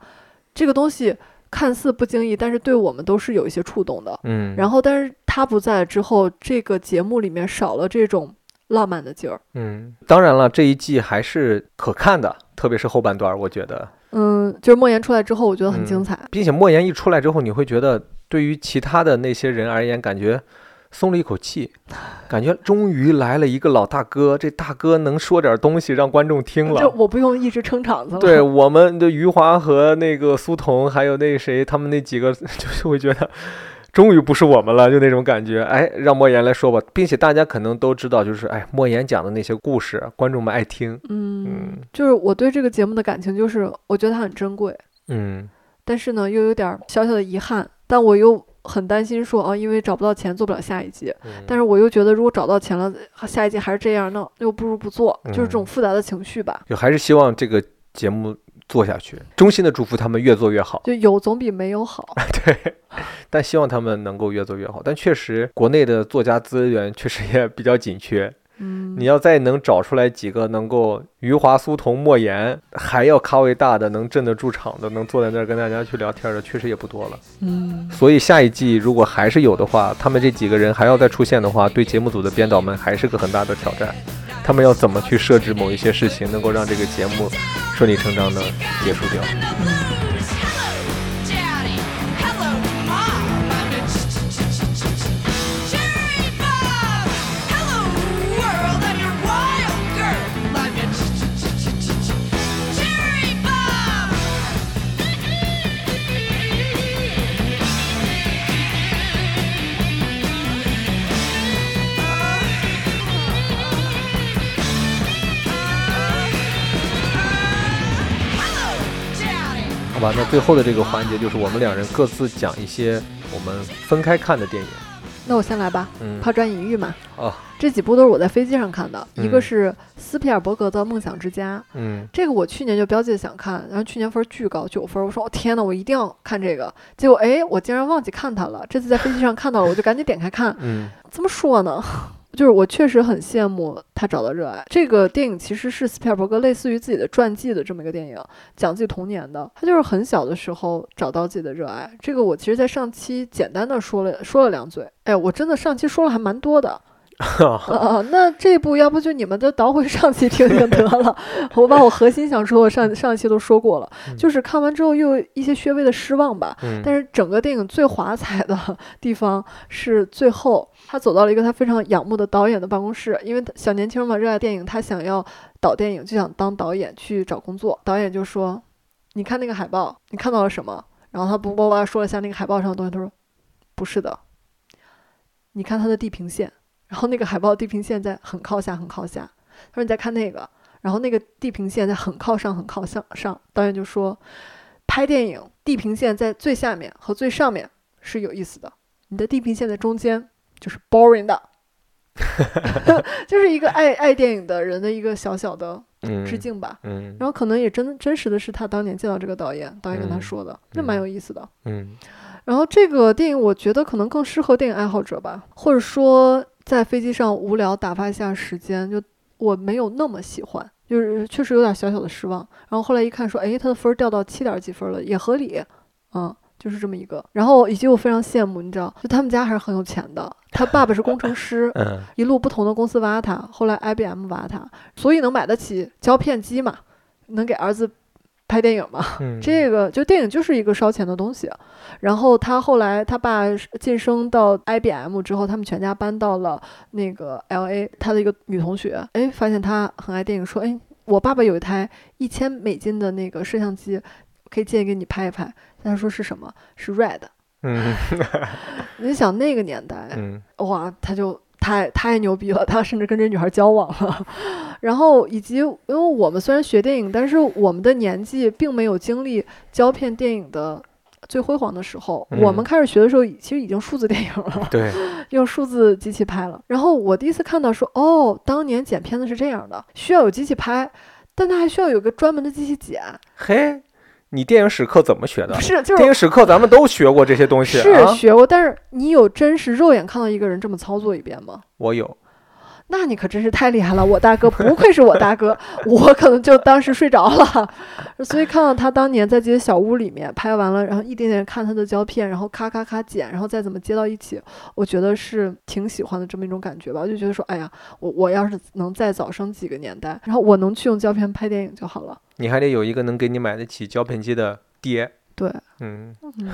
[SPEAKER 2] 这个东西看似不经意，但是对我们都是有一些触动的。
[SPEAKER 1] 嗯，
[SPEAKER 2] 然后，但是他不在之后，这个节目里面少了这种浪漫的劲儿。
[SPEAKER 1] 嗯，当然了，这一季还是可看的，特别是后半段儿，我觉得，
[SPEAKER 2] 嗯，就是莫言出来之后，我觉得很精
[SPEAKER 1] 嗯
[SPEAKER 2] 彩。
[SPEAKER 1] 并且莫言一出来之后，你会觉得对于其他的那些人而言，感觉松了一口气，感觉终于来了一个老大哥，这大哥能说点东西让观众听
[SPEAKER 2] 就
[SPEAKER 1] 了。
[SPEAKER 2] 我不用一直撑场子
[SPEAKER 1] 嗯
[SPEAKER 2] 了。
[SPEAKER 1] 对我们的余华和那个苏童，还有那谁，他们那几个 就是会觉得，终于不是我们了，就那种感觉。哎，让莫言来说吧，并且大家可能都知道，就是哎，莫言讲的那些故事，观众们爱听。
[SPEAKER 2] 嗯，
[SPEAKER 1] 嗯
[SPEAKER 2] 就是我对这个节目的感情，就是我觉得它很珍贵，
[SPEAKER 1] 嗯
[SPEAKER 2] 但是呢，又有点儿小小的遗憾，但我又很担心说啊，因为找不到钱，做不了下一季。
[SPEAKER 1] 嗯，
[SPEAKER 2] 但是我又觉得，如果找到钱了，啊下一季还是这样，那又不如不做，就是这种
[SPEAKER 1] 嗯
[SPEAKER 2] 复杂的情绪吧。
[SPEAKER 1] 就还是希望这个节目做下去，衷心的祝福他们越做越好。
[SPEAKER 2] 就有总比没 有好，
[SPEAKER 1] 但希望他们能够越做越好。但确实，国内的作家资源确实也比较紧缺。
[SPEAKER 2] 嗯，
[SPEAKER 1] 你要再能找出来几个能够余华、苏童、莫言，还要咖位大的，能镇得住场的，能坐在那儿跟大家去聊天的，确实也不多了。
[SPEAKER 2] 嗯，
[SPEAKER 1] 所以下一季如果还是有的话，他们这几个人还要再出现的话，对节目组的编导们还是个很大的挑战。他们要怎么去设置某一些事情，能够让这个节目顺理成章的结束掉？
[SPEAKER 4] Daddy. Hello, Mom. Jerry Bob. Hello, world. I'm your wild girl. I'm your Jerry Bob.
[SPEAKER 1] 好吧，那最后的这个环节就是我们两人各自讲一些我们分开看的电影。
[SPEAKER 2] 那我先来吧，
[SPEAKER 1] 嗯，
[SPEAKER 2] 抛砖引玉嘛。
[SPEAKER 1] 哦，
[SPEAKER 2] 这几部都是我在飞机上看的，一
[SPEAKER 1] 嗯
[SPEAKER 2] 个是斯皮尔伯格的《梦想之家》，
[SPEAKER 1] 嗯
[SPEAKER 2] 这个我去年就标记想看，然后去年分儿巨高，九分儿。我说我、哦天呐，我一定要看这个。结果哎，我竟然忘记看它了。这次在飞机上看到了，我就赶紧点开看。
[SPEAKER 1] 嗯
[SPEAKER 2] 怎么说呢？ 就是我确实很羡慕他找到热爱。这个电影其实是斯皮尔伯格类似于自己的传记的这么一个电影，讲自己童年的。他就是很小的时候找到自己的热爱。这个我其实，在上期简单的说了说了两嘴。哎，我真的上期说了还蛮多的。啊、啊那这部要不就你们就倒回上期听听得了。我把我核心想说，我上上一期都说过了，就是看完之后又有一些略微的失望吧。
[SPEAKER 1] 嗯，
[SPEAKER 2] 但是整个电影最华彩的地方是最后，他走到了一个他非常仰慕的导演的办公室，因为他小年轻嘛，热爱电影，他想要导电影，就想当导演去找工作。导演就说：“你看那个海报，你看到了什么？”然后他不叭叭说了一下那个海报上的东西，他说：“不是的，你看他的地平线，然后那个海报地平线在很靠下，很靠下。”他说：“你再看那个，然后那个地平线在很靠上，很靠向上。”导演就说：“拍电影，地平线在最下面和最上面是有意思的，你的地平线在中间就是 boring 的， 就是一个爱爱电影的人的一个小小的
[SPEAKER 1] 嗯
[SPEAKER 2] 致敬吧。
[SPEAKER 1] 嗯
[SPEAKER 2] 然后可能也真真实的是他当年见到这个导演，导演跟他
[SPEAKER 1] 嗯
[SPEAKER 2] 说的，那蛮有意思的。
[SPEAKER 1] 嗯，
[SPEAKER 2] 然后这个电影我觉得可能更适合电影爱好者吧，或者说在飞机上无聊打发一下时间，就我没有那么喜欢，就是确实有点小小的失望。然后后来一看说，哎，他的分儿掉到七点几分了，也合理，嗯。就是这么一个，然后以及我非常羡慕，你知道，就他们家还是很有钱的。他爸爸是工程师
[SPEAKER 1] 嗯
[SPEAKER 2] 一路不同的公司挖他，后来 IBM 挖他，所以能买得起胶片机嘛，能给儿子拍电影嘛，
[SPEAKER 1] 嗯，
[SPEAKER 2] 这个就电影就是一个烧钱的东西。然后他后来他爸是晋升到 IBM 之后，他们全家搬到了那个 LA。他的一个女同学，哎，发现他很爱电影，说，哎，我爸爸有一台一千美金的那个摄像机，可以借给你拍一拍。他说是什么？是 Red。
[SPEAKER 1] 嗯
[SPEAKER 2] 你想那个年代，
[SPEAKER 1] 嗯
[SPEAKER 2] 哇，他就太太牛逼了，他甚至跟这女孩交往了。 然后以及，因为我们虽然学电影，但是我们的年纪并没有经历胶片电影的最辉煌的时候。我
[SPEAKER 1] 嗯
[SPEAKER 2] 们开始学的时候，其实已经数字电影 了，
[SPEAKER 1] 对，
[SPEAKER 2] 用数字机器拍了。然后我第一次看到说，哦，当年剪片子是这样的，需要有机器拍，但它还需要有个专门的机器剪，
[SPEAKER 1] 嘿，你电影史课怎么学的
[SPEAKER 2] 不？是就是
[SPEAKER 1] 电影史课咱们都学过这些东西
[SPEAKER 2] 是
[SPEAKER 1] 啊，
[SPEAKER 2] 学过，但是你有真实肉眼看到一个人这么操作一遍吗？
[SPEAKER 1] 我有，
[SPEAKER 2] 那你可真是太厉害了，我大哥不愧是我大哥，我可能就当时睡着了，所以看到他当年在自己的小屋里面拍完了，然后一点点看他的胶片，然后咔咔咔剪，然后再怎么接到一起，我觉得是挺喜欢的这么一种感觉吧，我就觉得说，哎呀，我我要是能再早生几个年代，然后我能去用胶片拍电影就好了。
[SPEAKER 1] 你还得有一个能给你买得起胶片机的爹。
[SPEAKER 2] 对，
[SPEAKER 1] 嗯，
[SPEAKER 2] 嗯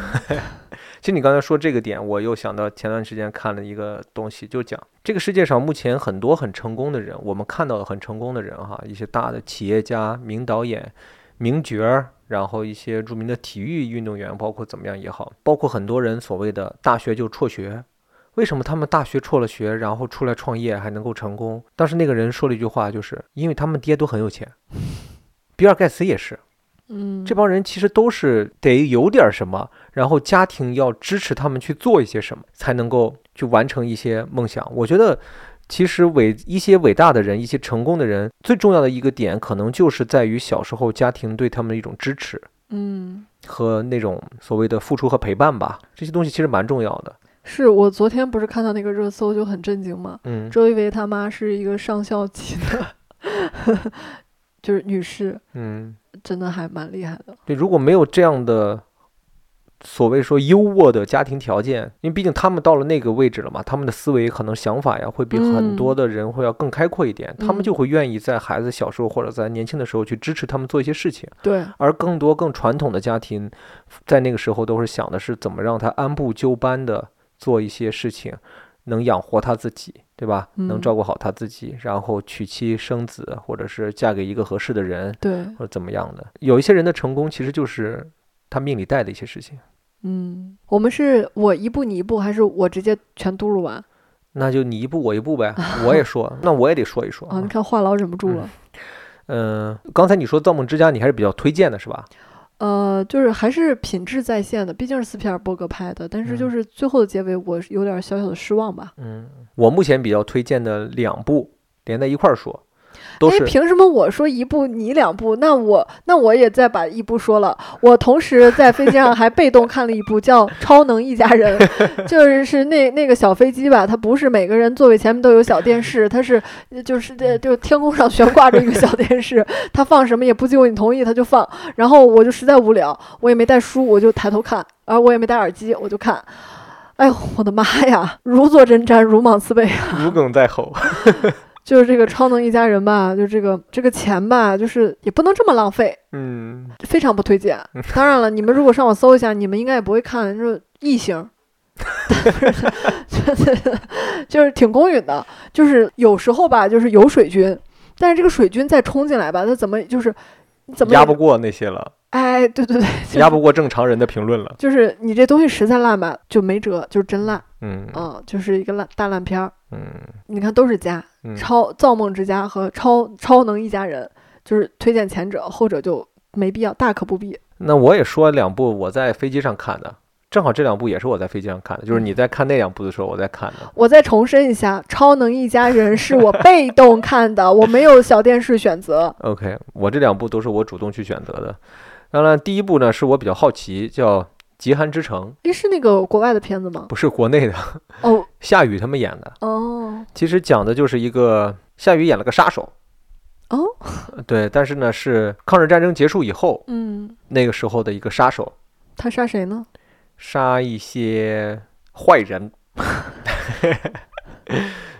[SPEAKER 1] 其实你刚才说这个点，我又想到前段时间看了一个东西，就讲这个世界上目前很多很成功的人，我们看到的很成功的人哈，一些大的企业家、名导演、名角儿，然后一些著名的体育运动员，包括怎么样也好，包括很多人所谓的大学就辍学。为什么他们大学辍了学，然后出来创业还能够成功？当时那个人说了一句话，就是因为他们爹都很有钱，比尔盖茨也是。
[SPEAKER 2] 嗯，
[SPEAKER 1] 这帮人其实都是得有点儿什么，然后家庭要支持他们去做一些什么，才能够去完成一些梦想。我觉得，其实伟一些伟大的人，一些成功的人，最重要的一个点，可能就是在于小时候家庭对他们的一种支持
[SPEAKER 2] 嗯。
[SPEAKER 1] 和那种所谓的付出和陪伴吧。这些东西其实蛮重要的。
[SPEAKER 2] 是我昨天不是看到那个热搜就很震惊吗？
[SPEAKER 1] 嗯
[SPEAKER 2] 周一围他妈是一个上校级的， 就是女士，
[SPEAKER 1] 嗯，
[SPEAKER 2] 真的还蛮厉害的。
[SPEAKER 1] 对，如果没有这样的所谓说优渥的家庭条件，因为毕竟他们到了那个位置了嘛，他们的思维可能想法呀，会比很多
[SPEAKER 2] 嗯
[SPEAKER 1] 的人会要更开阔一点，他们就
[SPEAKER 2] 嗯
[SPEAKER 1] 会愿意在孩子小时候或者在年轻的时候去支持他们做一些事情。
[SPEAKER 2] 对，
[SPEAKER 1] 而更多更传统的家庭，在那个时候都是想的是怎么让他按部就班的做一些事情，能养活他自己，对吧？能
[SPEAKER 2] 嗯
[SPEAKER 1] 照顾好他自己，然后娶妻生子，或者是嫁给一个合适的人，
[SPEAKER 2] 对，
[SPEAKER 1] 或者怎么样的。有一些人的成功其实就是他命里带的一些事情，
[SPEAKER 2] 嗯，我们是我一步你一步，还是我直接全嘟噜完
[SPEAKER 1] 那就你一步我一步 呗。我也说，那我也得说一说
[SPEAKER 2] 啊？你看话痨忍不住
[SPEAKER 1] 嗯
[SPEAKER 2] 了。
[SPEAKER 1] 嗯、呃刚才你说《造梦之家》，你还是比较推荐的是吧？
[SPEAKER 2] 呃，就是还是品质在线的，毕竟是斯皮尔伯格拍的。但是就
[SPEAKER 1] 嗯
[SPEAKER 2] 是最后的结尾，我有点小小的失望吧。
[SPEAKER 1] 嗯，我目前比较推荐的两部连在一块儿说，都
[SPEAKER 2] 哎，
[SPEAKER 1] 是
[SPEAKER 2] 凭什么我说一部你两部？那我那我也再把一部说了。我同时在飞机上还被动看了一部叫《超能一家人》， 就是是那那个小飞机吧，它不是每个人座位前面都有小电视，它是呃就是这就天空上悬挂着一个小电视， 它放什么也不经过你同意它就放。然后我就实在无聊，我也没带书，我就抬头看，而我也没戴耳机，我就看。哎呦，我的妈呀！如坐针毡，如芒刺背。
[SPEAKER 1] 如鲠在 喉。
[SPEAKER 2] 就是这个超能一家人吧，就这个这个钱吧，就是也不能这么浪费，
[SPEAKER 1] 嗯，
[SPEAKER 2] 非常不 推荐。当然了，你们如果上网搜一下，你们应该也不会看，就是异形， 就是挺公允的。就是有时候吧，就是有水军，但是这个水军再冲进来吧，他怎么就是怎么也
[SPEAKER 1] 压不过那些 了，
[SPEAKER 2] 哎，对对对，就 是
[SPEAKER 1] 压不过正常人的评论了。
[SPEAKER 2] 就是你这东西实在烂吧，就没辙，就是真烂，
[SPEAKER 1] 嗯
[SPEAKER 2] 嗯，就是一个烂大烂片儿。
[SPEAKER 1] 嗯
[SPEAKER 2] 你看，都是家，
[SPEAKER 1] 嗯，
[SPEAKER 2] 超造梦之家和超超能一家人，就是推荐前者，后者就没必要，大可不必。
[SPEAKER 1] 那我也说两部我在飞机上看的，正好这两部也是我在飞机上看的，
[SPEAKER 2] 嗯
[SPEAKER 1] 就是你在看那两部的时候我在看的。
[SPEAKER 2] 我再重申一下，超能一家人是我 被动看的，我没有小电视选择。
[SPEAKER 1] OK，我这两部都是我主动去选择的。当然，第一部呢是我比较好奇，叫《极寒之城》，
[SPEAKER 2] 诶，是那个国外的片子吗？
[SPEAKER 1] 不是国内的，
[SPEAKER 2] 哦
[SPEAKER 1] 夏雨他们演的。
[SPEAKER 2] 哦
[SPEAKER 1] 其实讲的就是一个夏雨演了个杀手，
[SPEAKER 2] 哦，
[SPEAKER 1] 对，但是呢是抗日战争结束以后
[SPEAKER 2] 嗯，
[SPEAKER 1] 那个时候的一个杀手，
[SPEAKER 2] 他杀谁呢？
[SPEAKER 1] 杀一些坏人。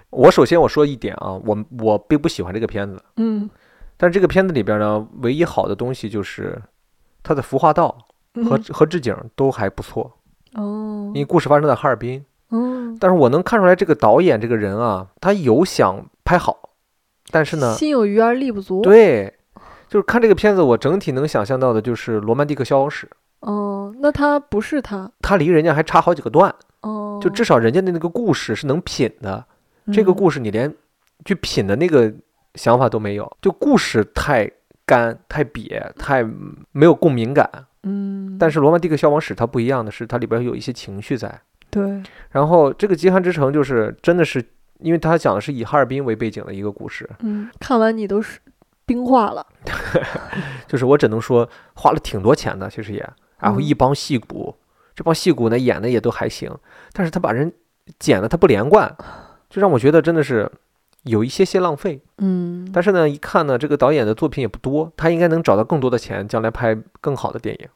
[SPEAKER 1] 我首先我说一点啊，我我并不喜欢这个片子，
[SPEAKER 2] 嗯
[SPEAKER 1] 但这个片子里边呢，唯一好的东西就是它的服化道和、
[SPEAKER 2] 嗯
[SPEAKER 1] 和置景都还不错，
[SPEAKER 2] 哦
[SPEAKER 1] 因为故事发生在哈尔滨。
[SPEAKER 2] 嗯，
[SPEAKER 1] 但是我能看出来，这个导演这个人啊，他有想拍好，但是呢，
[SPEAKER 2] 心有余而力不足。，
[SPEAKER 1] 对，就是看这个片子，我整体能想象到的就是《罗曼蒂克消亡史》，
[SPEAKER 2] 哦，那他不是他
[SPEAKER 1] 他离人家还差好几个段，
[SPEAKER 2] 哦，
[SPEAKER 1] 就至少人家的那个故事是能品的。这个
[SPEAKER 2] 嗯
[SPEAKER 1] 故事你连去品的那个想法都没有，就故事太干、太瘪、太没有共鸣感。
[SPEAKER 2] 嗯，
[SPEAKER 1] 但是《罗曼蒂克消亡史》它不一样的是，它里边有一些情绪在。
[SPEAKER 2] 对
[SPEAKER 1] 然后这个《极寒之城》就是真的是，因为它讲的是以哈尔滨为背景的一个故事，
[SPEAKER 2] 嗯，看完你都是冰化了。
[SPEAKER 1] 就是我只能说花了挺多钱的，其实也，然后
[SPEAKER 2] 嗯
[SPEAKER 1] 一帮戏骨，这帮戏骨呢演的也都还行，但是他把人剪的他不连贯，就让我觉得真的是有一些些浪费。
[SPEAKER 2] 嗯，
[SPEAKER 1] 但是呢，一看呢，这个导演的作品也不多，他应该能找到更多的钱，将来拍更好的电影。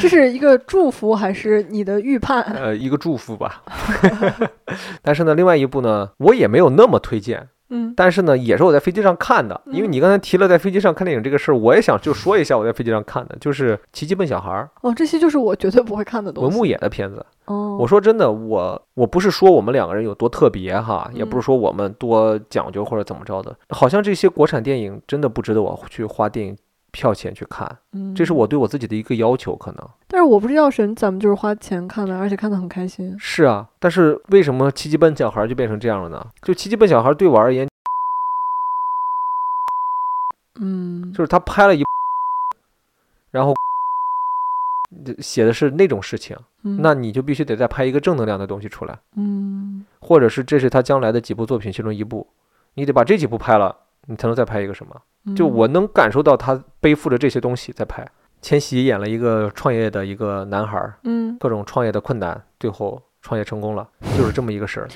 [SPEAKER 2] 这是一个祝福还是你的 预判？
[SPEAKER 1] 呃，一个祝福吧。但是呢，另外一部呢，我也没有那么推荐。
[SPEAKER 2] 嗯，
[SPEAKER 1] 但是呢，也是我在飞机上看的，因为
[SPEAKER 2] 嗯
[SPEAKER 1] 你刚才提了在飞机上看电影这个事儿，我也想就说一下我在飞机上看的，就是《奇迹笨小孩》儿
[SPEAKER 2] 哦，这些就是我绝对不会看的东
[SPEAKER 1] 文
[SPEAKER 2] 西。
[SPEAKER 1] 牧野的片子。
[SPEAKER 2] 哦，
[SPEAKER 1] 我说真的，我我不是说我们两个人有多特别哈，也不是
[SPEAKER 2] 嗯
[SPEAKER 1] 说我们多讲究或者怎么着的，好像这些国产电影真的不值得我去花电影票钱去看，
[SPEAKER 2] 嗯
[SPEAKER 1] 这是我对我自己的一个要求，可能。
[SPEAKER 2] 但是我不是药神，咱们就是花钱看的，而且看的很开心。
[SPEAKER 1] 是啊，但是为什么奇迹笨小孩就变成这样了呢？就奇迹笨小孩对我而言，
[SPEAKER 2] 嗯，
[SPEAKER 1] 就是他拍了一， 然后 写的是那种事情，
[SPEAKER 2] 嗯
[SPEAKER 1] 那你就必须得再拍一个正能量的东西出来，
[SPEAKER 2] 嗯
[SPEAKER 1] 或者是这是他将来的几部作品其中一部，你得把这几部拍了，你才能再拍一个什么？就
[SPEAKER 2] 嗯
[SPEAKER 1] 我能感受到他背负着这些东西在拍。千玺演了一个创业的一个男孩儿，
[SPEAKER 2] 嗯，
[SPEAKER 1] 各种创业的困难，最后创业成功了，就是这么一个事儿。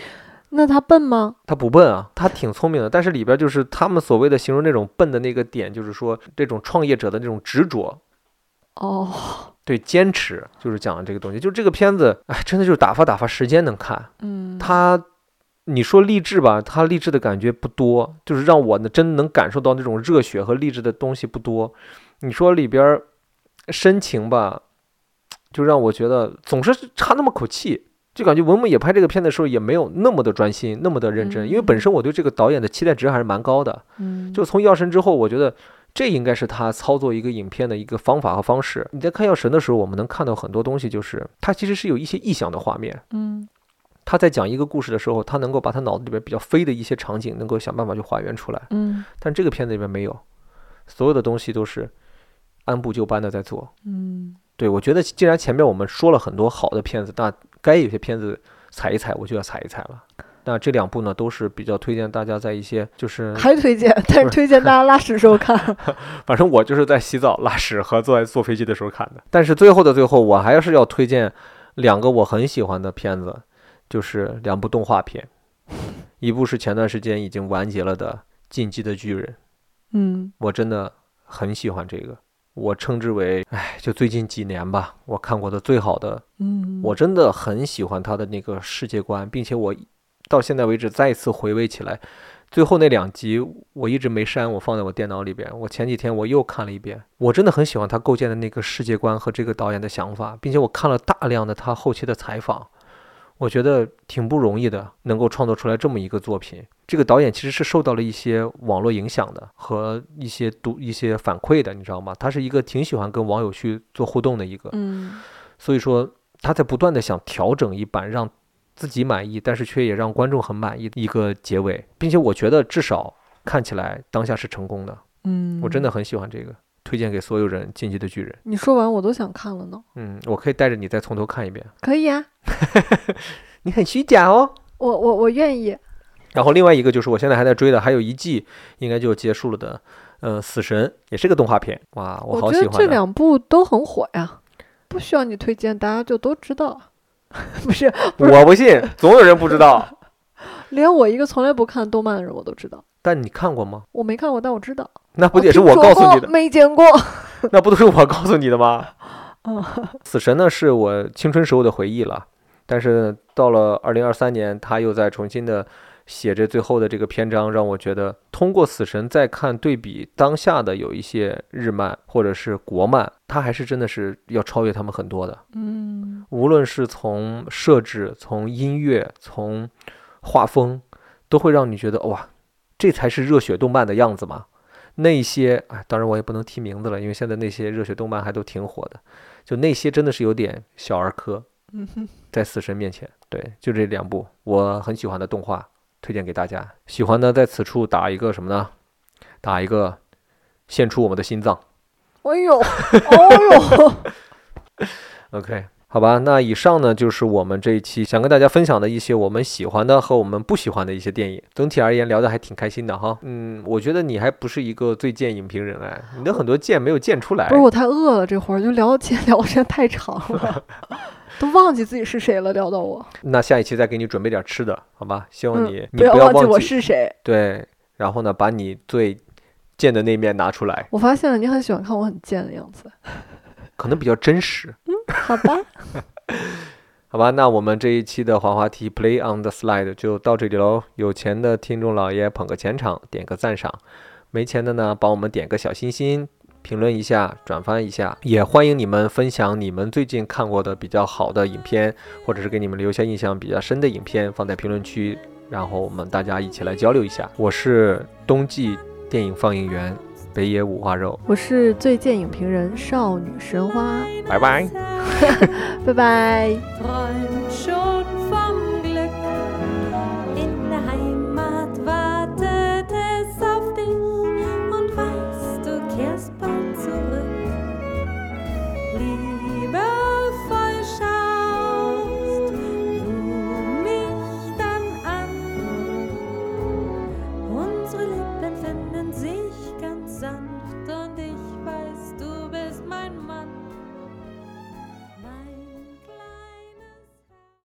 [SPEAKER 2] 那他笨吗？
[SPEAKER 1] 他不笨啊，他挺聪明的，但是里边就是他们所谓的形容那种笨的那个点，就是说这种创业者的那种执着，
[SPEAKER 2] 哦，
[SPEAKER 1] 对坚持，就是讲的这个东西。就这个片子，哎，真的就是打发打发时间能看。
[SPEAKER 2] 嗯，
[SPEAKER 1] 他，你说励志吧，他励志的感觉不多，就是让我呢真能感受到那种热血和励志的东西不多。你说里边儿深情吧，就让我觉得总是差那么口气。就感觉文牧野拍这个片的时候也没有那么的专心，那么的认真，因为本身我对这个导演的期待值还是蛮高的。
[SPEAKER 2] 嗯
[SPEAKER 1] 就从《药神》之后，我觉得这应该是他操作一个影片的一个方法和方式。你在看《药神》的时候，我们能看到很多东西，就是它其实是有一些意象的画面。
[SPEAKER 2] 嗯
[SPEAKER 1] 他在讲一个故事的时候，他能够把他脑子里边比较飞的一些场景，能够想办法去还原出来。
[SPEAKER 2] 嗯
[SPEAKER 1] 但这个片子里边没有，所有的东西都是按部就班的在做。
[SPEAKER 2] 嗯
[SPEAKER 1] 对，我觉得既然前面我们说了很多好的片子，那该有些片子踩一踩，我就要踩一踩了。那这两部呢，都是比较推荐大家在一些呃就是，
[SPEAKER 2] 还推荐，但是推荐大家拉屎时候 看。
[SPEAKER 1] 反正我就是在洗澡、拉屎和坐在坐飞机的时候看的。但是最后的最后，我还是要推荐两个我很喜欢的片子，就是两部动画片，一部是前段时间已经完结了的《进击的巨人》，
[SPEAKER 2] 嗯
[SPEAKER 1] 我真的很喜欢这个，我称之为，哎，就最近几年吧，我看过的最好的
[SPEAKER 2] 嗯，
[SPEAKER 1] 我真的很喜欢他的那个世界观，并且我到现在为止再一次回味起来，最后那两集我一直没删，我放在我电脑里边。我前几天我又看了一遍，我真的很喜欢他构建的那个世界观和这个导演的想法，并且我看了大量的他后期的采访，我觉得挺不容易的，能够创作出来这么一个作品。这个导演其实是受到了一些网络影响的和一些读一些反馈的，你知道吗？他是一个挺喜欢跟网友去做互动的一个，
[SPEAKER 2] 嗯
[SPEAKER 1] 所以说他在不断的想调整一版，让自己满意，但是却也让观众很满意的一个结尾，并且我觉得至少看起来当下是成功的，
[SPEAKER 2] 嗯，嗯
[SPEAKER 1] 我真的很喜欢这个，推荐给所有人《进击的巨人》。
[SPEAKER 2] 你说完我都想看了呢。
[SPEAKER 1] 嗯，我可以带着你再从头看一遍，
[SPEAKER 2] 可以啊，
[SPEAKER 1] 你很虚假哦。
[SPEAKER 2] 我我我愿意。
[SPEAKER 1] 然后另外一个就是我现在还在追的，还有一季应该就结束了的，呃，死神也是个动画片，哇，
[SPEAKER 2] 我
[SPEAKER 1] 好
[SPEAKER 2] 觉
[SPEAKER 1] 喜
[SPEAKER 2] 得这
[SPEAKER 1] 欢的。
[SPEAKER 2] 两部都很火呀，不需要你推荐，大家就都知道。 不是，不是
[SPEAKER 1] 我不信，总有人不知 道。
[SPEAKER 2] 连我一个从来不看动漫的人，我都知道。
[SPEAKER 1] 但你看过吗？
[SPEAKER 2] 我没看过，但我知道。
[SPEAKER 1] 那不也是
[SPEAKER 2] 听
[SPEAKER 1] 我
[SPEAKER 2] 说
[SPEAKER 1] 告诉
[SPEAKER 2] 过
[SPEAKER 1] 你的？
[SPEAKER 2] 没见过。
[SPEAKER 1] 那不都是我告诉你的吗？
[SPEAKER 2] 嗯
[SPEAKER 1] 死神呢是我青春时候的回忆了，但是到了二零二三年，他又在重新的写这最后的这个篇章，让我觉得通过死神再看对比当下的有一些日漫或者是国漫，他还是真的是要超越他们很多的。
[SPEAKER 2] 嗯
[SPEAKER 1] 无论是从设置、从音乐、从画风，都会让你觉得哇，这才是热血动漫的样子嘛。那些啊，当然我也不能提名字了，因为现在那些热血动漫还都挺火的，就那些真的是有点小儿科，
[SPEAKER 2] 嗯哼，
[SPEAKER 1] 在死神面前。对，就这两部我很喜欢的动画，推荐给大家。喜欢的在此处打一个什么呢？打一个献出我们的心脏。
[SPEAKER 2] 哎呦，哎呦，
[SPEAKER 1] OK，好吧，那以上呢就是我们这一期想跟大家分享的一些我们喜欢的和我们不喜欢的一些电影。总体而言，聊得还挺开心的哈。嗯，我觉得你还不是一个最贱影评人哎，你的很多贱没有贱出来
[SPEAKER 2] 不。是我太饿了，这会儿就聊到今天聊 的时间太长 了，都忘记自己是谁了，聊到我，那
[SPEAKER 1] 那下一期再给你准备点吃的，好吧？希望你、你
[SPEAKER 2] 嗯不要
[SPEAKER 1] 要
[SPEAKER 2] 记
[SPEAKER 1] 忘
[SPEAKER 2] 我是谁。
[SPEAKER 1] 对，然后呢，把你最贱的那面拿出来，
[SPEAKER 2] 我发现了，你很喜欢看我很贱的样子，
[SPEAKER 1] 可能比较真实。
[SPEAKER 2] 好吧？
[SPEAKER 1] 好吧，那我们这一期的滑滑梯 Play on the Slide 就到这里喽。有钱的听众老爷捧个钱场，点个赞赏；没钱的呢，帮我们点个小心心，评论一下，转发一下。也欢迎你们分享你们最近看过的比较好的影片，或者是给你们留下印象比较深的影片，放在评论区，然后我们大家一起来交流一下。我是冬季电影放映员北野五花肉，
[SPEAKER 2] 我是最贱影评人少女神花，
[SPEAKER 1] 拜拜。
[SPEAKER 2] 拜拜。
[SPEAKER 4] Bye.